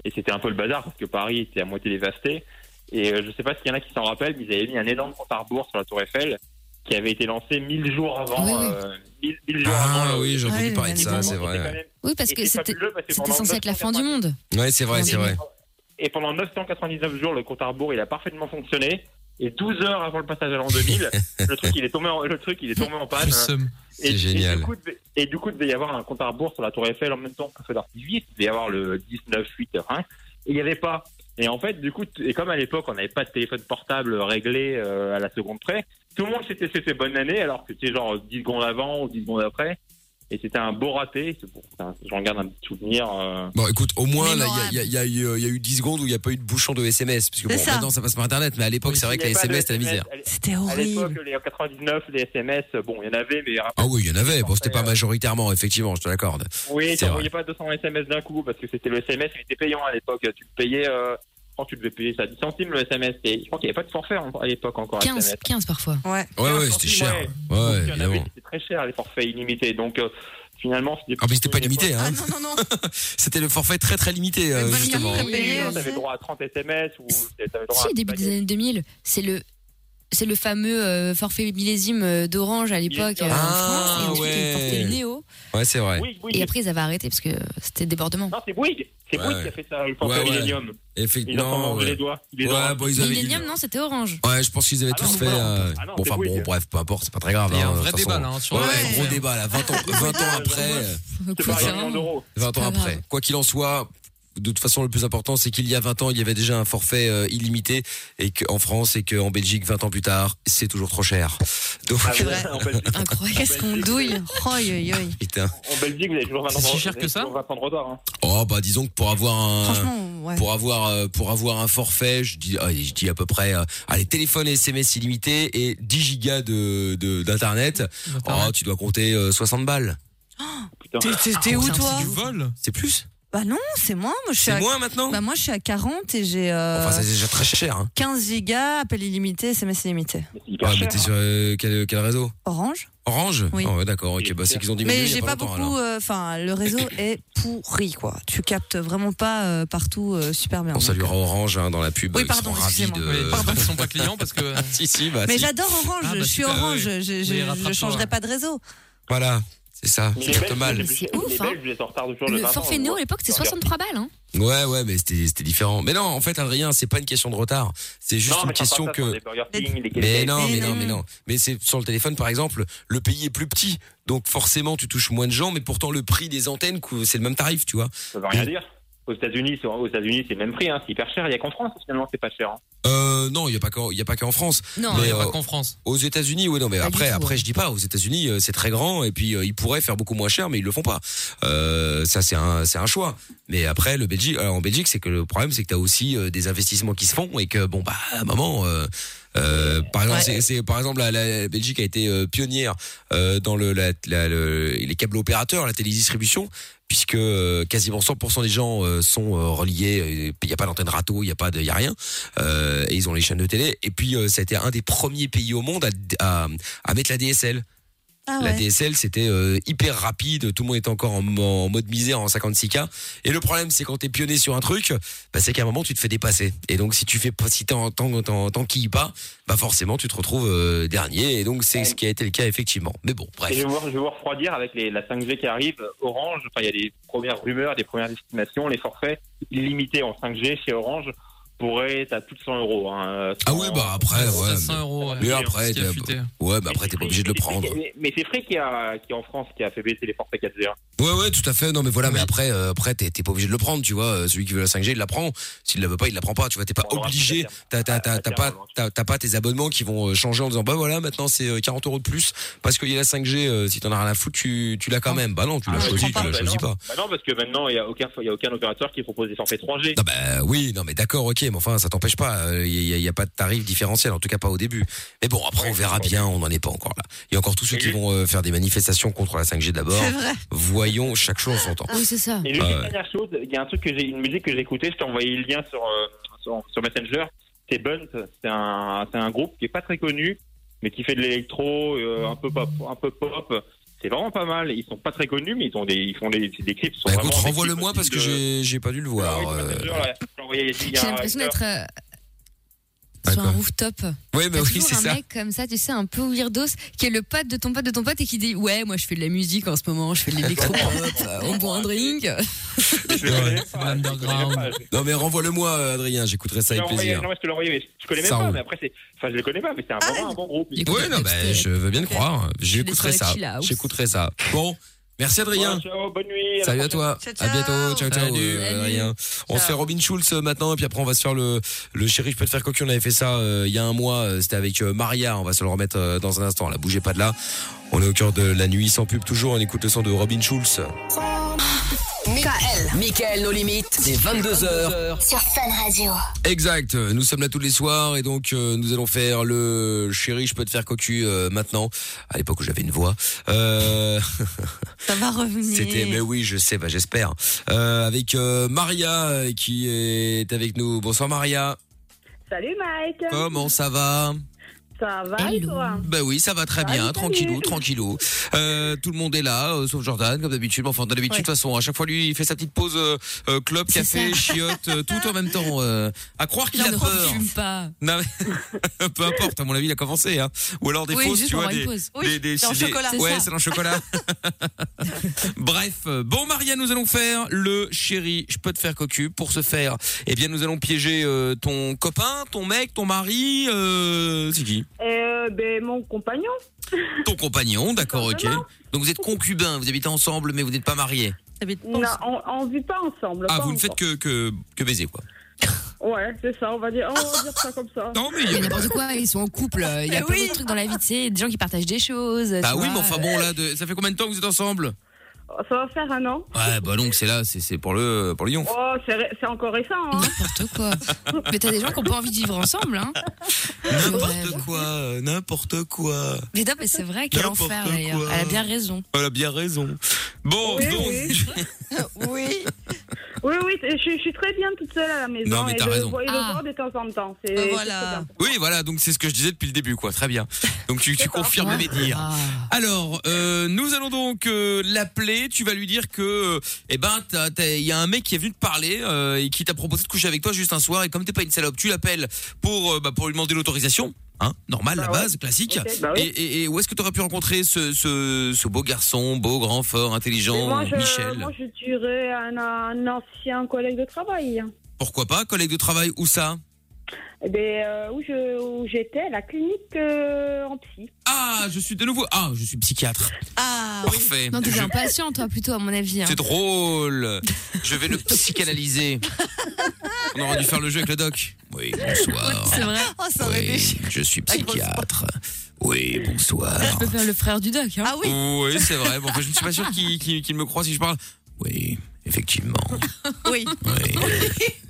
K: Et c'était un peu le bazar parce que Paris était à moitié dévasté. Et euh, je sais pas s'il y en a qui s'en rappellent, mais ils avaient mis un énorme compte à rebours sur la Tour Eiffel qui avait été lancé 1000 jours avant. euh, 1000 1000 jours
A: Ah
K: avant,
A: oui, j'ai
K: euh,
A: entendu parler de ça, c'est
K: quand
A: vrai.
K: même-
E: Oui, parce
K: Et
E: que
K: c'est
E: c'était
K: fabuleux, parce que
E: c'était
K: pendant
E: censé être la fin du monde.
A: Ouais, c'est vrai, c'est vrai.
K: Et pendant 999 jours, le compte à rebours, il a parfaitement fonctionné. Et 12 heures avant le passage à l'an
A: (laughs)
K: 2000, le truc, il est tombé en, le truc, il est tombé en panne. Et-
A: C'est génial.
K: Et du, coup, devait- et du coup, il devait y avoir un compte à rebours sur la Tour Eiffel en même temps que feu d'artifice. Il devait y avoir le 19-8 heures. hein. Et il n'y avait pas. Et en fait, du coup, t- et comme à l'époque, on n'avait pas de téléphone portable réglé euh, à la seconde près, tout le monde s'était souhaité bonne année alors que c'était genre 10 secondes avant ou 10 secondes après. Et c'était un beau raté. C'est pour- enfin, J'en garde un petit souvenir. euh,
A: Bon, écoute, au moins, là, il y a, il y a- il y a eu- il y a eu 10 secondes où il n'y a pas eu de bouchon de SMS. Parce que
K: C'est
A: bon,
K: ça.
A: maintenant, ça passe par Internet, mais à l'époque, c'est vrai que la
K: Il y avait pas de
A: SMS, c'était la misère.
K: SMS.
B: C'était
K: À l'époque, les 99, les SMS, bon, il y en avait, mais
A: Ah oui, il y en avait. Bon, c'était pas majoritairement, effectivement, je te l'accorde.
K: Oui,
A: C'est
K: tu
A: vrai.
K: n'envoyais pas 200 SMS d'un coup parce que c'était le SMS, il était payant à l'époque. Tu le payais, euh, je crois que tu devais payer ça 10 centimes le SMS. Et je crois qu'il n'y avait pas de forfait en- à l'époque encore.
E: 15,
K: SMS.
E: 15 parfois.
B: Ouais.
A: Ouais, ouais, c'était cher. Ouais, ouais,
K: Il y en avait,
A: évidemment.
K: C'était très cher les forfaits illimités. Donc euh, finalement, c'était.
A: Ah, mais c'était pas limité, hein.
B: non,
A: (laughs)
B: non, non.
A: c'était le forfait très, très limité, euh, justement.
K: Tu avais droit à 30 SMS ou tu avais droit
E: Si,
K: à.
E: au début des années 2000, c'est le. C'est le fameux euh, forfait millésime euh, d'Orange à l'époque euh, en France. Et
A: Ah,
E: ensuite, ils portaient
A: ouais.
E: le Néo.
A: Ouais, c'est vrai.
E: Et après, ils avaient arrêté parce que c'était débordement.
K: Non, c'est Bouygues. C'est
A: Ouais,
K: Bouygues qui a fait ça, le forfait
A: Ouais, ouais.
K: Millennium. Ils en ont
A: Effectivement.
K: mangé
A: ouais.
K: les doigts. les
A: Ouais,
K: doigts.
A: bon, ils avaient dû-
E: Millennium, non, c'était Orange.
A: Ouais, je pense qu'ils avaient
E: Ah non,
A: tous fait.
E: voilà.
A: euh,
E: Ah non,
A: bon,
E: c'est
A: enfin, bon,
E: Bouygues.
A: bref, peu importe, c'est pas très grave.
D: Il y a un
A: hein, de
D: vrai
A: toute
D: débat,
A: façon.
D: là, hein, sur
A: Ouais,
D: le
A: ouais,
D: sujet.
A: gros débat, là. 20 ans, 20 ans après. euh,
K: C'est
A: Écoute,
K: pas un
A: hein.
K: million d'euros.
A: 20 ans après. Quoi qu'il en soit, de toute façon, le plus important, c'est qu'il y a 20 ans, il y avait déjà un forfait euh, illimité, et qu'en France et qu'en Belgique, 20 ans plus tard, c'est toujours trop cher. Donc,
K: Ah, c'est vrai, en Belgique.
E: Incroyable.
B: Bah, Qu'est-ce qu'on douille Oi, oi, oi.
A: putain.
K: En Belgique, vous avez toujours 20 ans de retard. Vous avez toujours 20 ans de retard. hein.
A: Oh bah disons que pour avoir un
B: Franchement, ouais.
A: pour avoir euh, pour avoir un forfait, je dis allez, je dis à peu près euh, allez téléphone et SMS illimité et 10 gigas de de- d'internet. Oh, tu dois compter euh, 60 balles.
K: Putain.
B: T'es- t'es- t'es où, toi
A: C'est plus
B: Bah non, c'est moi. moi je suis
A: C'est
B: à-
A: moins, maintenant
B: Bah moi, je suis à 40 et j'ai euh,
A: Enfin, c'est déjà très cher hein.
B: 15 gigas, appel illimité, SMS illimité.
A: Ah, mais t'es sur euh, quel, quel réseau
B: Orange
A: Orange
B: Oui.
A: Ah ouais, d'accord. OK, bah c'est qu'ils ont diminué
B: Mais
A: il y a
B: j'ai pas,
A: pas longtemps, alors.
B: beaucoup. euh, Enfin,
A: (coughs)
B: le réseau est pourri, quoi. Tu captes vraiment pas euh, partout euh, super bien.
A: On saluera Orange hein, dans la pub.
B: Oui,
A: ils
B: pardon,
A: seront ravis
B: excusez-moi.
A: de...
B: Oui,
A: pardon,
D: ils sont pas clients parce que.
A: (laughs) si, si, bah.
B: Mais
A: si.
B: j'adore Orange,
A: Ah, bah,
B: je suis
A: super,
B: Orange,
A: oui.
B: je,
A: Oui,
B: je, je
A: rattrape-toi.
B: changerai pas de réseau.
A: Voilà, c'est ça.
K: Mais
A: C'est
K: les
A: capte
K: Belges,
A: mal.
K: les- les
E: ouf, hein.
K: Belges, vous êtes en retard toujours de
E: Le
K: 20 ans,
E: forfait
K: vous.
E: Néo à l'époque, c'était 63 balles. Hein.
A: Ouais, ouais, mais c'était c'était différent. Mais non, en fait, Adrien, c'est pas une question de retard. C'est juste
K: Non,
A: une
K: mais ça
A: question
K: passe pas
A: que.
K: sur les Burger King, les
A: Mais
K: KFC.
A: non, mais non, mais non. Mais c'est sur le téléphone, par exemple, le pays est plus petit, donc forcément tu touches moins de gens, mais pourtant le prix des antennes, cou- c'est le même tarif, tu vois.
K: Ça veut rien dire. Aux États-Unis, c'est- aux États-Unis, c'est le même prix, hein. c'est hyper cher. Il y a qu'en France, finalement, c'est pas cher. hein.
A: Euh, non, il n'y a pas qu'en, il y a pas qu'en France.
E: Non.
A: Mais,
E: Il y a
D: pas
A: euh,
D: qu'en France.
A: Aux États-Unis, oui, non, mais
D: Pas du
A: après,
D: tout,
A: après, je dis pas. Aux États-Unis, euh, c'est très grand et puis euh, ils pourraient faire beaucoup moins cher, mais ils le font pas. Euh, ça, c'est un, c'est un choix. Mais après, le Belgique, alors, en Belgique, c'est que le problème, c'est que t'as aussi euh, des investissements qui se font et que bon, bah, à un moment, euh, Euh, par exemple,
L: Ouais.
A: c'est- c'est par exemple la, la Belgique a été euh, pionnière euh, dans le, la- la- le- les câbles opérateurs, la télédistribution, puisque euh, quasiment 100% des gens euh, sont euh, reliés. Il n'y a pas d'antenne râteau, il n'y a pas, de- il y a rien. Euh, et ils ont les chaînes de télé. Et puis, euh, ça a été un des premiers pays au monde à, à, à mettre la DSL.
B: Ah
A: La
B: ouais.
A: DSL, c'était euh, hyper rapide. Tout le monde était encore en, en mode misère en 56K. Et le problème, c'est quand t'es pionnier sur un truc, bah, c'est qu'à un moment, tu te fais dépasser. Et donc, si tu fais pas, si t'en- t'en- t'en- t'enquilles pas, bah, forcément, tu te retrouves euh, dernier. Et donc, c'est ce qui a été le cas, effectivement. Mais bon, bref.
K: Et je vais, voir, je vais voir refroidir avec les, la 5G qui arrive. Orange, enfin, il y a des premières rumeurs, des premières estimations. Les forfaits illimités en 5G chez Orange pourraient être à plus de 100 euros. hein.
A: Ah oui, bah, après, ouais.
D: à 100 euros, ouais.
A: Mais après,
D: Ce qui a
A: t'es-
D: fuité.
A: ouais, bah, après, t'es pas obligé de le prendre.
K: Mais, mais c'est Free qui, a, qui, en France, qui a fait baisser les forfaits 4G. hein.
A: Ouais, ouais, tout à fait. Non, mais voilà, mais après, euh, après, t'es t'es pas obligé de le prendre, tu vois. Euh, Celui qui veut la 5G, il la prend. S'il la veut pas, il la prend pas. Tu vois, t'es pas obligé. T'as t'as- t'as- t'as pas, t'as- t'as pas tes abonnements qui vont euh, changer en disant, bah voilà, maintenant c'est euh, 40 euros de plus parce qu'il y a la 5G. euh, Si t'en as rien à foutre, tu, tu l'as quand même. Bah non, tu l'as choisi, tu l'as
K: Bah
A: choisi
K: non.
A: pas.
K: Bah non, parce que maintenant, il n'y a, aucun- il y a aucun opérateur qui propose des forfaits 3G.
A: Non, bah oui, non, mais d'accord, ok, mais enfin, ça t'empêche pas. Il n'y a, y a pas de tarif différentiel, en tout cas pas au début. Mais bon, après, on verra bien, on n'en est pas encore là. Il y a encore tous ceux qui vont euh, faire des manifestations contre la 5G d'abord. (laughs)
K: C'est vrai.
A: Voyons chaque chose en son temps.
E: c'est ça.
K: Et juste
A: Ah
K: une
A: ouais.
K: dernière chose, il y a un truc que j'ai, une musique que j'ai écoutée, je t'ai envoyé le lien sur, euh, sur, sur Messenger. C'est Bunt, c'est un, c'est un groupe qui est pas très connu, mais qui fait de l'électro, euh, un peu pop, un peu pop. C'est vraiment pas mal. Ils sont pas très connus, mais ils ont des, ils font des, des clips. Sont
A: Bah
K: vraiment
A: écoute,
K: des
A: renvoie-le
K: clips
A: moi parce que
K: de-
A: j'ai j'ai pas dû le voir. euh.
K: Messenger, là. Je t'ai envoyé les liens.
E: J'ai l'impression d'être euh, sur un rooftop.
A: Ouais, mais
E: T'as
A: Bah oui,
E: toujours
A: c'est
E: un
A: ça.
E: mec comme ça, tu sais, un peu weirdos, qui est le pote de ton pote de ton pote et qui dit Ouais, moi je fais de la musique en ce moment, je fais de
A: (laughs)
E: l'électro, euh, on boit un drink.
A: Non mais renvoie-le moi, euh, Adrien, j'écouterai ça
K: Je l'ai
A: avec
K: envoyé-
A: plaisir.
K: Non, mais je te l'ai envoyé, mais je- je connais même
A: Ça
K: pas,
A: roule.
K: mais après, c'est, enfin, je les connais pas, mais c'est un, vraiment un bon groupe.
A: Ouais, non, bah, je veux bien le croire. J'écouterai
K: soirées
A: ça.
K: chill house.
A: J'écouterai ça. Bon, merci Adrien.
K: Bon, ciao, bonne nuit. la
A: Salut à toi.
K: prochaine.
A: À bientôt. Ciao, ciao.
K: Salut.
A: euh, Adrien. On se fait Robin Schulz euh, maintenant, et puis après, on va se faire le, le chéri, je peux te faire cocu. On avait fait ça euh, il y a un mois. euh, C'était avec euh, Maria. On va se le remettre euh, dans un instant. Là, bougez pas de là. On est au cœur de la nuit sans pub toujours. On écoute le son de Robin Schulz.
K: hein.
H: Michael. Michael, nos limites. C'est 22h.
C: Sur Fun Radio.
A: Exact, nous sommes là tous les soirs et donc euh, nous allons faire le chéri, je peux te faire cocu euh, maintenant, à l'époque où j'avais une voix. Euh... (laughs)
B: Ça va revenir.
A: C'était, mais oui, je sais, bah, j'espère. Euh, avec euh, Maria euh, qui est avec nous. Bonsoir Maria,
I: Salut Mike.
A: comment ça va
I: Ça va et toi
A: Bah oui, ça va très bien, tranquillou, tranquillou. Euh, tout le monde est là, euh, sauf Jordan, comme d'habitude. Mais Enfin, d'habitude, de toute façon, à chaque fois, lui, il fait sa petite pause euh, euh, club, café,
E: ça.
A: chiotte, euh, tout en même temps. euh, à croire qu'il a
E: Non,
A: peur.
E: fume pas.
A: Non, mais- (laughs) peu importe, à mon avis, il a commencé. Hein. Ou alors des
E: Oui,
A: fausses,
E: juste
A: tu
E: pour
A: vois.
E: avoir
A: Des,
E: une pause.
A: des-
E: Oui,
A: des-
E: c'est en
A: des-
E: chocolat. C'est
A: Ouais,
E: ça.
A: c'est dans le
E: (laughs)
A: chocolat. Bref, euh, bon, Maria, nous allons faire le chéri, je peux te faire cocu. Pour ce faire, eh bien, nous allons piéger euh, ton copain, ton mec, ton mari, euh, c'est qui
I: Euh, ben, mon compagnon.
A: Ton compagnon, d'accord, ok. Donc vous êtes concubins, vous habitez ensemble, mais vous n'êtes pas mariés.
I: Non, on, on vit pas ensemble.
A: Ah,
I: pas
A: vous ne faites
I: encore.
A: que, que, que baiser, quoi.
I: Ouais, c'est ça, on va dire, on va dire ça comme ça.
A: Non,
E: Mais n'importe quoi, ils sont
I: (laughs)
E: en couple, il y a plein d'autres trucs dans la vie, tu sais, des gens qui partagent des choses.
A: Bah
E: tu
A: oui,
E: vois,
A: mais enfin
E: euh,
A: bon, là, de- ça fait combien de temps que vous êtes ensemble
I: Oh, Ça va faire un an.
A: Ouais, bah donc c'est là, c'est c'est pour le, pour le yonf.
I: Oh, c'est ré- c'est encore récent. Hein.
E: N'importe quoi.
I: (laughs)
E: Mais t'as des gens qui n'ont pas envie de vivre ensemble, hein.
I: Oh,
A: N'importe quoi, euh, n'importe quoi.
E: Mais non, mais c'est vrai, quel
A: N'importe
E: enfer d'ailleurs.
A: quoi.
E: Elle a bien raison.
A: Elle a bien raison. Bon, donc.
I: oui. Oui, oui, je, je suis très bien toute seule à la maison.
A: Non, mais
I: et
A: t'as
I: de-
A: raison.
I: Et de
E: Ah.
I: voir de temps en temps. C'est c'est très bien.
A: Oui, voilà, donc c'est ce que je disais depuis le début, quoi. Très bien. Donc tu, tu confirmes mes dires.
E: Ah.
A: Alors, euh, nous allons donc euh, l'appeler. Tu vas lui dire que, euh, eh ben, t'as- t'as- il y a un mec qui est venu te parler euh, et qui t'a proposé de coucher avec toi juste un soir. Et comme t'es pas une salope, tu l'appelles pour, euh, bah, pour lui demander l'autorisation. Hein, normal, la base, classique.
I: Ok. Bah oui.
A: et, et- et où est-ce que tu aurais pu rencontrer ce, ce, ce beau garçon, beau, grand, fort,
I: Mais
A: intelligent,
I: moi, je,
A: Oh, Michel
I: moi, je dirais un, un ancien collègue de travail.
A: Pourquoi pas, collègue de travail, où ça
I: Eh ben, euh, où je- où j'étais, la clinique euh, en psy.
A: Ah, je suis de nouveau. Ah, je suis psychiatre.
E: Ah,
A: Parfait.
E: Non, t'es
A: Je-
E: impatient, toi, plutôt, à mon avis. hein.
A: C'est drôle. Je vais le psychanalyser. On aurait dû faire le jeu avec le doc. Oui, bonsoir.
E: C'est vrai.
B: oh,
A: Oui, je suis
B: Ah,
A: psychiatre. Oui, bonsoir.
E: Je peux faire le frère du doc. Ah
A: Oui, c'est vrai. Bon, enfin, je ne suis pas sûr qu'il qu'il- qu'il me croit si je parle. Oui, effectivement. (laughs)
B: (laughs)
E: Oui.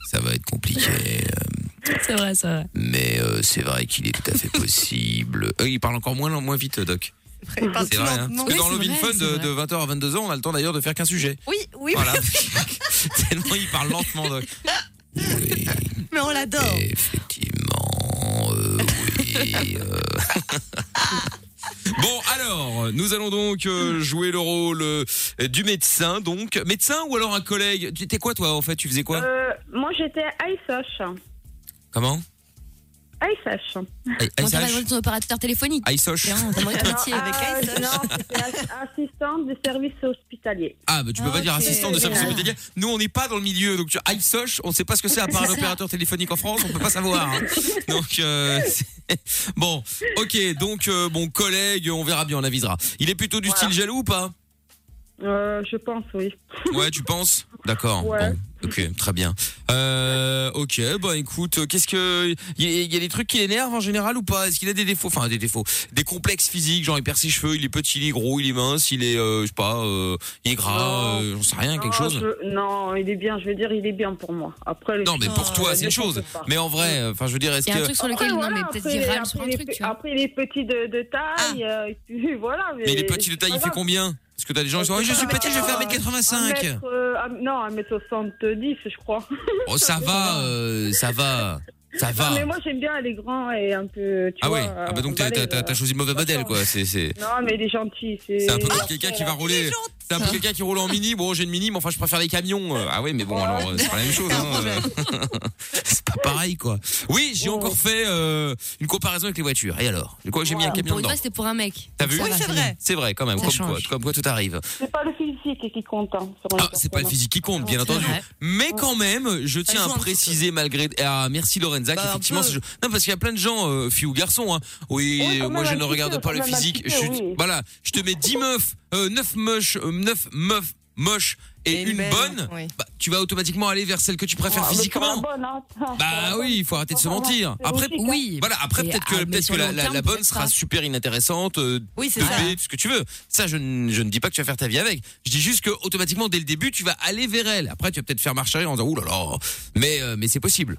A: Ça va être compliqué. Euh,
E: C'est vrai, c'est vrai.
A: Mais euh, c'est vrai qu'il est tout à fait possible. Euh, il parle encore moins, moins vite, euh, Doc.
B: Il parle
A: C'est
B: tout
A: vrai, hein. Parce
B: lentement.
A: que
B: Oui,
A: dans
B: c'est
A: Love in
B: vrai,
A: Fun,
B: c'est
A: de,
B: vrai.
A: 20h à 22h, on a le temps d'ailleurs de faire qu'un sujet.
B: Oui, oui, (laughs)
A: Voilà. (laughs) Tellement il parle lentement, Doc.
B: mais on l'adore.
A: Et, euh, (laughs) bon, alors, nous allons donc euh, jouer le rôle euh, du médecin, donc. Médecin ou alors un collègue Tu étais quoi, toi, en fait Tu faisais quoi
I: Euh, moi, j'étais ASH.
A: Comment
I: ASH.
E: On
A: ASH?
E: travaille dans ton opérateur téléphonique. hein,
A: ISOCH
I: Avec Ah, Non, c'était assistante du service hospitalier.
A: Ah, mais tu peux pas dire assistant de service hospitalier. Nous, on n'est pas dans le milieu, donc tu ISOCH, on sait pas ce que c'est à part
I: C'est
A: un
I: ça.
A: opérateur téléphonique en France, on peut pas
I: (laughs)
A: savoir. hein. Donc, euh, c'est- bon, ok, donc, euh, bon, collègue, on verra bien, on avisera. Il est plutôt du style jaloux ou pas
I: Euh, je pense, oui.
A: Ouais, tu penses D'accord.
I: Ouais.
A: bon, Ok, très bien. Euh, ok, bah écoute, euh, qu'est-ce que il y, a- il y a des trucs qui l'énervent en général ou pas Est-ce qu'il a des défauts Enfin, des défauts, des complexes physiques, genre il perd ses cheveux, il est petit, il est gros, il est mince, il est, euh, je sais pas, euh, il est gras, euh, j'en sais rien, quelque
I: Non,
A: chose.
I: je- Non, il est bien, je veux dire, il est bien pour moi. Après, le-
A: Non, mais pour toi, c'est une chose. Mais en vrai, euh, enfin, je veux dire, est-ce
I: Il y a un
A: que
I: truc sur lequel-
E: Non,
I: Voilà,
E: mais peut-être
I: après,
E: qu'il râle
I: après,
E: sur un
I: il est
E: truc,
I: pe-
E: tu vois.
I: Après, il est petit de, de taille, euh, et puis voilà.
A: mais il est petit de taille, il fait combien Parce que t'as des gens qui sont, Ah, je suis petit, je vais faire 1m85.
I: euh, ah, Non, 1m70, je crois. (laughs)
A: Oh, ça va, euh, ça va, ça
H: Ah.
A: va.
I: Non, mais moi, j'aime bien, elle est grand et un peu. Tu
A: Ah
I: vois,
A: ouais, ah bah donc
I: euh,
A: t'as t'as- t'as- t'as choisi le mauvais modèle, quoi. C'est, c'est.
I: Non, mais il est gentil.
A: C'est un peu comme quelqu'un qui va
I: hein.
A: rouler. C'est un peu quelqu'un qui roule en mini. Bon, j'ai une mini, mais enfin, je préfère les camions. Euh, Ah oui, mais bon, alors, euh, c'est pas la même chose. hein. (laughs) c'est pas pareil, quoi. Oui, j'ai encore fait euh, une comparaison avec les voitures. Et alors De quoi j'ai mis un
E: Pour
A: camion
E: une
A: dedans
E: fois, c'était pour un mec.
A: T'as vu
E: Ça va,
A: C'est vrai, quand même.
E: Ça
A: Comme quoi, comme quoi, tout arrive.
I: C'est pas le physique qui compte. hein, sur les
A: Ah, c'est pas le
I: performances.
A: physique qui compte, bien entendu.
I: vrai.
A: Mais quand même, je tiens à préciser malgré. Ah, merci Lorenza, qu'effectivement.
I: peu.
A: c'est- Non, parce qu'il y a plein de gens, euh, filles ou garçons. hein. Oui,
I: Oui, quand
A: moi
I: même,
A: je
I: un
A: ne
I: petit
A: regarde
I: peu,
A: pas
I: quand
A: le
I: même, un
A: physique.
I: petit
A: je,
I: peu, oui.
A: Voilà, je te mets 10 meufs, 9 moches, 9 meufs moches et, une
I: belle,
A: bonne.
I: oui.
A: Bah, tu vas automatiquement aller vers celle que tu préfères
I: Ah, mais sur la
A: physiquement.
I: bonne, hein, sur la
A: Bah
I: bonne.
A: oui, il faut arrêter de se
I: Voilà,
A: mentir.
I: c'est
A: Après,
I: logique, hein.
A: Voilà, après peut-être que peut-être que la, la- la bonne sera super inintéressante. euh,
B: Oui, c'est
A: de
B: ça.
A: B, tout ce que tu veux. Ça, je, ne- je ne dis pas que tu vas faire ta vie avec. Je dis juste que automatiquement dès le début, tu vas aller vers elle. Après, tu vas peut-être faire marche arrière en disant ouh là là. Mais euh, mais c'est possible.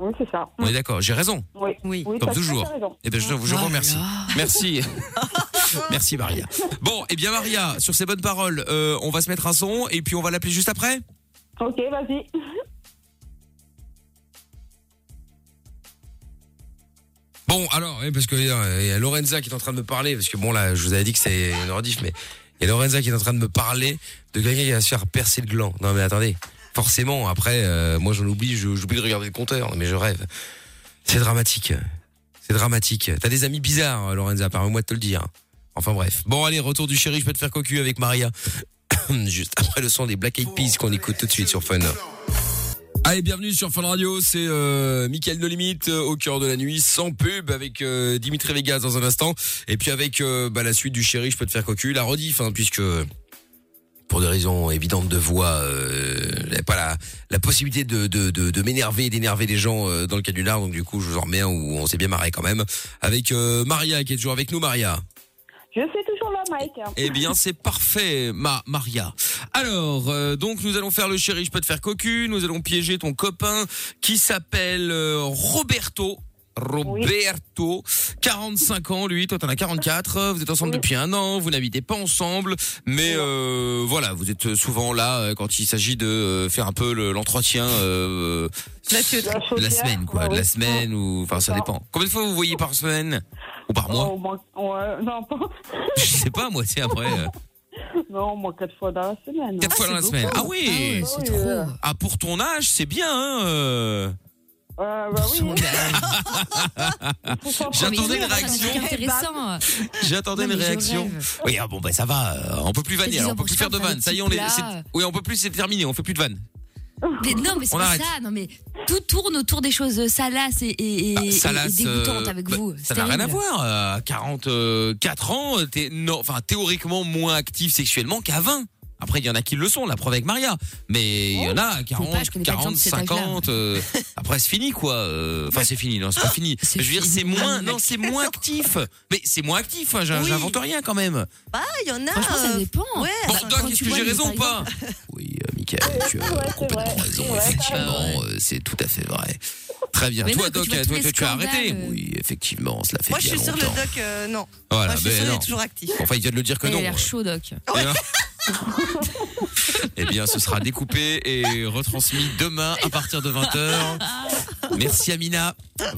I: Oui, c'est ça.
A: On est d'accord. J'ai raison.
I: Oui, oui.
A: Comme
I: t'as
A: toujours.
I: tout à fait raison.
A: Eh ben, je, je vous remercie. (laughs) Merci. Merci, Maria. Bon, eh bien, Maria, sur ces bonnes paroles, euh, on va se mettre un son et puis on va l'appeler juste après.
I: Ok, vas-y.
A: Bon, alors, oui, parce que euh, il y a Lorenza qui est en train de me parler, parce que bon, là, je vous avais dit que c'est une rediff, mais il y a Lorenza qui est en train de me parler de quelqu'un qui va se faire percer le gland. Non, mais attendez, forcément, après, euh, moi, j'en oublie, je- j'oublie de regarder le compteur, mais je rêve. C'est dramatique. C'est dramatique. T'as des amis bizarres, euh, Lorenza, permets-moi de te le dire. Enfin bref. Bon, allez, retour du chéri, je peux te faire cocu avec Maria. (coughs) Juste après le son des Black Eyed Peas qu'on écoute tout de suite sur Fun. Allez, bienvenue sur Fun Radio, c'est euh, Mickaël No Limite euh, au cœur de la nuit, sans pub, avec euh, Dimitri Vegas dans un instant, et puis avec euh, bah, la suite du chéri, je peux te faire cocu, la rediff, hein, puisque pour des raisons évidentes de voix, euh, j'avais pas la, la possibilité de, de, de, de m'énerver et d'énerver les gens euh, dans le canular, donc du coup je vous en remets un où on s'est bien marré quand même, avec euh, Maria qui est toujours avec nous, Maria.
I: Je suis toujours là, Mike.
A: Eh bien, c'est parfait, ma Maria. Alors, euh, donc nous allons faire le chéri, je peux te faire cocu. Nous allons piéger ton copain qui s'appelle euh, Roberto. Roberto, 45 ans, lui, toi t'en as 44, vous êtes ensemble depuis un an, vous n'habitez pas ensemble, mais euh, voilà, vous êtes souvent là euh, quand il s'agit de euh, faire un peu le- l'entretien euh,
B: La
A: de la semaine, quoi, de la semaine, ou enfin ça dépend. Combien de fois vous voyez par semaine Ou par mois
I: Oh, au moins- ouais, non, (laughs) pas-
A: (laughs) Je sais pas, moi, c'est après... euh,
I: non, au moins quatre fois dans la semaine.
A: Quatre fois dans la semaine. Ah oui,
I: Oui, euh,
A: Ah, pour ton âge, c'est bien. Hein euh.
I: euh, bah oui.
A: J'attendais une
I: (laughs) Bah,
E: Ah, Mais non,
A: réaction.
E: c'est intéressant.
A: J'attendais
E: Non,
A: une
E: mais je
A: réaction.
E: rêve.
A: Oui, ah bon, bah ça va. euh, On peut plus
E: Peut-être
A: vanner.
E: qu'ils
A: alors,
E: en
A: on peut plus
E: profitent
A: faire de
E: pour faire
A: vannes.
E: des
A: Ça y est, on
E: petits
A: est.
E: plats.
A: c'est- Oui, on peut plus. C'est terminé. On fait plus de vannes.
E: Mais non, mais c'est
A: On
E: pas
A: arrête.
E: ça. Non, mais tout tourne autour des choses salaces et, et, et-
A: Ah, ça
E: et- et
A: lasse,
E: dégoûtantes
A: euh,
E: avec
A: bah,
E: vous.
A: Ça
E: C'est
A: n'a rien à
E: terrible.
A: voir. euh, À 44 ans, euh, t'es non, enfin théoriquement moins actif sexuellement qu'à 20. Après, il y en a qui le sont, la preuve avec Maria. Mais il y en a
B: Oh,
A: à
E: Je connais
A: 40,
E: pas, je connais pas de gens
A: 40,
E: de cet âge-là.
A: 50.
B: (laughs)
A: euh, après, c'est fini, quoi. euh, Enfin, c'est fini. Non, c'est
B: Oh,
A: pas fini. Je veux dire, c'est
B: (laughs)
A: moins. Non, c'est moins actif. Mais c'est moins actif. hein, j'in-
B: Oui.
A: J'invente rien quand même.
B: Bah, il y en a.
E: Franchement, ça
B: euh,
E: dépend.
B: Ouais,
A: Bon,
B: bah,
A: Doc,
B: quand
A: est-ce
B: tu
A: que
B: vois
A: j'ai
B: les-
A: raison
B: par
A: ou pas (laughs)
B: (laughs)
A: Oui, euh, Mickaël, tu as complètement raison, effectivement. euh, C'est tout à fait vrai. Très bien.
B: Mais
A: toi,
B: non, quand
A: Doc,
B: tu vois
A: toi,
B: tous
A: toi,
B: les
A: tu as
B: scandales,
A: arrêté.
B: euh.
A: Oui, effectivement, cela fait
B: Moi, je
A: bien
B: suis sur le
A: longtemps.
B: doc, euh, non.
A: Voilà,
B: Moi, je suis
A: mais
B: sûre, il
A: non.
B: est toujours actif.
A: Enfin, il vient de le dire que
B: Il a
A: non.
B: l'air
E: chaud, Doc.
A: Eh bien- Eh bien, ce sera découpé et retransmis demain à partir de 20h. Merci Amina.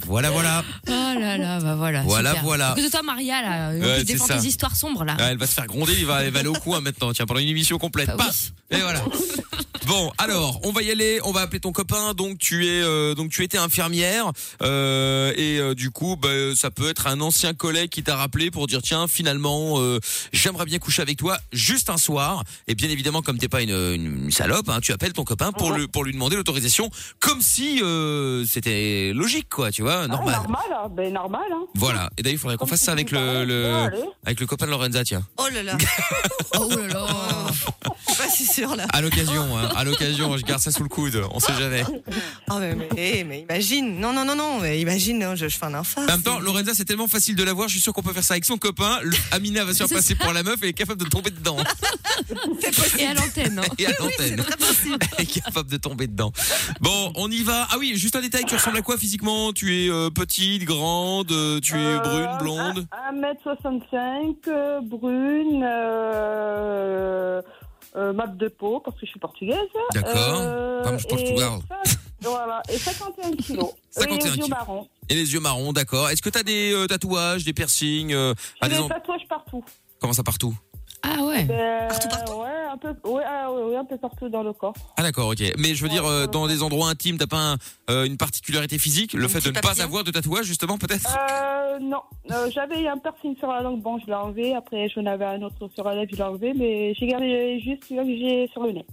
A: Voilà, voilà.
E: Oh là là, bah voilà.
A: Voilà,
E: super.
A: voilà.
E: À cause de toi, Maria, là.
A: Ouais,
E: qui
A: c'est
E: défend
A: ça.
E: des histoires sombres, là.
A: Ah, elle va se faire gronder, il va, elle va aller au coin maintenant. Tiens, pendant une émission complète.
I: Bah
A: Paf Et voilà. Bon, alors, on va y aller. On va appeler ton copain. Donc, tu es, euh, donc tu étais infirmière euh, et euh, du coup, bah, euh, ça peut être un ancien collègue qui t'a rappelé pour dire tiens, finalement, euh, j'aimerais bien coucher avec toi juste un soir. Et bien évidemment, comme t'es pas une, une salope, hein, tu appelles ton copain pour le, pour lui demander l'autorisation, comme si euh, c'était logique, quoi. Tu vois, normal.
I: Ah, normal, hein. ben normal. Hein.
A: Voilà. Et d'ailleurs, il faudrait qu'on fasse ça avec le, le avec le copain de Lorenza, tiens.
B: Oh
A: (laughs)
B: là là.
E: oh là là.
B: Je suis pas si sûre, là.
A: À l'occasion, hein, à l'occasion, je garde ça sous le coude, on sait jamais.
B: Ah, mais, mais, eh, mais imagine. Non, non, non, non. Mais imagine, hein, je, je fais un infarct.
A: En même temps, Lorenza, c'est tellement facile de l'avoir, je suis sûr qu'on peut faire ça avec son copain. Le- Amina va se faire
B: C'est
A: passer
B: ça.
A: pour la meuf et est capable de tomber dedans.
E: Et à l'antenne. hein.
A: Et à l'antenne. (laughs) Elle est capable de tomber dedans. Bon, on y va. Ah oui, juste un détail, tu ressembles à quoi physiquement Tu es euh, petite, grande, euh, tu es brune, blonde
I: 1m65, euh, brune, euh, euh, map de peau, parce que je suis portugaise. Euh,
A: D'accord. Vamos Portugal.
I: et- Voilà, et 51
A: (laughs)
I: kilos.
A: 51
I: et les yeux
A: kilos.
I: marrons.
A: Et les yeux marrons, d'accord. Est-ce que t'as des euh, tatouages, des piercings euh, à
I: J'ai
A: des
I: des
A: en-
I: tatouages partout.
A: Comment ça partout
E: Ah ouais
I: Partout, partout ouais un, peu, ouais, ah ouais, ouais, un peu partout dans le corps.
A: Ah d'accord, ok. Mais je veux dire, euh, dans des endroits intimes, t'as pas un- euh, une particularité physique Le fait de ne pas avoir de tatouage, justement, peut-être
I: Euh, non, Euh, j'avais un piercing sur la langue, bon, je l'ai enlevé. Après, j'en avais un autre sur la lèvre, je l'ai enlevé. Mais j'ai gardé juste celui que j'ai sur le nez.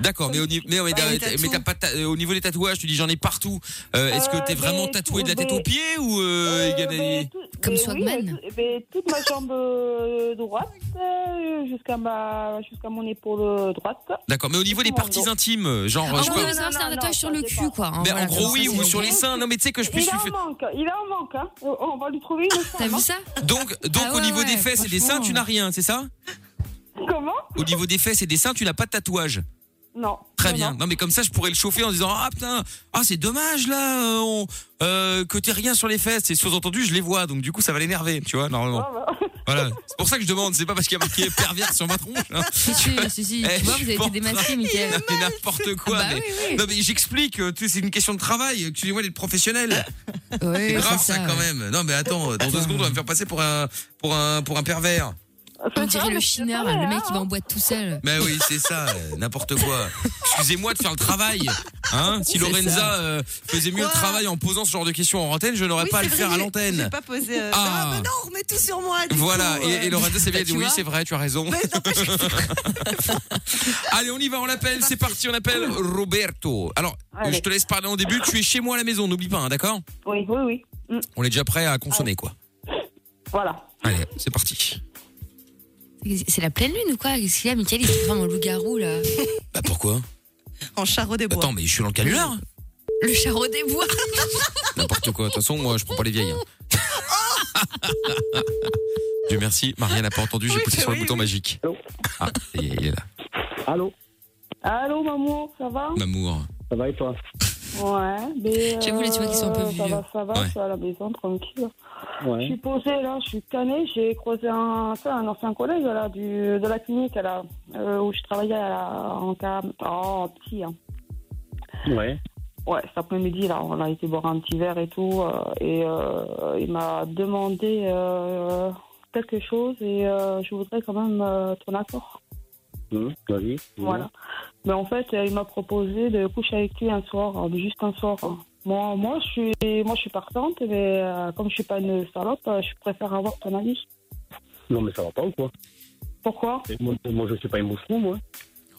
A: D'accord, mais, au, ni- mais, mais- mais- mais t'as pas ta- euh, au niveau des tatouages, tu dis j'en ai partout. Euh, Est-ce que
I: Euh,
A: t'es vraiment
I: mais
A: tatoué de la
I: tout-
A: tête aux
I: mais-
A: pieds ou euh, il y en a des-
I: Mais oui, mais tout- mais toute ma (laughs) jambe euh, droite euh, jusqu'à ma jusqu'à mon épaule euh, droite.
A: D'accord, mais au niveau des parties intimes, genre
I: Ah,
A: je sais
I: oui,
A: pas-
I: oui,
E: C'est un tatouage sur le cul, quoi. hein,
A: Mais en
E: voilà,
A: gros
E: comme
A: oui
E: ça,
A: ou
E: c'est-
A: sur les seins. Non mais tu sais que je
I: Il
A: plus. je suis
I: en manque, il en manque. Hein. Oh, On va lui trouver une.
E: T'as vu ça
A: fait- Donc donc
E: Ah
A: au
E: ouais,
A: niveau
E: ouais,
A: des fesses et des seins,
E: franchement.
A: tu n'as rien, c'est ça
I: Comment
A: Au niveau des fesses et des seins, tu n'as pas de tatouage.
I: Non.
A: Très bien. Non mais comme ça je pourrais le chauffer en disant ah putain ah c'est dommage là euh, on, euh, que t'aies rien sur les fesses et sous-entendu je les vois donc du coup ça va l'énerver tu vois normalement. Voilà c'est pour ça que je demande c'est pas parce qu'il y a marqué pervers sur ma tronche. hein.
E: Si, si, si, si.
A: Eh,
E: Tu
A: je
E: vois, vous avez été
A: pense-
E: démasqués,
A: Non,
E: Mickaël.
A: mais n'importe quoi.
E: Bah
A: mais...
E: oui, oui.
A: Non, mais j'explique, euh, tu sais, c'est une question de travail. Excusez-moi d'être professionnel. c'est grave ça, quand même. Non, mais attends, dans deux secondes, on va me faire passer pour un, pour un, pour un pervers.
E: On dirait le chineur, le mec qui va en boîte tout seul.
A: Mais Ben oui, c'est ça, euh, n'importe quoi. Excusez-moi de faire le travail. Hein si
B: C'est
A: Lorenza
B: ça.
A: euh, faisait mieux le
B: Quoi
A: travail en posant ce genre de questions en antenne, je n'aurais
B: Oui,
A: pas à
B: c'est
A: le
B: vrai,
A: faire à
B: j'ai-
A: l'antenne.
B: J'ai pas posé. euh,
A: Ah.
B: Ah, bah non, on remet tout sur moi. du
A: Voilà,
B: coup,
A: et, et
B: euh.
A: Lorenza s'est bien
B: Bah,
A: dit
B: tu
A: oui,
B: vois.
A: c'est vrai, tu as raison. (laughs) Allez, on y va, on l'appelle, c'est parti, on appelle Roberto. Alors, euh,
I: Allez.
A: je te laisse parler en début, tu es chez moi à la maison, n'oublie pas, hein, d'accord
I: Oui, oui, oui. Mm.
A: On est déjà prêt à consommer, quoi.
I: Voilà.
A: Allez, c'est parti.
E: C'est la pleine lune ou quoi Qu'est-ce qu'il y a, Mickaël Il est vraiment loup-garou, là.
A: Bah pourquoi
B: En charreau des bois.
A: Attends, mais je suis dans le canular
E: Le charreau des bois.
A: N'importe quoi, de toute façon, moi, je prends pas les vieilles. hein. Dieu merci, Maria n'a pas entendu, j'ai poussé sur le bouton magique. Ah, ça y est, il est là.
I: Allô Allô, maman, ça va
A: Mamour.
L: Ça va et toi
I: Ouais, mais.
E: J'avoue, les tu vois qu'ils sont un peu
I: euh, Ça
E: vieux.
I: va, ça va,
L: Ouais.
I: je suis à la maison, tranquille. Je suis
L: Ouais.
I: posée là, je suis canée, j'ai croisé un, ça, un ancien collègue là, du, de la clinique là, euh, où je travaillais à la- en, cam, oh, en petit. hein.
L: Ouais.
I: Ouais, cet après-midi là, on a été boire un petit verre et tout, euh, et euh, il m'a demandé euh, quelque chose et euh, je voudrais quand même euh, ton accord.
L: Hum, Vas-y.
I: Voilà. Mais en fait, euh, il m'a proposé de coucher avec lui un soir, hein, juste un soir. hein. Moi, moi, je suis, moi, je suis partante, mais euh, comme je suis pas une salope, euh, je préfère avoir ton avis.
L: Non, mais ça va pas ou quoi
I: Pourquoi
L: moi, moi, je suis pas un boucheron, moi.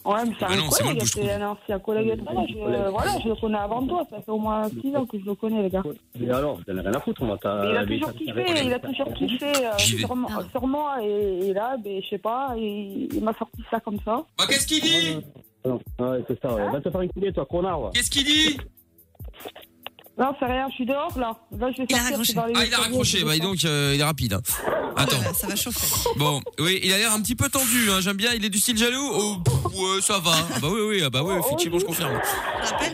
I: Ouais, mais ça
A: bah
L: Ah non,
I: arrive
L: c'est
I: quoi,
L: moi
I: les
L: le
I: gars,
L: boucheron.
I: c'est un ancien collègue de travail. Je, euh, voilà, je le connais avant toi, ça fait au moins 6 ans que je le connais, les gars.
L: Mais alors, j'en ai rien à foutre, moi.
I: Ah, Mais il a toujours kiffé, il a toujours kiffé euh,
L: J'y vais.
I: sur,
A: Ah.
I: moi- sur moi, et, et là, ben, je sais pas, il, il m'a sorti ça comme ça.
A: Bah, qu'est-ce qu'il dit
L: Ah,
K: Hein
L: Bah, Ouais, c'est ça, ouais. Va te faire enculer, toi, connard. ouais.
A: Qu'est-ce qu'il dit
I: Non, c'est rien, je suis dehors là. Là, je vais sortir, je suis dans les
A: Ah, il a
I: escaliers,
A: raccroché.
I: je
A: Bah,
I: vais
A: dis donc, euh, il est rapide. hein. Attends.
B: Oh Ça va chauffer.
A: Bon, oui, il a l'air un petit peu tendu. hein, J'aime bien. Il est du style jaloux. Oh, pff, ouais, ça va. Ah bah oui, oui, ah bah oui, effectivement, je confirme.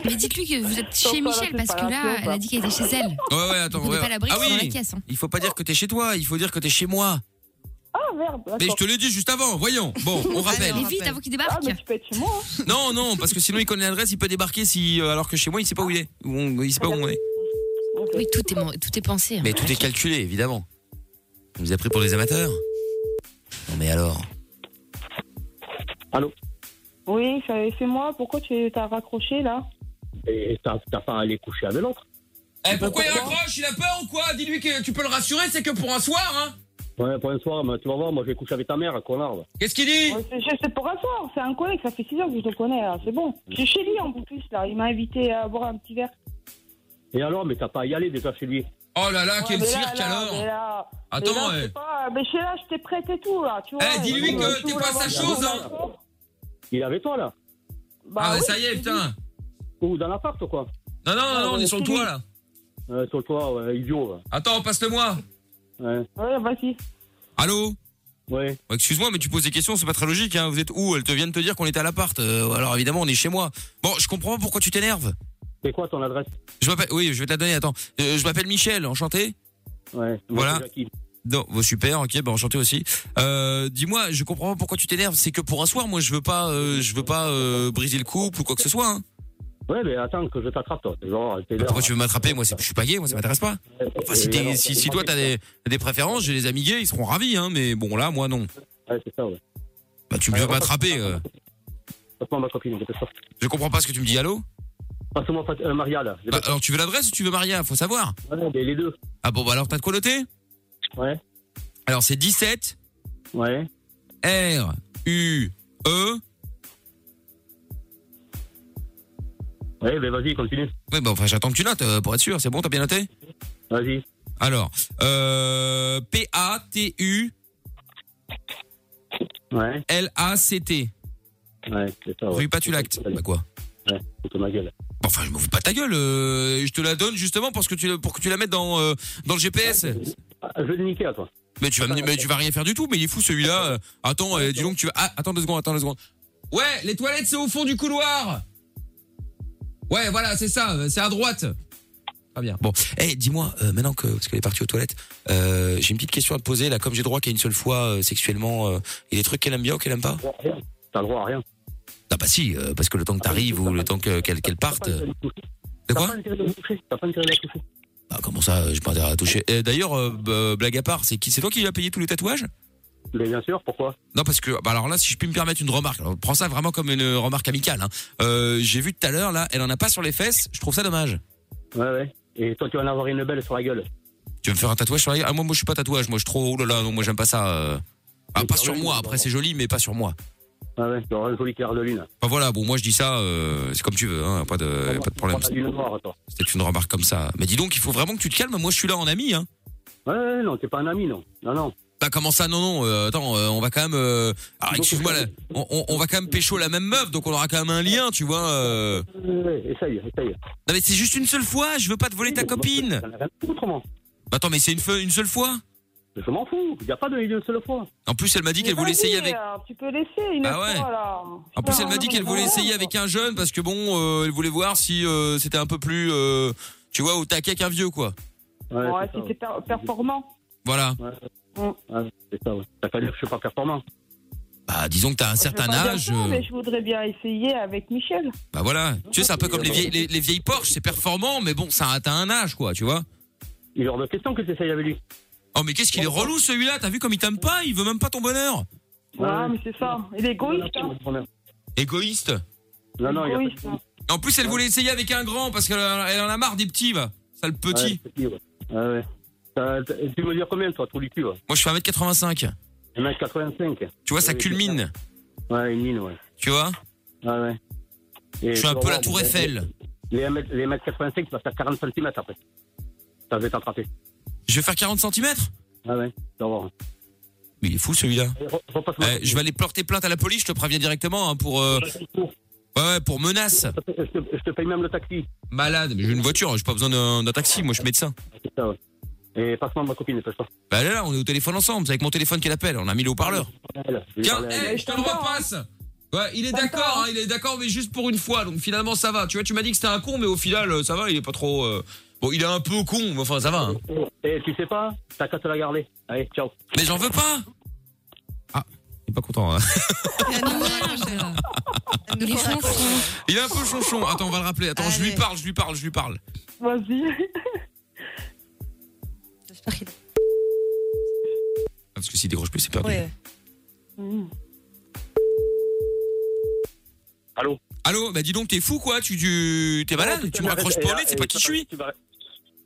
E: Mais dites-lui que vous êtes chez Michel parce que là, elle a dit qu'elle était chez elle.
A: Ouais, ouais, attends.
E: Vous
A: ouais.
E: prenez pas la brique,
A: ah
E: c'est dans
A: oui.
E: la caisse, hein.
A: Il faut pas dire que t'es chez toi. Il faut dire que t'es chez moi.
I: Ah merde.
A: Mais je te l'ai dit juste avant. Voyons. Bon, on rappelle.
E: Allez, vite, avant qu'il débarque. Ah, mais tu
I: peux être chez moi. hein.
A: Non, non, parce que sinon il connaît l'adresse, il peut débarquer si, euh, alors que chez moi il sait pas où il est. Où on- il sait pas où on est.
E: Oui, tout est, mon- tout est pensé. hein.
A: Mais tout est calculé, évidemment. On vous a pris pour des amateurs Non mais alors
L: Allô
I: Oui, c'est c'est moi. Pourquoi tu t'as raccroché là
L: Et t'as t'as pas à aller coucher avec l'autre
A: Eh, pourquoi il raccroche Il a peur ou quoi Dis-lui que tu peux le rassurer, c'est que pour un soir, hein
L: Ouais, pour un soir, mais tu vas voir, moi je vais coucher avec ta mère, connard. va.
A: Qu'est-ce qu'il dit
I: Ouais, c'est- je- C'est pour un soir, c'est un collègue, ça fait 6 ans que je le connais, là, c'est bon. Je suis chez lui en plus, là, il m'a invité à boire un petit verre.
L: Et alors, mais t'as pas à y aller déjà chez lui.
A: Oh là là,
I: Ouais, mais là, là, mais là-
L: Attends,
I: mais là,
L: eh.
I: je sais pas, mais chez là, je t'ai prête et tout, là, tu vois. euh,
A: Eh, dis-lui
I: Et
A: que
I: tu
A: t'es
I: voulais
A: pas sa
I: avoir-
A: chose, hein.
L: Il est avec toi là
I: Bah
A: Ah,
I: oui,
A: ça y est,
I: je Ah, te
A: putain
L: Ou dans l'appart ou quoi
A: Non, non, non, non, on est sur le toit, là
L: euh, Sur le toit, ouais, idiot. euh, ouais.
A: Attends, passe-le-moi
L: Ouais.
I: Ouais, vas-y.
A: Allô Oh,
L: Ouais.
A: Excuse-moi, mais tu poses des questions, c'est pas très logique, hein. Vous êtes où Elles te viennent te dire qu'on était à l'appart. Euh, alors évidemment, on est chez moi. Bon, je comprends pas pourquoi tu t'énerves.
L: C'est quoi ton adresse
A: Je m'appelle. Oui, je vais te la donner. Attends. Euh, je m'appelle Michel. Enchanté.
L: Ouais.
A: Voilà.
L: c'est Jackie.
A: Non, bon, super. Ok, bah enchanté aussi. Euh, Dis-moi, je comprends pas pourquoi tu t'énerves. C'est que pour un soir, moi, je veux pas, euh, je veux pas euh, briser le couple ou quoi que ce soit. Hein.
L: Ouais, mais attends que je t'attrape toi. Genre, t'es là.
A: Pourquoi tu veux m'attraper Moi, c'est- je suis pas gay. Moi, ça m'intéresse pas. Enfin, si,
L: Et
A: t'es-
L: alors,
A: si,
L: t'es
A: si toi t'as des, des préférences, j'ai des amis gays, ils seront ravis. Hein, mais bon, là, moi, non.
L: Ouais, c'est ça, ouais.
A: Bah, tu veux m'attraper. euh.
L: Passe-moi ma copine, dépêche-toi.
A: Je comprends pas ce que tu me dis. Allô
L: Passe-moi Fat- euh, Maria là.
A: Bah, alors, tu veux l'adresse ou tu veux Maria Faut savoir.
L: les deux.
A: Ah bon, bah alors, t'as de quoi noter
L: Ouais.
A: Alors, c'est 17.
L: Ouais.
A: R U E.
L: Ouais, ben vas-y, continue.
A: Ouais, bah enfin, j'attends que tu notes euh, pour être sûr. C'est bon, t'as bien noté
L: Vas-y.
A: Alors, euh, P-A-T-U.
L: Ouais.
A: L-A-C-T.
L: Ouais, c'est ça.
A: Rue Patulact. Bah quoi
L: Ouais, c'est ma gueule.
A: Bon, Enfin, je m'ouvre pas ta gueule. euh, je te la donne justement parce que tu, la- pour que tu la mettes dans, euh, dans le GPS.
L: Ah, Je vais le niquer à toi.
A: Mais tu vas, me- mais tu vas rien faire du tout. Mais il est fou celui-là. euh. Attends, euh, dis donc, tu vas. ah, attends deux secondes, attends deux secondes. Ouais, les toilettes c'est au fond du couloir. Ouais, voilà, c'est ça, euh, c'est à droite. Très bien. Bon, eh, dis-moi, euh, maintenant que parce qu'elle est partie aux toilettes, euh, j'ai une petite question à te poser là. Comme j'ai droit qu'à une seule fois euh, sexuellement, euh, il y a des trucs qu'elle aime bien ou qu'elle aime pas
L: T'as le droit à rien.
A: Ah bah si, euh, parce que le temps que t'arrives ou le temps que- qu'elle qu'elle parte. euh, De quoi
L: T'as pas intérêt à la toucher.
A: Bah, comment ça, euh, j'ai pas intérêt à toucher. Eh, D'ailleurs, euh, bah, blague à part, c'est qui C'est toi qui lui as payé tous les tatouages
L: Mais bien sûr, pourquoi
A: Non, parce que, bah alors là, si je puis me permettre une remarque, alors, prends ça vraiment comme une remarque amicale. hein. Euh, J'ai vu tout à l'heure, là, elle en a pas sur les fesses, je trouve ça dommage.
L: Ouais, ouais. Et toi, tu vas en avoir une belle sur la gueule.
A: Tu veux me faire un tatouage sur la gueule Ah, moi, moi, je suis pas tatouage, moi, je suis trop. Oh là là, non, moi, j'aime pas ça. euh. Ah, pas sur moi, après, c'est joli, mais pas sur moi.
L: Ouais, Ah ouais, tu auras un joli clair de lune. Ah
A: Enfin, voilà, bon, moi, je dis ça, euh, c'est comme tu veux, hein, pas de, pas de problème.
L: Prends la lune noire, toi.
A: C'était une remarque comme ça. Mais dis donc, il faut vraiment que tu te calmes, moi, je suis là en ami, hein.
L: Ouais, ouais, non, t'es pas un ami, non. Non, non.
A: Bah comment ça Non non. euh, attends, euh, on va quand même. euh, alors excuse-moi, là, on, on- on va quand même pécho la même meuf, donc on aura quand même un lien, tu vois. euh.
L: Ouais, ouais, essaye, essaye.
A: Non mais c'est juste une seule fois. Je veux pas te voler ta copine.
L: Autrement.
A: Bah, attends, mais c'est une, fe- une seule fois.
L: Je m'en fous. Y a pas de une seule fois.
A: En plus, elle m'a dit
I: Mais
A: qu'elle voulait
I: vas-y,
A: essayer avec.
I: euh, Tu peux laisser une
A: Ah
I: autre
A: ouais.
I: fois, là.
A: En plus, elle m'a dit
I: Putain,
A: qu'elle voulait
I: ouais.
A: essayer avec un jeune parce que bon, euh, elle voulait voir si euh, c'était un peu plus, euh, tu vois, au taquet qu'un vieux quoi.
L: Ouais,
I: Ouais,
L: c'est ça,
I: c'était per- performant.
A: Voilà.
L: Ouais, c'est ça, ouais. T'as qu'à dire que je suis pas performant.
A: Bah disons que t'as un
I: Je vais
A: certain
I: pas dire
A: âge.
I: ça,
A: euh,
I: mais je voudrais bien essayer avec Michel.
A: Bah voilà. Tu sais, c'est un peu comme les vieilles, les, les vieilles Porsche, c'est performant, mais bon, ça a- t'as un âge quoi, tu vois.
L: Il est hors de question que t'essayes avec lui.
A: Oh mais qu'est-ce qu'il est relou celui-là T'as vu comme il t'aime pas Il veut même pas ton bonheur.
I: Ah, mais c'est ça. Il est égoïste. hein.
A: Égoïste.
L: Non, non, il y a pas de-
I: Égoïste, hein.
A: En plus, elle voulait essayer avec un grand parce qu'elle elle en a marre des petits, va. Sale
I: hein.
A: petit.
L: Ouais, petit, ouais. Ouais, ouais. T'as- t'as- Tu veux dire combien, toi, trou du cul, ouais
A: Moi, je fais 1m85.
L: 1m85.
A: Tu vois, ça culmine.
L: Ouais, une mine, ouais.
A: Tu vois
L: Ouais, ouais. Et
A: Je suis un
L: tu vas
A: peu
L: voir,
A: la Tour
L: les-
A: Eiffel.
L: Les 1m, les 85, tu vas faire 40 cm après. Ça va t'attraper.
A: Je vais faire 40 cm
L: Ouais, ouais, tu vas voir.
A: Mais il est fou celui-là.
L: Repasse-moi.
A: Eh, je vais aller porter plainte à la police, je te préviens directement hein, pour. euh, Ouais, ouais, pour menace.
L: Je te, je te paye même le taxi.
A: Malade, mais j'ai une voiture, hein, j'ai pas besoin d'un d'un taxi, moi je suis médecin.
L: C'est ça, ouais. Et passe-moi ma copine, passe-toi.
A: Bah là, là, on est au téléphone ensemble, c'est avec mon téléphone qu'elle appelle, on a mis le haut-parleur. Tiens, hey, je te le repasse Ouais, il est d'accord, hein, il est d'accord, mais juste pour une fois, donc finalement ça va. Tu vois, tu m'as dit que c'était un con, mais au final, euh, ça va, il est pas trop... euh, Bon, il est un peu con, mais enfin, ça va. hein.
L: Et Eh, tu sais pas, t'as qu'à te la garder. Allez, ciao. Ah,
A: Mais j'en veux pas Il est pas content, hein.
E: Il est chonchon.
A: Il est un peu chonchon. Attends, on va le rappeler. Attends, je lui parle, je lui parle, je lui parle.
I: Vas-y. (laughs)
A: Ah, Parce que s'il décroche plus, c'est perdu.
B: Ouais.
A: Allô Allô Bah dis donc, t'es fou quoi Tu, tu- t'es malade Tu me raccroches pas au nez, c'est pas qui je suis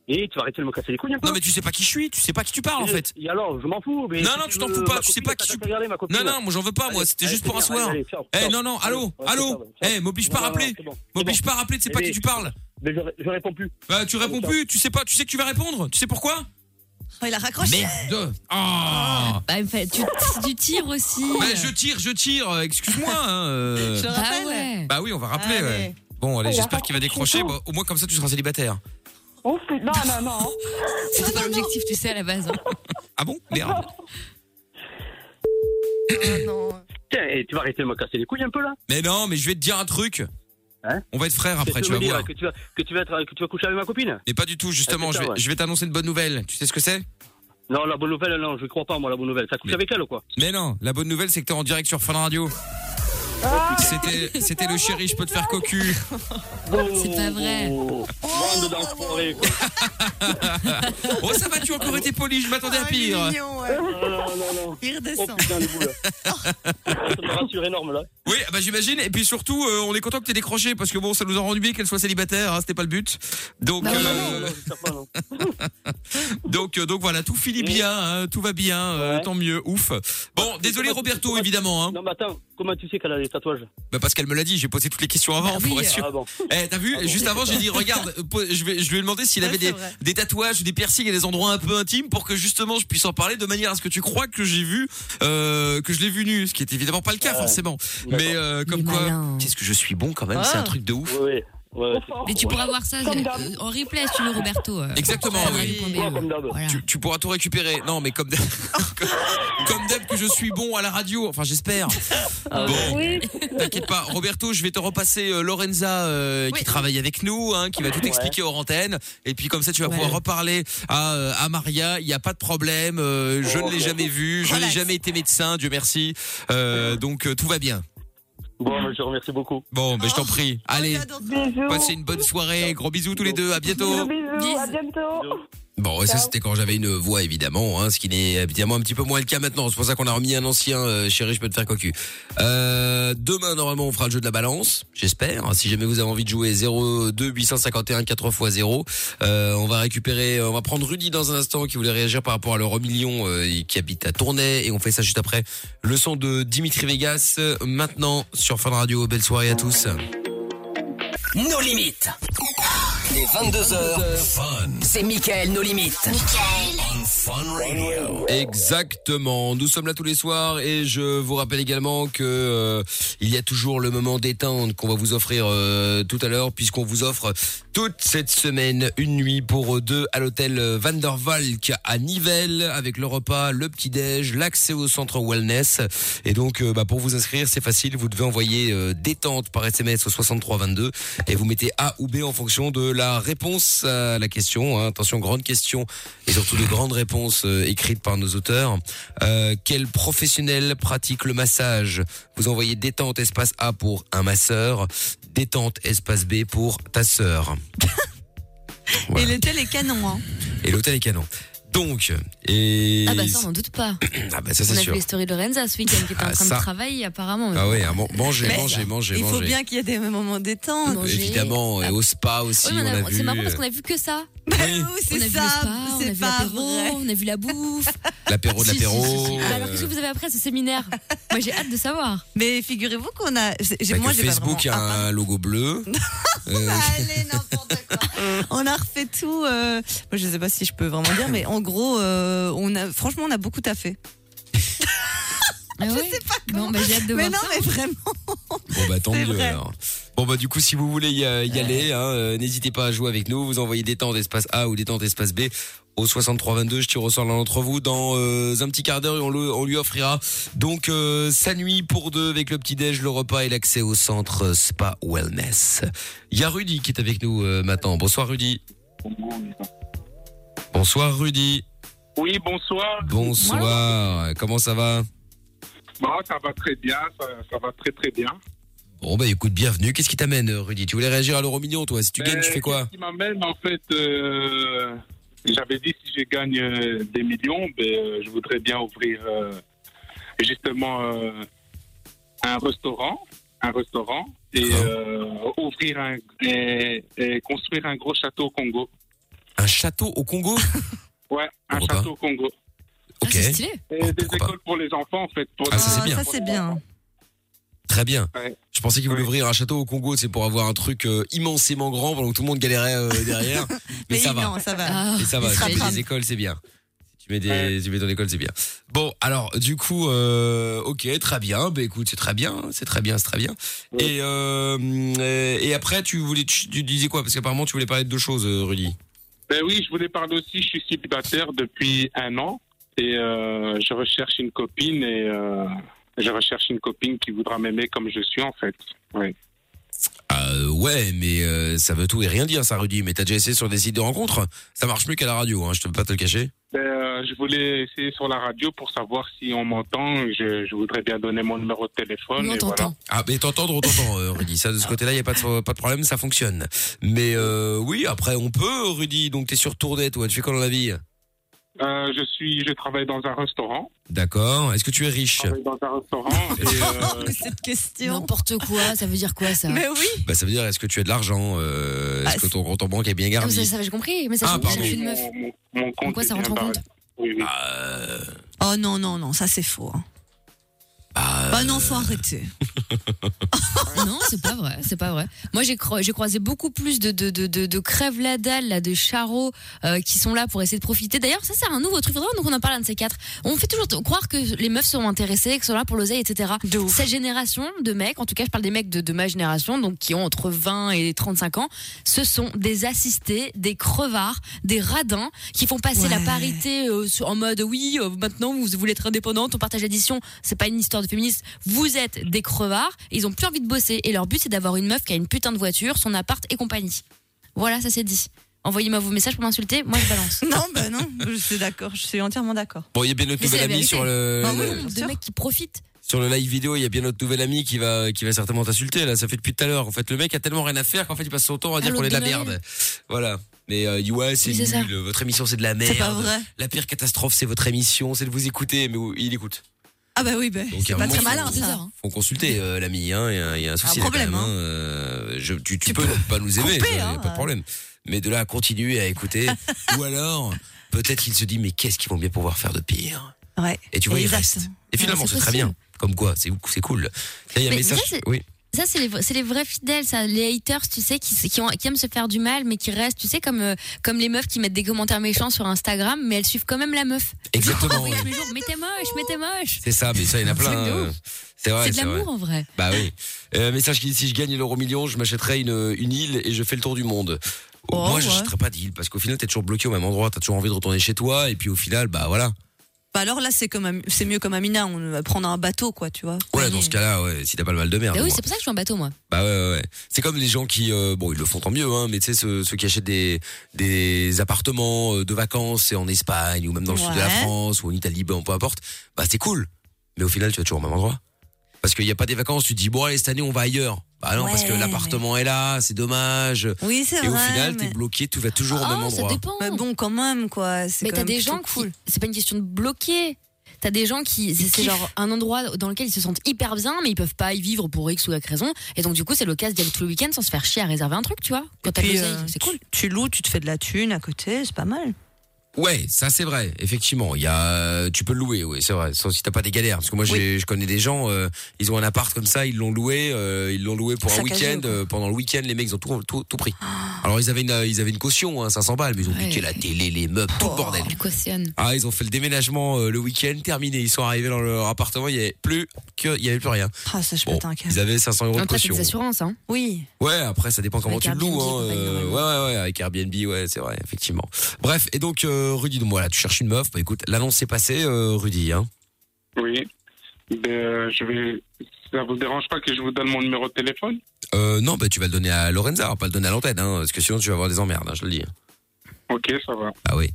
L: Et tu vas arrêter de me casser les couilles un peu
A: Non mais tu sais pas qui je suis, tu sais pas qui tu parles en fait.
L: Et alors, je m'en fous. Mais
A: Non,
L: si
A: non, tu t'en
L: veux,
A: fous pas,
L: ma
A: tu sais
L: copine,
A: pas qui
L: t'as
A: tu-
L: qu'à te la garder, ma copine.
A: Non, non, moi j'en veux pas, moi, c'était
L: allez,
A: juste pour un
L: allez,
A: soir.
L: allez, ciao,
A: Eh
L: ciao.
A: non, non, allô,
L: Ouais, c'est
A: allô
L: ça, ouais,
A: Eh, m'oblige
L: ciao.
A: pas à
L: Non, non,
A: rappeler
L: c'est bon, c'est
A: M'oblige
L: bon.
A: pas à rappeler, tu sais pas
L: Allez,
A: qui tu parles
L: Mais je, je réponds plus.
A: Bah tu réponds
L: ciao.
A: plus, tu sais pas, tu sais que tu vas répondre, tu sais pourquoi
B: Oh, il a raccroché.
A: Merde Ah
E: Bah, il fallait- tu, tu tires aussi.
A: (laughs) Bah je tire, je tire, euh, excuse-moi hein, euh.
E: Oh. Je rappelle. Ah ouais.
A: Bah oui, on va rappeler,
E: Allez.
A: ouais. Bon, allez,
E: Oh,
A: j'espère qu'il va
E: raccroche
A: décrocher,
E: tout.
A: bah, au moins comme ça tu seras célibataire.
I: Oh, putain, non, non, non.
E: C'était pas l'objectif, tu sais, à la base. hein.
A: Ah bon Merde
B: Ah
L: Tiens, et tu vas arrêter de me casser les couilles un peu là
A: Mais non, mais je vais te dire un truc. on va être frères
L: Qu'est-ce
A: après,
L: que
A: tu vas
L: me dire,
A: voir.
L: Que tu vas, que, tu vas être- que tu vas coucher avec ma copine
A: Mais pas du tout, justement,
L: Ah,
A: je
L: c'est ça,
A: vais,
L: ouais.
A: je vais t'annoncer une bonne nouvelle. Tu sais ce que c'est
L: Non, la bonne nouvelle, non, je crois pas, moi, la bonne nouvelle. Ça couche avec elle ou quoi
A: Mais non, la bonne nouvelle, c'est que t'es en direct sur Fun Radio. Oh, C'était, c'était le chéri, je peux te faire cocu.
E: Ah, C'est pas vrai.
L: Oh, Bande d'enfoirés, quoi.
A: oh, ça va, tu as encore été poli, je m'attendais à
B: Ah,
A: pire.
E: Oh.
L: Non, non, non,
E: (laughs)
L: non.
B: Il
L: redescend. Oh putain, les boules. ça me rassure énorme là.
A: Oui, bah j'imagine. Et puis surtout, euh, on est content que t'aies décroché parce que bon, ça nous a rendu bien qu'elle soit célibataire, hein, c'était pas le but.
E: Bah,
F: Bah,
A: Donc, euh, donc, euh, donc voilà, tout finit bien, hein, tout va bien, euh, tant mieux, ouf. Bon, désolé Roberto, évidemment. Hein.
L: Non, mais attends, comment tu sais qu'elle a des tatouages
A: Bah parce qu'elle me l'a dit, j'ai posé toutes les questions avant pour être sûr.
L: Ah bon.
A: Eh, t'as vu,
L: Ah bon.
A: juste avant, j'ai dit, (laughs) regarde, euh, po- je, vais, je lui ai demandé s'il
L: Ouais,
A: avait
L: c'est
A: des,
L: vrai.
A: des tatouages, des piercings et des endroits un peu intimes pour que justement je puisse en parler de manière à ce que tu crois que j'ai vu, euh, que je l'ai vu nu, ce qui est évidemment pas le cas, forcément. Mais euh, comme quoi, qu'est-ce que je suis bon quand même, c'est un
E: Ah.
A: truc de ouf.
L: Oui,
A: Oh,
L: oui.
E: Mais tu pourras voir ça
L: Comme
E: euh,
L: d'hab.
E: en replay, si tu veux, Roberto. euh.
A: Exactement,
E: Sur
A: oui.
E: radio.be, ouais.
A: Tu, tu pourras tout récupérer. Non, mais comme d'hab, (laughs) comme d'hab que je suis bon à la radio. Enfin, j'espère.
E: Ah,
A: Bon, t'inquiète pas, Roberto, je vais te repasser euh, Lorenza euh, qui travaille avec nous, hein, qui va tout expliquer hors antenne. Et puis comme ça, tu vas pouvoir reparler à, euh, à Maria. Il n'y a pas de problème. euh, je ne l'ai jamais vu. Je n'ai jamais été médecin. Dieu merci. Euh, donc euh, tout va bien.
L: Bon, bah, je te remercie beaucoup.
A: Bon, ben je t'en prie.
B: Oh,
A: Allez,
I: Bisous.
A: passez une bonne soirée. Gros bisous tous les deux. À bientôt.
I: Bisous, bisous, à
E: Oh.
I: bientôt.
A: Bon, et ça c'était quand j'avais une voix évidemment, hein, ce qui n'est évidemment un petit peu moins le cas maintenant. C'est pour ça qu'on a remis un ancien euh, chéri, je peux te faire cocu. Euh, demain normalement on fera le jeu de la balance, j'espère. Si jamais vous avez envie de jouer 02 851 4 x 0, euh, on va récupérer, on va prendre Rudy dans un instant qui voulait réagir par rapport à l'euro million euh, qui habite à Tournai et on fait ça juste après le son de Dimitri Vegas euh, maintenant sur Fun Radio. Belle soirée à tous.
H: Nos limites. Les 22h. C'est Michael, nos limites.
A: Exactement. Nous sommes là tous les soirs et je vous rappelle également que euh, il y a toujours le moment détente qu'on va vous offrir euh, tout à l'heure puisqu'on vous offre toute cette semaine une nuit pour deux à l'hôtel Van der Valk à Nivelles avec le repas, le petit déj, l'accès au centre wellness et donc euh, bah, pour vous inscrire c'est facile vous devez envoyer euh, détente par SMS au 6322 et vous mettez A ou B en fonction de la réponse à la question. hein. Attention grande question et surtout de grandes réponses euh, écrites par nos auteurs. Euh, quel professionnel pratique le massage Vous envoyez détente espace A pour un masseur, détente espace B pour ta sœur.
B: Et l'hôtel est canon, hein.
A: Et l'hôtel est canon. Donc, et...
E: Ah, bah ça, on n'en doute pas.
A: Ah bah ça
E: on
A: c'est
E: a vu
A: sûr.
E: les stories de Lorenza ce week-end qui était en
A: Ah,
E: train
A: ça.
E: de travailler, apparemment.
A: Ah ouais, ah, man- manger,
E: Mais
A: manger, manger,
B: Il faut
A: manger.
B: bien qu'il y ait des moments détente.
A: Évidemment, et au spa aussi,
E: Ouais, mais on a-
A: on a vu.
E: c'est marrant
A: euh,
E: parce qu'on a vu que ça. on a
B: Bah c'est
E: vu
B: ça,
E: le spa, on a
B: c'est
E: vu
B: pas
E: l'apéro, on a vu la bouffe.
A: L'apéro Oh, de
E: Si, si,
A: l'apéro.
E: si, si. Bah, alors
A: euh,
E: qu'est-ce que vous avez après ce séminaire Moi j'ai hâte de savoir.
B: Mais figurez-vous qu'on a. c'est- j'ai-
A: bah,
B: moi,
A: que
B: j'ai pas
A: Facebook
B: vraiment-
A: a un logo bleu. Euh,
E: Bah,
B: (laughs) on a refait tout. euh, Moi, je sais pas si je peux vraiment dire, mais en gros, euh, on a. Franchement, on a beaucoup taffé.
E: Ah ouais
B: Je sais pas comment.
E: bah, j'ai hâte de
B: mais
E: voir
B: non,
E: ça.
B: mais vraiment.
A: Bon bah tant
B: C'est
A: mieux
B: vrai.
A: alors. Bon bah du coup si vous voulez y, euh, y aller, hein, euh, n'hésitez pas à jouer avec nous. Vous envoyez des temps d'espace A ou des temps d'espace B au 6322. Je tire au sort l'un d'entre vous dans euh, un petit quart d'heure et on, le- on lui offrira donc euh, sa nuit pour deux avec le petit déj, le repas et l'accès au centre Spa Wellness. Il y a Rudy qui est avec nous euh, maintenant. Bonsoir Rudy. Bonsoir Rudy.
M: Oui, bonsoir.
A: Bonsoir. Comment ça va
M: Bon, Bah, ça va très bien, ça, ça va très très bien.
A: Bon bah écoute, bienvenue. Qu'est-ce qui t'amène euh, Rudy Tu voulais réagir à l'euro million toi Si tu gagnes, tu fais quoi
M: Ce qui m'amène en fait, euh, j'avais dit si je gagne euh, des millions, ben, euh, je voudrais bien ouvrir euh, justement euh, un restaurant, un restaurant et
A: Ah.
M: euh, ouvrir un et, et construire un gros château au Congo.
A: Un château au
B: Ah,
A: Congo
M: Ouais, un château au Congo.
A: Ok.
E: Ah,
M: Et des écoles pour les enfants en fait. Pour
A: Ah, ça, c'est bien.
B: Ça, c'est bien.
A: Très bien. Je pensais qu'il voulait ouvrir un château au Congo, c'est pour avoir un truc euh, immensément grand pendant que tout le monde galérait euh,
B: (laughs)
A: derrière. Mais,
B: Mais
A: ça
B: non,
A: va.
B: ça va.
E: Ah.
B: (laughs)
A: Mais ça
B: Il
A: va,
B: se
A: tu mets
B: rattrape.
A: des écoles, c'est bien. Si tu mets, des, tu mets ton école, c'est bien. Bon, alors, du coup, euh, ok, très bien. Bah écoute, c'est très bien, c'est très bien, c'est très bien. Et, euh, euh, et après, tu voulais, tu, tu disais quoi Parce qu'apparemment, tu voulais parler de deux choses, euh, Rudy.
M: Ben oui, je voulais parler aussi. Je suis célibataire depuis un an et euh, je recherche une copine et euh, je recherche une copine qui voudra m'aimer comme je suis en fait. Oui.
A: Euh, ouais, mais euh, ça veut tout et rien dire, ça, Rudy. Mais t'as déjà essayé sur des sites de rencontres Ça marche mieux qu'à la radio, hein, je peux pas te le cacher.
M: Ben, euh, je voulais essayer sur la radio pour savoir si on m'entend. Je, je voudrais bien donner mon numéro de téléphone. et voilà.
A: Ah, mais t'entendre, on t'entend, euh, Rudy. Ça, de ce côté-là, il n'y a pas de, pas de problème, ça fonctionne. Mais euh, oui, après, on peut, Rudy. Donc, t'es sur Tournée, toi. Tu fais quoi dans la vie
M: Euh, je suis, je travaille dans un restaurant.
A: D'accord. Est-ce que tu es riche
B: Ah
M: Je travaille dans un
E: (laughs)
M: restaurant. et, euh,
B: Oh, Cette question.
E: N'importe quoi, ça veut dire quoi ça
B: Mais oui
A: Bah, ça veut dire, est-ce que tu as de l'argent euh,
B: Ah,
A: Est-ce que ton compte en banque est bien
E: ça,
A: gardé
E: ça, j'ai compris, mais ça,
A: Ah,
E: change- ça
A: pardon.
E: change une meuf.
M: Mon
E: compte quoi, ça est rentre bien en barré. compte Ah.
A: Euh,
B: Oh non, non, non, ça c'est faux. hein.
A: Bah, euh,
B: Ah non, faut arrêter.
E: (laughs)
A: (laughs)
E: non, c'est pas vrai, c'est pas vrai. Moi, j'ai cro- j'ai croisé beaucoup plus de de de de, de crèves la dalle là, de charros euh, qui sont là pour essayer de profiter. D'ailleurs, ça c'est un nouveau truc vraiment, donc on en parle un de ces quatre. On fait toujours t- croire que les meufs sont intéressées, que sont là pour l'oseille, etc. Cette génération de mecs, en tout cas, je parle des mecs de, de ma génération, donc qui ont entre 20 et 35 ans, ce sont des assistés, des crevards, des radins qui font passer la parité euh, sur- en mode oui, euh, maintenant vous voulez être indépendante, on partage l'addition, c'est pas une histoire de féministe, vous êtes des crevards, ils ont plus envie de bosser et leur but c'est d'avoir une meuf qui a une putain de voiture, son appart et compagnie. Voilà, ça c'est dit. Envoyez-moi vos messages pour m'insulter, moi je balance.
A: (laughs)
B: non, bah non, je suis d'accord, je suis entièrement d'accord.
A: Bon, il y a bien notre
B: Mais c'est
A: nouvel
B: la
A: ami
B: vérité.
A: sur le,
B: Bah
A: le-
E: de mecs qui profitent.
A: sur le live vidéo. Il y a bien notre nouvel ami qui va qui va certainement t'insulter. Là, ça fait depuis tout à l'heure. En fait, le mec a tellement rien à faire qu'en fait, il passe son temps à
E: Ah,
A: dire qu'on est de la
E: l'autre de
A: merde. Voilà. Mais euh, il dit, ouais, c'est
E: Oui, c'est ça.
A: nul. Votre émission, c'est de la merde.
B: C'est pas vrai.
A: La pire catastrophe, c'est votre émission, c'est de vous écouter. Mais il écoute.
B: Ah bah oui, bah,
A: Donc, à
B: c'est
A: un
B: pas
A: moment,
B: très
A: faut-
B: malin
E: hein.
B: ça.
A: Faut consulter euh, l'ami, hein. Il y a- il y, a un souci. là,
B: Un
A: quand
B: problème,
A: même, hein. Euh, je- tu, tu peux, ne pas nous aimer,
B: couper,
A: il
B: hein,
A: a pas de problème. Mais de là à continuer à
E: (laughs)
A: écouter, ou alors peut-être il se dit mais qu'est-ce qu'ils vont bien pouvoir faire de pire
E: hein.
B: Ouais.
A: Et tu vois, il
E: Exact.
A: reste. Et
E: Ouais,
A: finalement,
E: c'est
A: c'est très
E: possible.
A: bien. Comme quoi, c'est c'est cool. Là, il y a un
E: Mais
A: message.
E: ça, c'est-
A: oui.
E: Ça, c'est les, c'est les vrais fidèles, ça. Les haters, tu sais, qui, qui, ont- qui aiment se faire du mal, mais qui restent, tu sais, comme, euh, comme les meufs qui mettent des commentaires méchants sur Instagram, mais elles suivent quand même la meuf.
A: Exactement,
E: (laughs) Oui,
A: ouais.
E: tous les jours, mais t'es moche, mais t'es moche.
A: C'est ça, mais ça, il y en a
E: C'est un
A: plein.
E: truc de
A: euh,
E: ouf.
A: C'est vrai.
E: C'est de
A: c'est vrai.
E: l'amour, en vrai. Ah
A: Bah oui. Euh, message qui dit si je gagne l'euro million, je m'achèterai une, une île et je fais le tour du monde.
E: Oh,
A: Moi, je n'achèterai pas d'île parce qu'au final, t'es toujours bloqué au même endroit, t'as toujours envie de retourner chez toi et puis au final, bah voilà.
B: Bah alors là, c'est comme Am- c'est mieux comme Amina, on va prendre un bateau quoi, tu vois.
A: Ouais, dans ce cas-là, ouais, si t'as pas le mal de mer.
E: Bah oui,
A: moi.
E: c'est pour ça que je suis en bateau, moi.
A: Bah ouais, ouais, ouais. C'est comme les gens qui, euh, bon, ils le font tant mieux, hein, mais tu sais, ceux, ceux qui achètent des, des appartements euh, de vacances et en Espagne ou même dans le sud de la
E: Ouais.
A: France ou en Italie, ben, peu importe, bah c'est cool. Mais au final, tu vas toujours au même endroit. Parce qu'il n'y a pas des vacances, tu te dis, bon, allez, cette année, on va ailleurs. Bah non, parce que
B: Ouais,
A: l'appartement est là, c'est dommage.
B: Oui, c'est
A: Et au
B: vrai,
A: final,
B: mais-
A: t'es bloqué, tout va toujours au même
E: Oh, ça
A: endroit.
E: dépend.
B: Mais Bah, bon, quand même quoi. c'est
E: Mais
B: quand
E: t'as
B: même
E: des
B: plutôt
E: gens
B: cool.
E: qui. C'est pas une question de bloquer. T'as des gens qui. C'est c'est
B: kiffent.
E: genre un endroit dans lequel ils se sentent hyper bien, mais ils peuvent pas y vivre pour X ou Y raison. Et donc, du coup, c'est l'occasion d'y aller tout le week-end sans se faire chier à réserver un truc, tu vois. Quand
B: Et
E: t'as
B: puis,
E: l'oseille,
B: euh,
E: c'est cool.
B: Tu loues, tu te fais de la thune à côté, c'est pas mal.
A: Ouais, ça c'est vrai, effectivement. Il y a, euh, tu peux le louer, oui, c'est vrai. Sauf si t'as pas des galères, parce que moi j'ai- je connais des gens, euh, ils ont un appart comme ça, ils l'ont loué, euh, ils l'ont loué pour un
N: Saccagé,
A: week-end.
N: quoi.
A: euh, pendant le week-end, les mecs ils ont tout, tout, tout pris. Alors ils avaient une, euh, ils avaient une caution, hein, 500 balles, mais ils ont
E: Ouais. Oh.
A: piqué la télé, les meubles, tout le bordel.
E: Elle cautionne.
A: Ah, ils ont fait le déménagement euh, le week-end, terminé. Ils sont arrivés dans leur appartement, il y avait plus que, il y avait plus rien.
B: Ah, ça, je
A: Bon,
B: pète un câble.
A: ils avaient 500 euros de
E: Après, c'est
A: caution.
E: des assurances, hein.
B: Oui.
A: Ouais, après ça dépend comment
E: Avec
A: tu le loues.
E: Airbnb,
A: Hein, euh, ouais, ouais, ouais, avec Airbnb, ouais, c'est vrai, effectivement. Bref, et donc euh, Rudy, donc voilà, tu cherches une meuf. Bah écoute, l'annonce est passée, euh, Rudy. Hein.
M: Oui. Ben, euh, je vais. Ça vous dérange pas que je vous donne mon numéro de téléphone
A: Euh, non, bah tu vas le donner à Lorenza, alors pas le donner à l'antenne, hein, parce que sinon tu vas avoir des emmerdes, hein, je le dis.
M: Ok, ça va.
A: Ah oui.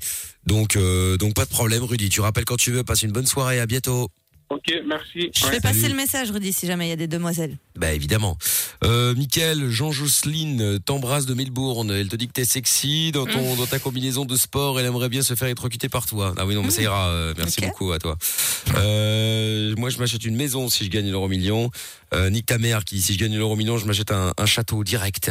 A: Donc, euh, donc pas de problème, Rudy. Tu rappelles quand tu veux. Passe une bonne soirée. À bientôt.
M: Ok, merci.
B: Je fais passer le message, Rudy, si jamais il y a des demoiselles.
A: Bah évidemment. Euh, Mickaël, Jean-Jocelyne euh, t'embrasse de Melbourne. Elle te dit que t'es sexy dans,
E: Mm.
A: ton, dans ta combinaison de sport. Elle aimerait bien se faire électrocuter par toi. Ah oui,
E: Mm.
A: non, mais ça ira. euh, merci beaucoup à toi. Euh, moi, je m'achète une maison si je gagne l'euro million. Euh, nique ta mère qui, si je gagne l'euro million, je m'achète un, un château direct.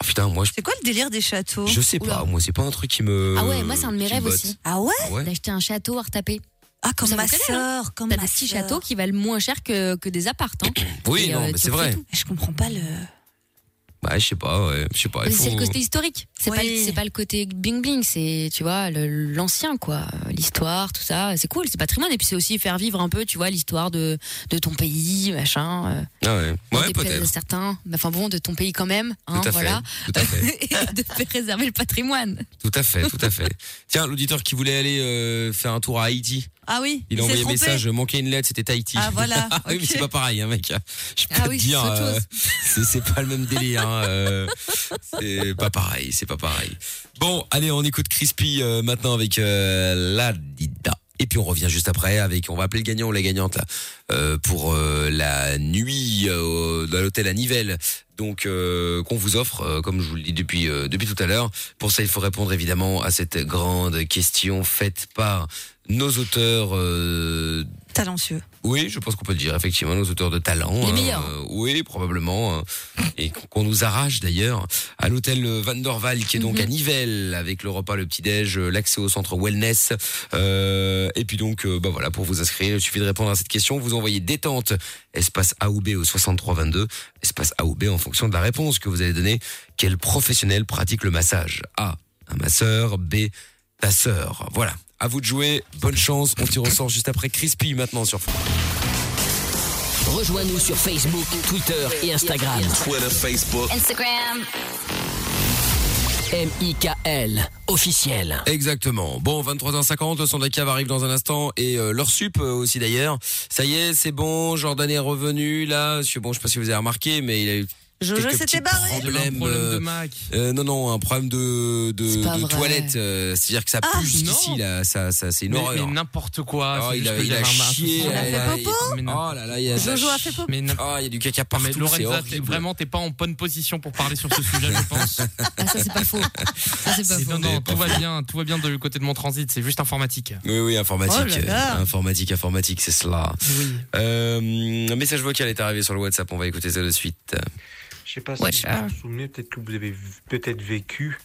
A: Ah putain, moi, je,
B: C'est quoi le délire des châteaux
A: je sais pas. Moi, c'est pas un truc qui me.
E: Ah ouais, moi c'est un de mes
A: qui me
E: rêves
A: botte.
E: aussi. Bah,
B: Ah ouais,
A: Ah ouais
E: D'acheter un château à retaper.
B: Ah
A: comme ma
B: sœur, comme
E: T'as
B: ma
E: des petits
B: sœur.
E: châteaux qui valent moins cher que, que des appartes. Hein.
A: Oui,
E: Et,
A: non,
E: euh,
A: mais
E: tu
A: c'est
E: refais
A: vrai.
E: tout.
B: Eh, Je comprends pas le.
A: Bah, je sais pas, ouais, je sais pas. il
E: Mais C'est le
A: faut-
E: côté historique. C'est pas, le- c'est pas le côté bling bling. C'est, tu vois, le- l'ancien, quoi. Euh, L'histoire, tout ça. C'est cool, c'est patrimoine. Et puis c'est aussi faire vivre un peu, tu vois, l'histoire de, de ton pays, machin. euh,
A: Ah ouais,
E: dans
A: ouais
E: tes plaies de
A: peut-être.
E: certains. Mais Enfin bon, de ton pays quand même. Hein,
A: Tout à fait,
E: voilà.
A: tout à fait.
E: (laughs) Et de faire réserver le patrimoine.
A: Tout à fait, tout à
B: (laughs)
A: fait. Tiens, l'auditeur qui voulait aller euh, faire un tour à Haïti.
B: Ah oui,
A: Il
B: il
A: a
B: s'est
A: envoyé un
B: trompé.
A: message, manquait une lettre, c'était Haïti.
B: Ah,
A: (laughs)
B: voilà,
A: oui, mais
B: ok.
A: c'est pas pareil, hein, mec. Je peux
B: Ah
A: te
B: oui,
A: dire,
B: c'est autre
A: euh,
B: chose. (laughs)
A: c'est c'est pas le même délire. hein, euh, c'est pas pareil, c'est pas pareil. Bon, allez, on écoute Crispy euh, maintenant avec euh, la Dida. Et puis on revient juste après avec, on va appeler le gagnant ou la gagnante là euh, pour euh, la nuit euh, de l'hôtel à Nivelles. Donc euh, qu'on vous offre, euh, comme je vous le dis depuis euh, depuis tout à l'heure. Pour ça, il faut répondre évidemment à cette grande question faite par nos auteurs euh,
B: Talentueux.
A: oui, je pense qu'on peut le dire, effectivement, nos auteurs de talent.
B: Les meilleurs.
A: euh, oui, probablement. hein, et qu'on- qu'on nous arrache d'ailleurs à l'hôtel euh, Van Dorval, qui est donc à
B: Mhm.
A: Nivelles, avec le repas, le petit-déj, euh, l'accès au centre wellness. euh, et puis donc, euh, bah voilà, pour vous inscrire, il suffit de répondre à cette question. Vous envoyez détente, espace A ou B au 6322, espace A ou B en fonction de la réponse que vous allez donner. Quel professionnel pratique le massage A, un masseur, B, ta sœur. Voilà. À vous de jouer. Bonne chance. On tire au sort juste après Crispy maintenant sur France.
H: Rejoins-nous sur Facebook, Twitter et Instagram.
O: Twitter, Facebook.
C: Instagram.
H: M.I.K.L. officiel.
A: Exactement. Bon, 23h50, le son de la cave arrive dans un instant et euh, leur sup euh, aussi d'ailleurs. Ça y est, c'est bon, Jordan est revenu là. Je, bon, je sais pas si vous avez remarqué, mais il a eu
B: Jojo
A: quelques petits
B: s'était barré.
A: problèmes,
D: Un problème de
A: euh,
D: Mac.
A: euh, non, non, un problème de, de,
D: C'est pas
A: de
D: vrai. Ah,
A: toilette. euh, C'est-à-dire que ça pue jusqu'ici là. Ça, ça c'est une
D: Mais,
A: horreur.
D: mais n'importe quoi.
A: Oh,
D: c'est
A: il
D: juste
A: a,
D: que
A: il a
D: j'avais un- un
A: chié.
D: souci.
A: là, là, il-
D: Mais n'im-
A: Oh là là, il y a de la chi-
D: Mais n'im-
A: Ah, il y a du caca partout.
D: Mais
A: c'est
D: Lorenza, t'es-
A: horrible.
D: vraiment, t'es pas en bonne position pour parler
A: (laughs)
D: sur ce sujet, je pense.
E: Ah, ça, c'est pas faux. Ça, c'est pas faux.
D: Non, non, tout va bien, tout va bien de le côté de mon transit, c'est juste informatique.
A: Oui, oui, informatique.
D: Oh là là.
A: euh, Informatique, informatique, c'est cela. Euh, un message vocal est arrivé sur le WhatsApp, on va écouter ça de suite.
P: Je sais pas si vous vous souvenez, peut-être que vous avez v- peut-être vécu,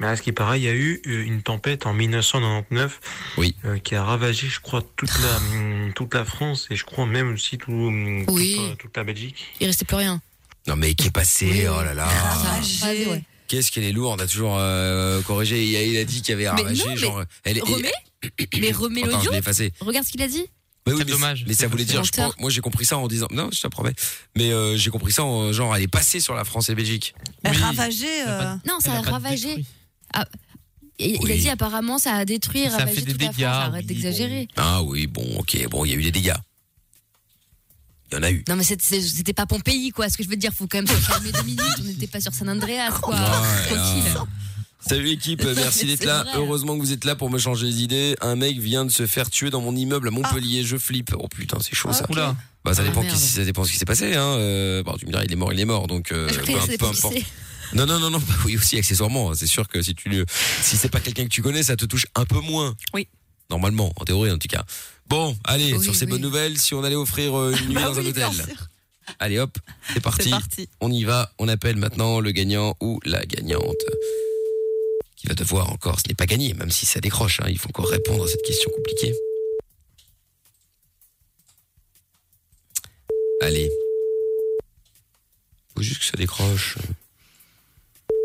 P: mais à ce qui paraît, il y a eu euh, une tempête en 1999 euh, qui a ravagé, je crois, toute la, hum, toute la France et je crois même aussi tout, hum,
E: Oui.
P: toute, euh, toute la Belgique.
E: Il restait plus rien.
A: Non mais qui est passé, oh là là.
E: Rasé, ouais.
A: Qu'est-ce qu'elle est lourde, on a toujours euh, corrigé. Il a, il a dit qu'il y avait
E: Mais
A: ravagé,
E: non, mais
A: genre. Elle, est-
E: remets. Mais remets
A: Attends, je
E: l'audio.
A: l'ai effacé.
E: Regarde ce qu'il a dit.
A: Mais oui, mais dommage. Mais ça voulait dire, je
E: Menteur.
A: pense- moi j'ai compris ça en disant, non, je te promets, mais euh, j'ai compris ça en genre, elle est passée sur la France et Belgique.
B: Ravagé. euh,
E: Non, ça
A: Elle
E: a
A: a pas
E: ravagé. Ah, et- Il a dit apparemment ça a détruit,
A: Ça a
E: ravagé
A: fait des
E: toute la
A: dégâts,
E: France. Arrête
A: oui,
E: d'exagérer.
A: Ah oui, bon, ok, bon, il y a eu des dégâts. Il y en a eu.
E: Non, mais c'est- c'est- c'était pas Pompéi, quoi. Ce que je veux dire, faut quand même se calmer deux minutes. On n'était pas sur San Andreas, quoi.
A: Ouais,
E: Tranquille.
A: là. Salut l'équipe, merci
E: Mais
A: d'être
E: c'est
A: là.
E: vrai.
A: Heureusement que vous êtes là pour me changer les idées. Un mec vient de se faire tuer dans mon immeuble à Montpellier, je flippe. Oh putain, c'est chaud ça.
D: Oula.
A: Bah ça
D: Ah,
A: dépend
D: merde.
A: qui, ça dépend ce qui s'est passé. Hein. Euh, bon, tu me diras, il est mort, il est mort, donc euh,
E: (laughs) Je
A: peu,
E: croyais que ça
A: peu
E: dépend qui
A: importe.
E: c'est.
A: Non non non non, bah oui aussi accessoirement. C'est sûr que si tu le- si c'est pas quelqu'un que tu connais, ça te touche un peu moins.
B: Oui.
A: Normalement, en théorie en tout cas. Bon, allez sur ces bonnes nouvelles, si on allait offrir euh, une nuit
B: Bah
A: dans un
B: oui, bien
A: hôtel.
B: sûr.
A: Allez hop, c'est parti.
B: parti.
A: On y va, on appelle maintenant le gagnant ou la gagnante. Il va devoir encore, ce n'est pas gagné, même si ça décroche. hein. il faut encore répondre à cette question compliquée. Allez. Faut juste que ça décroche.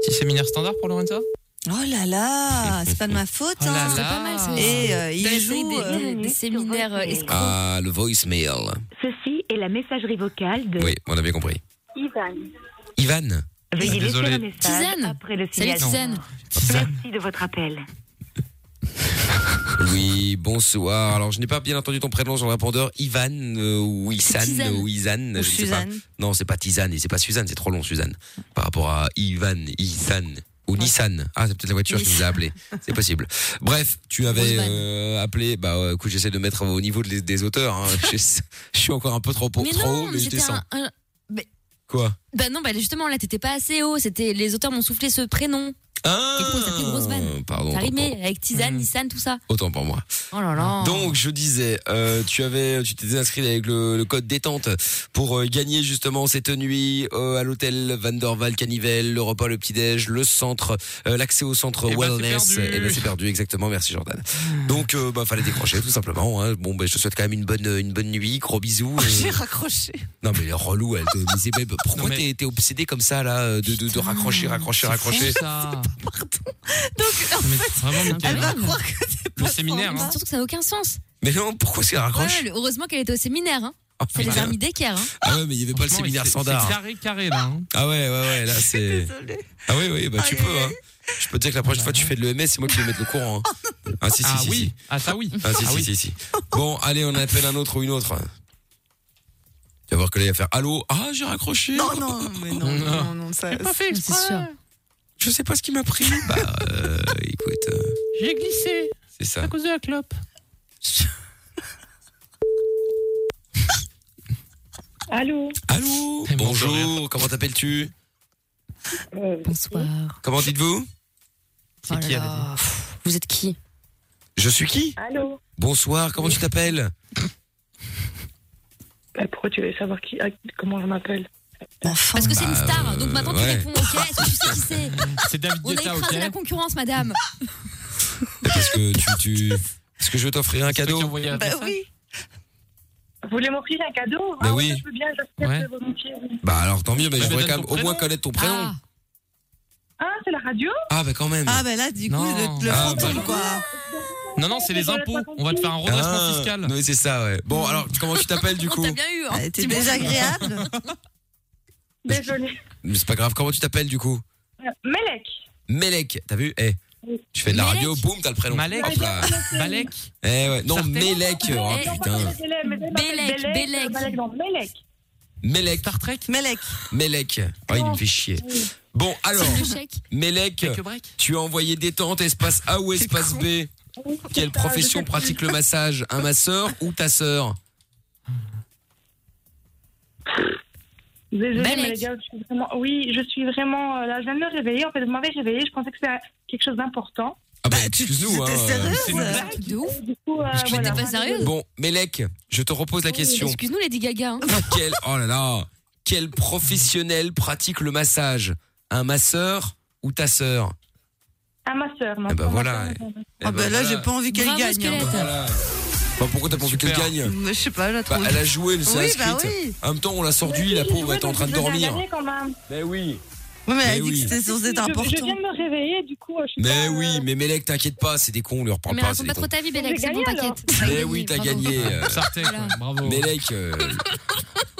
D: Si c'est mineur standard pour Lorenza
B: Oh
A: (laughs)
B: là là, c'est pas de ma faute.
D: Oh là
B: hein.
D: là. C'est pas mal, ça.
B: Et euh, il
E: T'as essayé
B: joue
E: des-
B: euh,
E: des- des séminaires euh, escrocs.
A: Ah, le voicemail.
N: Ceci est la messagerie vocale de
A: Oui, on a bien compris.
N: Ivan.
A: Ivan (laughs)
N: Veuillez laisser
A: Désolé.
N: un message après le
E: Salut,
N: signal.
E: Tisane.
N: Merci de votre appel.
A: Oui, bonsoir. Alors, je n'ai pas bien entendu ton prénom sur le répondeur. Ivan euh, ou Isan
E: Tisane.
A: ou Isan,
E: Ou
A: je ne sais pas. (laughs)
E: Suzanne.
A: Non, c'est pas Tisane et c'est pas Suzanne, c'est trop long, Suzanne. Par rapport à Ivan, Isan ou Nissan. Ah, c'est peut-être la voiture qui nous a
E: (laughs)
A: appelé. C'est possible. Bref, tu avais euh, appelé. Bah, euh, écoute, j'essaie de mettre au niveau de les- des auteurs.
E: (laughs)
A: hein. Je, je suis encore un peu trop, haut-
E: Mais
A: trop haut,
E: non,
A: mais
E: mais
A: je
E: c'était
A: descends.
E: un. un- mais-
A: Quoi
E: Bah non, bah justement, là, t'étais pas assez haut. C'était les auteurs m'ont soufflé ce prénom.
A: Ah
E: Et du coup, ça fait une grosse vanne.
A: Pardon.
E: Ça
A: autant
E: rimait avec Tisane,
A: Mmh.
E: Nissan, tout ça.
A: pour- Autant pour moi.
E: Oh là là.
A: Donc je disais, euh, tu avais, tu t'étais inscrit avec le, le code détente pour euh, gagner justement cette nuit euh, à l'hôtel Van der Waal Canivelle, le repas, le petit déj, le centre, euh, l'accès au centre
D: Eh ben,
A: wellness.
D: c'est perdu.
A: Eh ben, c'est perdu exactement. Merci Jordan. Donc euh, bah fallait décrocher tout simplement. hein. Bon ben je te souhaite quand même une bonne une bonne nuit, gros bisous.
D: Oh,
A: euh.
B: J'ai raccroché.
A: Non mais relou, elle te mais c'est- mais bah, pourquoi t'es- t'es obsédé comme ça là de, de, de raccrocher, raccrocher, raccrocher.
E: Elle va
B: croire
E: que c'est
D: pas hein. séminaire, hein.
E: Surtout que ça n'a aucun sens.
A: Mais non, pourquoi c'est raccroche
E: Ouais, heureusement qu'elle était au séminaire. Hein.
A: Ah,
E: Ça les a
A: putain.
E: mis d'équerre. Hein.
A: Ah ouais, mais il y avait pas le séminaire standard.
D: C'est carré, carré là. hein.
A: Ah ouais, ouais, ouais, là
B: (laughs)
A: c'est. Ah oui, oui, bah tu peux. Hein. Je peux te dire que la prochaine fois tu fais de l'EMS, c'est moi qui vais mettre le
B: (laughs)
A: courant.
B: Oh,
A: hein. Ah si, si,
D: Ah
A: si,
D: oui.
A: si.
D: Ah ça oui.
A: Ah si,
D: Ah
A: si,
D: oui.
A: si, si. Bon, allez, on appelle un autre ou une autre. Tu vas voir que là, il va faire Allô Ah, j'ai raccroché
B: Non, non, mais non, non, non, non, ça.
D: pas fait
B: c'est
D: exprès.
B: sûr.
A: Je sais pas ce qui m'a pris. Bah, euh, écoute, euh,
D: J'ai glissé
A: c'est ça.
D: à cause de la clope.
I: Allô
A: Allô Bonjour, comment t'appelles-tu
E: Bonsoir.
A: Comment dites-vous
E: Oh là là. Pff, Vous êtes qui
A: Je suis qui
I: Allô
A: Bonsoir, comment tu t'appelles
I: Bah, Pourquoi tu veux savoir qui, à- comment je m'appelle
E: Parce que c'est une
A: Bah,
E: star. Donc maintenant, tu
A: ouais.
E: réponds OK. Est-ce que tu sais qui
A: (laughs)
E: c'est
D: (laughs) C'est David
E: On a
D: Guetta,
E: écrasé
D: ok
E: la concurrence, madame.
A: Bah, Parce que tu. tu... Est-ce que je veux t'offrir un cadeau
D: Bah
I: oui. Vous voulez m'offrir un cadeau
A: Bah
I: Ah
A: oui.
I: Je veux bien, j'accepte
A: Ouais.
I: volontiers. oui.
A: Bah alors tant mieux, mais
D: Ouais,
A: je
D: mais
A: voudrais
D: donne
A: quand même
D: ton
A: au moins
D: prénom.
A: connaître ton prénom.
I: Ah, c'est la radio
A: Ah bah quand même.
B: Ah, bah là, du coup, le, le
A: Ah,
B: fantôme,
A: bah.
B: quoi.
D: Non, non, c'est les impôts. On va te faire un redressement
A: Ah,
D: fiscal.
A: Oui, c'est ça, ouais. Bon, alors, comment tu t'appelles du coup
E: eu,
B: hein. T'es désagréable.
I: Désolée.
A: Mais C'est pas grave, comment tu t'appelles du coup
I: Euh, Melek.
A: Melek, t'as vu Eh, tu fais de la
I: Melek
A: radio, boum, t'as le prénom.
D: Malek.
A: Hop là.
D: Malek.
A: Eh ouais, non, Melek. Oh putain.
I: Belek, Belek. Belek, non, Melek.
A: Melek.
D: Star Trek
B: Melek.
A: Melek. Oh, il me fait chier. Bon, alors, Melek, tu as envoyé détente, espace A ou espace B
I: Ah,
A: Quelle profession pratique le massage Un masseur ou ta sœur
I: Désolée,
E: Belek.
I: mais les gars, je suis vraiment... Oui, je suis vraiment... euh, Là, je viens de me réveiller. En fait, vous m'avez réveillée. Je pensais que c'était quelque chose d'important.
A: Ah bah, excuse-nous. hein.
E: C'est une
B: Ah,
E: blague de ouf.
I: Du coup, euh, voilà.
E: pas sérieuse
A: Bon, Melek, je te repose la question.
E: Excuse-nous, Lady Gaga. hein.
A: Quel, oh là là, quel professionnel pratique le massage Un masseur ou ta sœur
I: À ma sœur, non
A: Eh ben
I: pas ma
A: voilà,
I: sœur,
A: eh.
I: non, non.
B: ben
A: Ah bah là, j'ai pas
B: envie
A: qu'elle
E: Bravo,
A: gagne, hein.
E: Squelette.
A: Voilà. Bah, pourquoi t'as pas envie qu'elle gagne
B: Je sais pas, là,
A: Bah, Elle a joué, elle s'est
B: Oui, bah
A: inscrite.
B: oui.
A: En même temps, on l'a sortie, la pauvre, elle était en train de
I: Je viens
A: dormir.
I: regarder quand même.
A: Mais oui.
B: Ouais, mais elle a dit
A: Eh oui.
B: que c'était censé être
I: Je- Je
B: important.
I: viens de me réveiller, du coup, euh, je suis
A: Mais oui, mais Melek, t'inquiète pas, c'est des cons, on leur parle
E: Mais
A: pas.
E: raconte
A: c'est
E: pas
A: des
E: trop ta vie, Belek.
I: J'ai
E: C'est bon,
I: gagné,
E: t'inquiète.
A: cons. Mais oui, t'as
E: bravo.
A: gagné. euh,
D: Sartek, ouais, bravo. (laughs)
A: Melek, euh,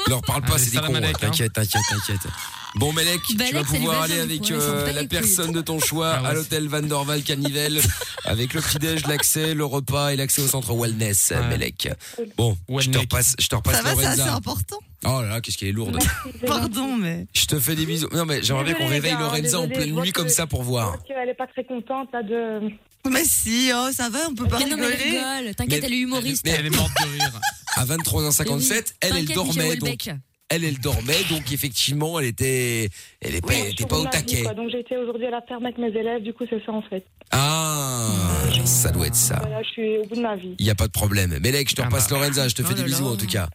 A: leur parle pas,
D: Allez,
A: c'est des
D: salam
A: cons.
D: Alek,
A: hein, T'inquiète, t'inquiète, t'inquiète. Bon, Melek, tu
E: Balek,
A: vas
E: ça lui
A: pouvoir
E: va
A: aller
E: bien,
A: avec
E: du coup, elle s'en
A: euh,
E: bat
A: la
E: les couilles.
A: personne de ton choix
D: Ah,
A: à l'hôtel Van
D: (laughs)
A: Dorval Canivelle avec le petit-déj, l'accès, le repas et l'accès au centre wellness, euh, Melek. Bon, je te repasse, je te repasse
B: Ça va, c'est assez
A: Lorenza.
B: important.
A: Oh là là, qu'est-ce qu'elle est lourde.
B: Pardon, mais.
A: Je te fais des bisous. Non, mais j'aimerais bien qu'on
I: Désolée, les
A: réveille
I: gars,
A: Lorenza en
I: désolée, je
A: pleine
I: vois
A: nuit
I: que-
A: comme ça pour voir.
I: Parce qu'elle est pas très contente, là, de...
B: Mais si, oh, ça va, on peut pas
E: Mais non, mais
B: rigoler.
E: elle rigole. T'inquiète,
A: Mais-
E: elle est humoriste.
A: Mais elle est morte
D: de rire.
A: À 23h57, elle, elle
E: T'inquiète,
A: dormait.
E: Michel
A: Donc,
E: Houellebecq.
A: elle, elle dormait. Donc, effectivement, elle était, elle est pas, elle était
I: Sur
A: pas au
I: ma vie,
A: taquet.
I: quoi. Donc j'étais aujourd'hui à la ferme avec mes élèves, du coup c'est ça en fait.
A: Ah, ça doit être ça.
I: Voilà, je suis au bout de ma vie.
D: Ah bah.
A: Il n'y a pas de problème. Melek, je te repasse Lorenza. Je te fais des bisous en tout cas.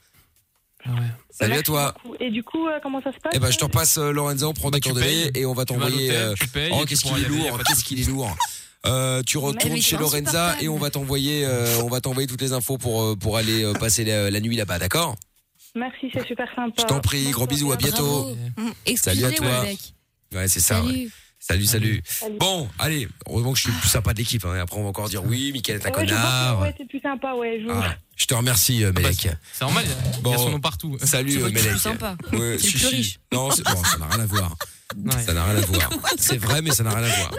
A: Salut à toi.
O: Et du coup, euh, comment ça se passe
A: Eh ben, je te repasse euh, Lorenzo, on prend des
D: Bah, tu
A: coordonnées
D: payes.
A: et on va
D: Tu vas à
A: t'envoyer.
D: l'hôtel,
A: euh,
D: tu payes et
A: Oh,
D: tu
A: qu'est-ce
D: pourras
A: qu'il est
D: y aller, y a
A: lourd
D: pas de
A: Qu'est-ce qu'il est lourd Euh, tu retournes
D: mais
A: chez
D: c'est
A: Lorenza et on va t'envoyer, euh, on va t'envoyer toutes les infos pour euh, pour aller euh, passer la, la nuit là-bas, d'accord
O: Merci, c'est super sympa.
A: Je t'en prie, gros bisous, à bientôt. Salut à toi. Ouais, c'est ça. ouais. Salut, salut.
O: Salut.
A: Bon, allez, heureusement que je suis le plus sympa de l'équipe. hein. Après, on va encore dire oui, Mickaël est un
O: Ouais, je pense
A: connard.
O: que, ouais, c'est plus sympa, ouais. Je...
A: Ah, je te remercie, euh,
D: Ah
A: Melek.
D: C'est normal, il y a- il y a son nom partout. (laughs)
A: Salut,
D: C'est
A: euh,
D: vrai que
A: Melek.
D: je suis sympa. C'est
A: Ouais,
D: le
A: si,
D: plus
A: si.
D: riche.
A: Non, c'est- bon, ça n'a rien à voir. Ça n'a rien
D: (laughs)
A: à voir. C'est vrai, mais ça n'a rien à voir.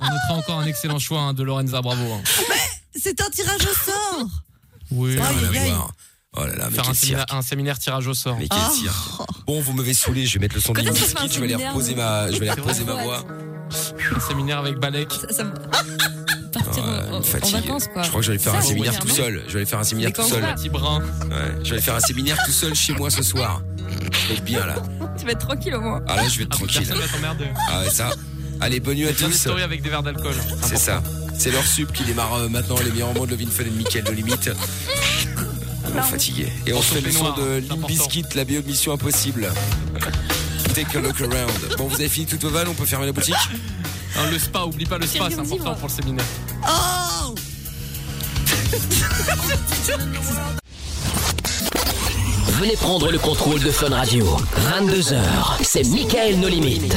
D: On notera encore un excellent choix hein, de Lorenza, bravo. hein.
B: C'est un tirage au sort.
D: Oui,
B: Ça n'a rien à Aïe, aïe,
A: voir. Oh là là, mais
D: Faire un
A: quel
D: séminaire, un séminaire tirage au sort.
A: Mais quel cirque. Bon, vous m'avez saoulé, je vais mettre le son de
D: Quand est-ce qu'on
A: Limp
D: fait un
A: Bizkit, je vais aller
D: séminaire, euh
A: reposer
D: nous
A: ma, je vais aller
D: C'est
A: reposer
D: vrai.
A: ma voix.
D: Un séminaire avec Balek.
E: Ah,
A: Partir en, vacances,
E: quoi.
A: Euh, Je crois que je vais aller faire
D: Ça,
A: un
D: au
A: séminaire
D: moins,
A: tout
D: non
A: seul. Je vais aller faire un séminaire tout
D: quand
A: seul.
D: on va. Petit brin.
A: Ouais, je vais aller faire un séminaire tout seul chez moi ce soir. Je vais
D: (laughs)
A: être bien là.
E: Tu vas être tranquille au moins.
A: Ah là, je vais être tranquille.
D: Personne va t'emmerder.
A: Ah ouais, ça. Allez, bonne nuit à
D: Faire des
A: tous.
D: stories avec des verres d'alcool.
A: C'est ça. C'est leur sub qui démarre euh, maintenant les meilleurs moments de Levin Fun et de Mickaël de Limite. On est fatigué. Et on se fait le son de Limp Bizkit, la bio de Mission Impossible. Take a look around. Bon, vous avez fini toutes vos vannes, on peut fermer la boutique
D: Hein, le spa, oublie pas le spa, c'est important pour le séminaire.
B: Oh
H: Venez prendre le contrôle de Fun Radio. 22h, c'est Michael No Limite.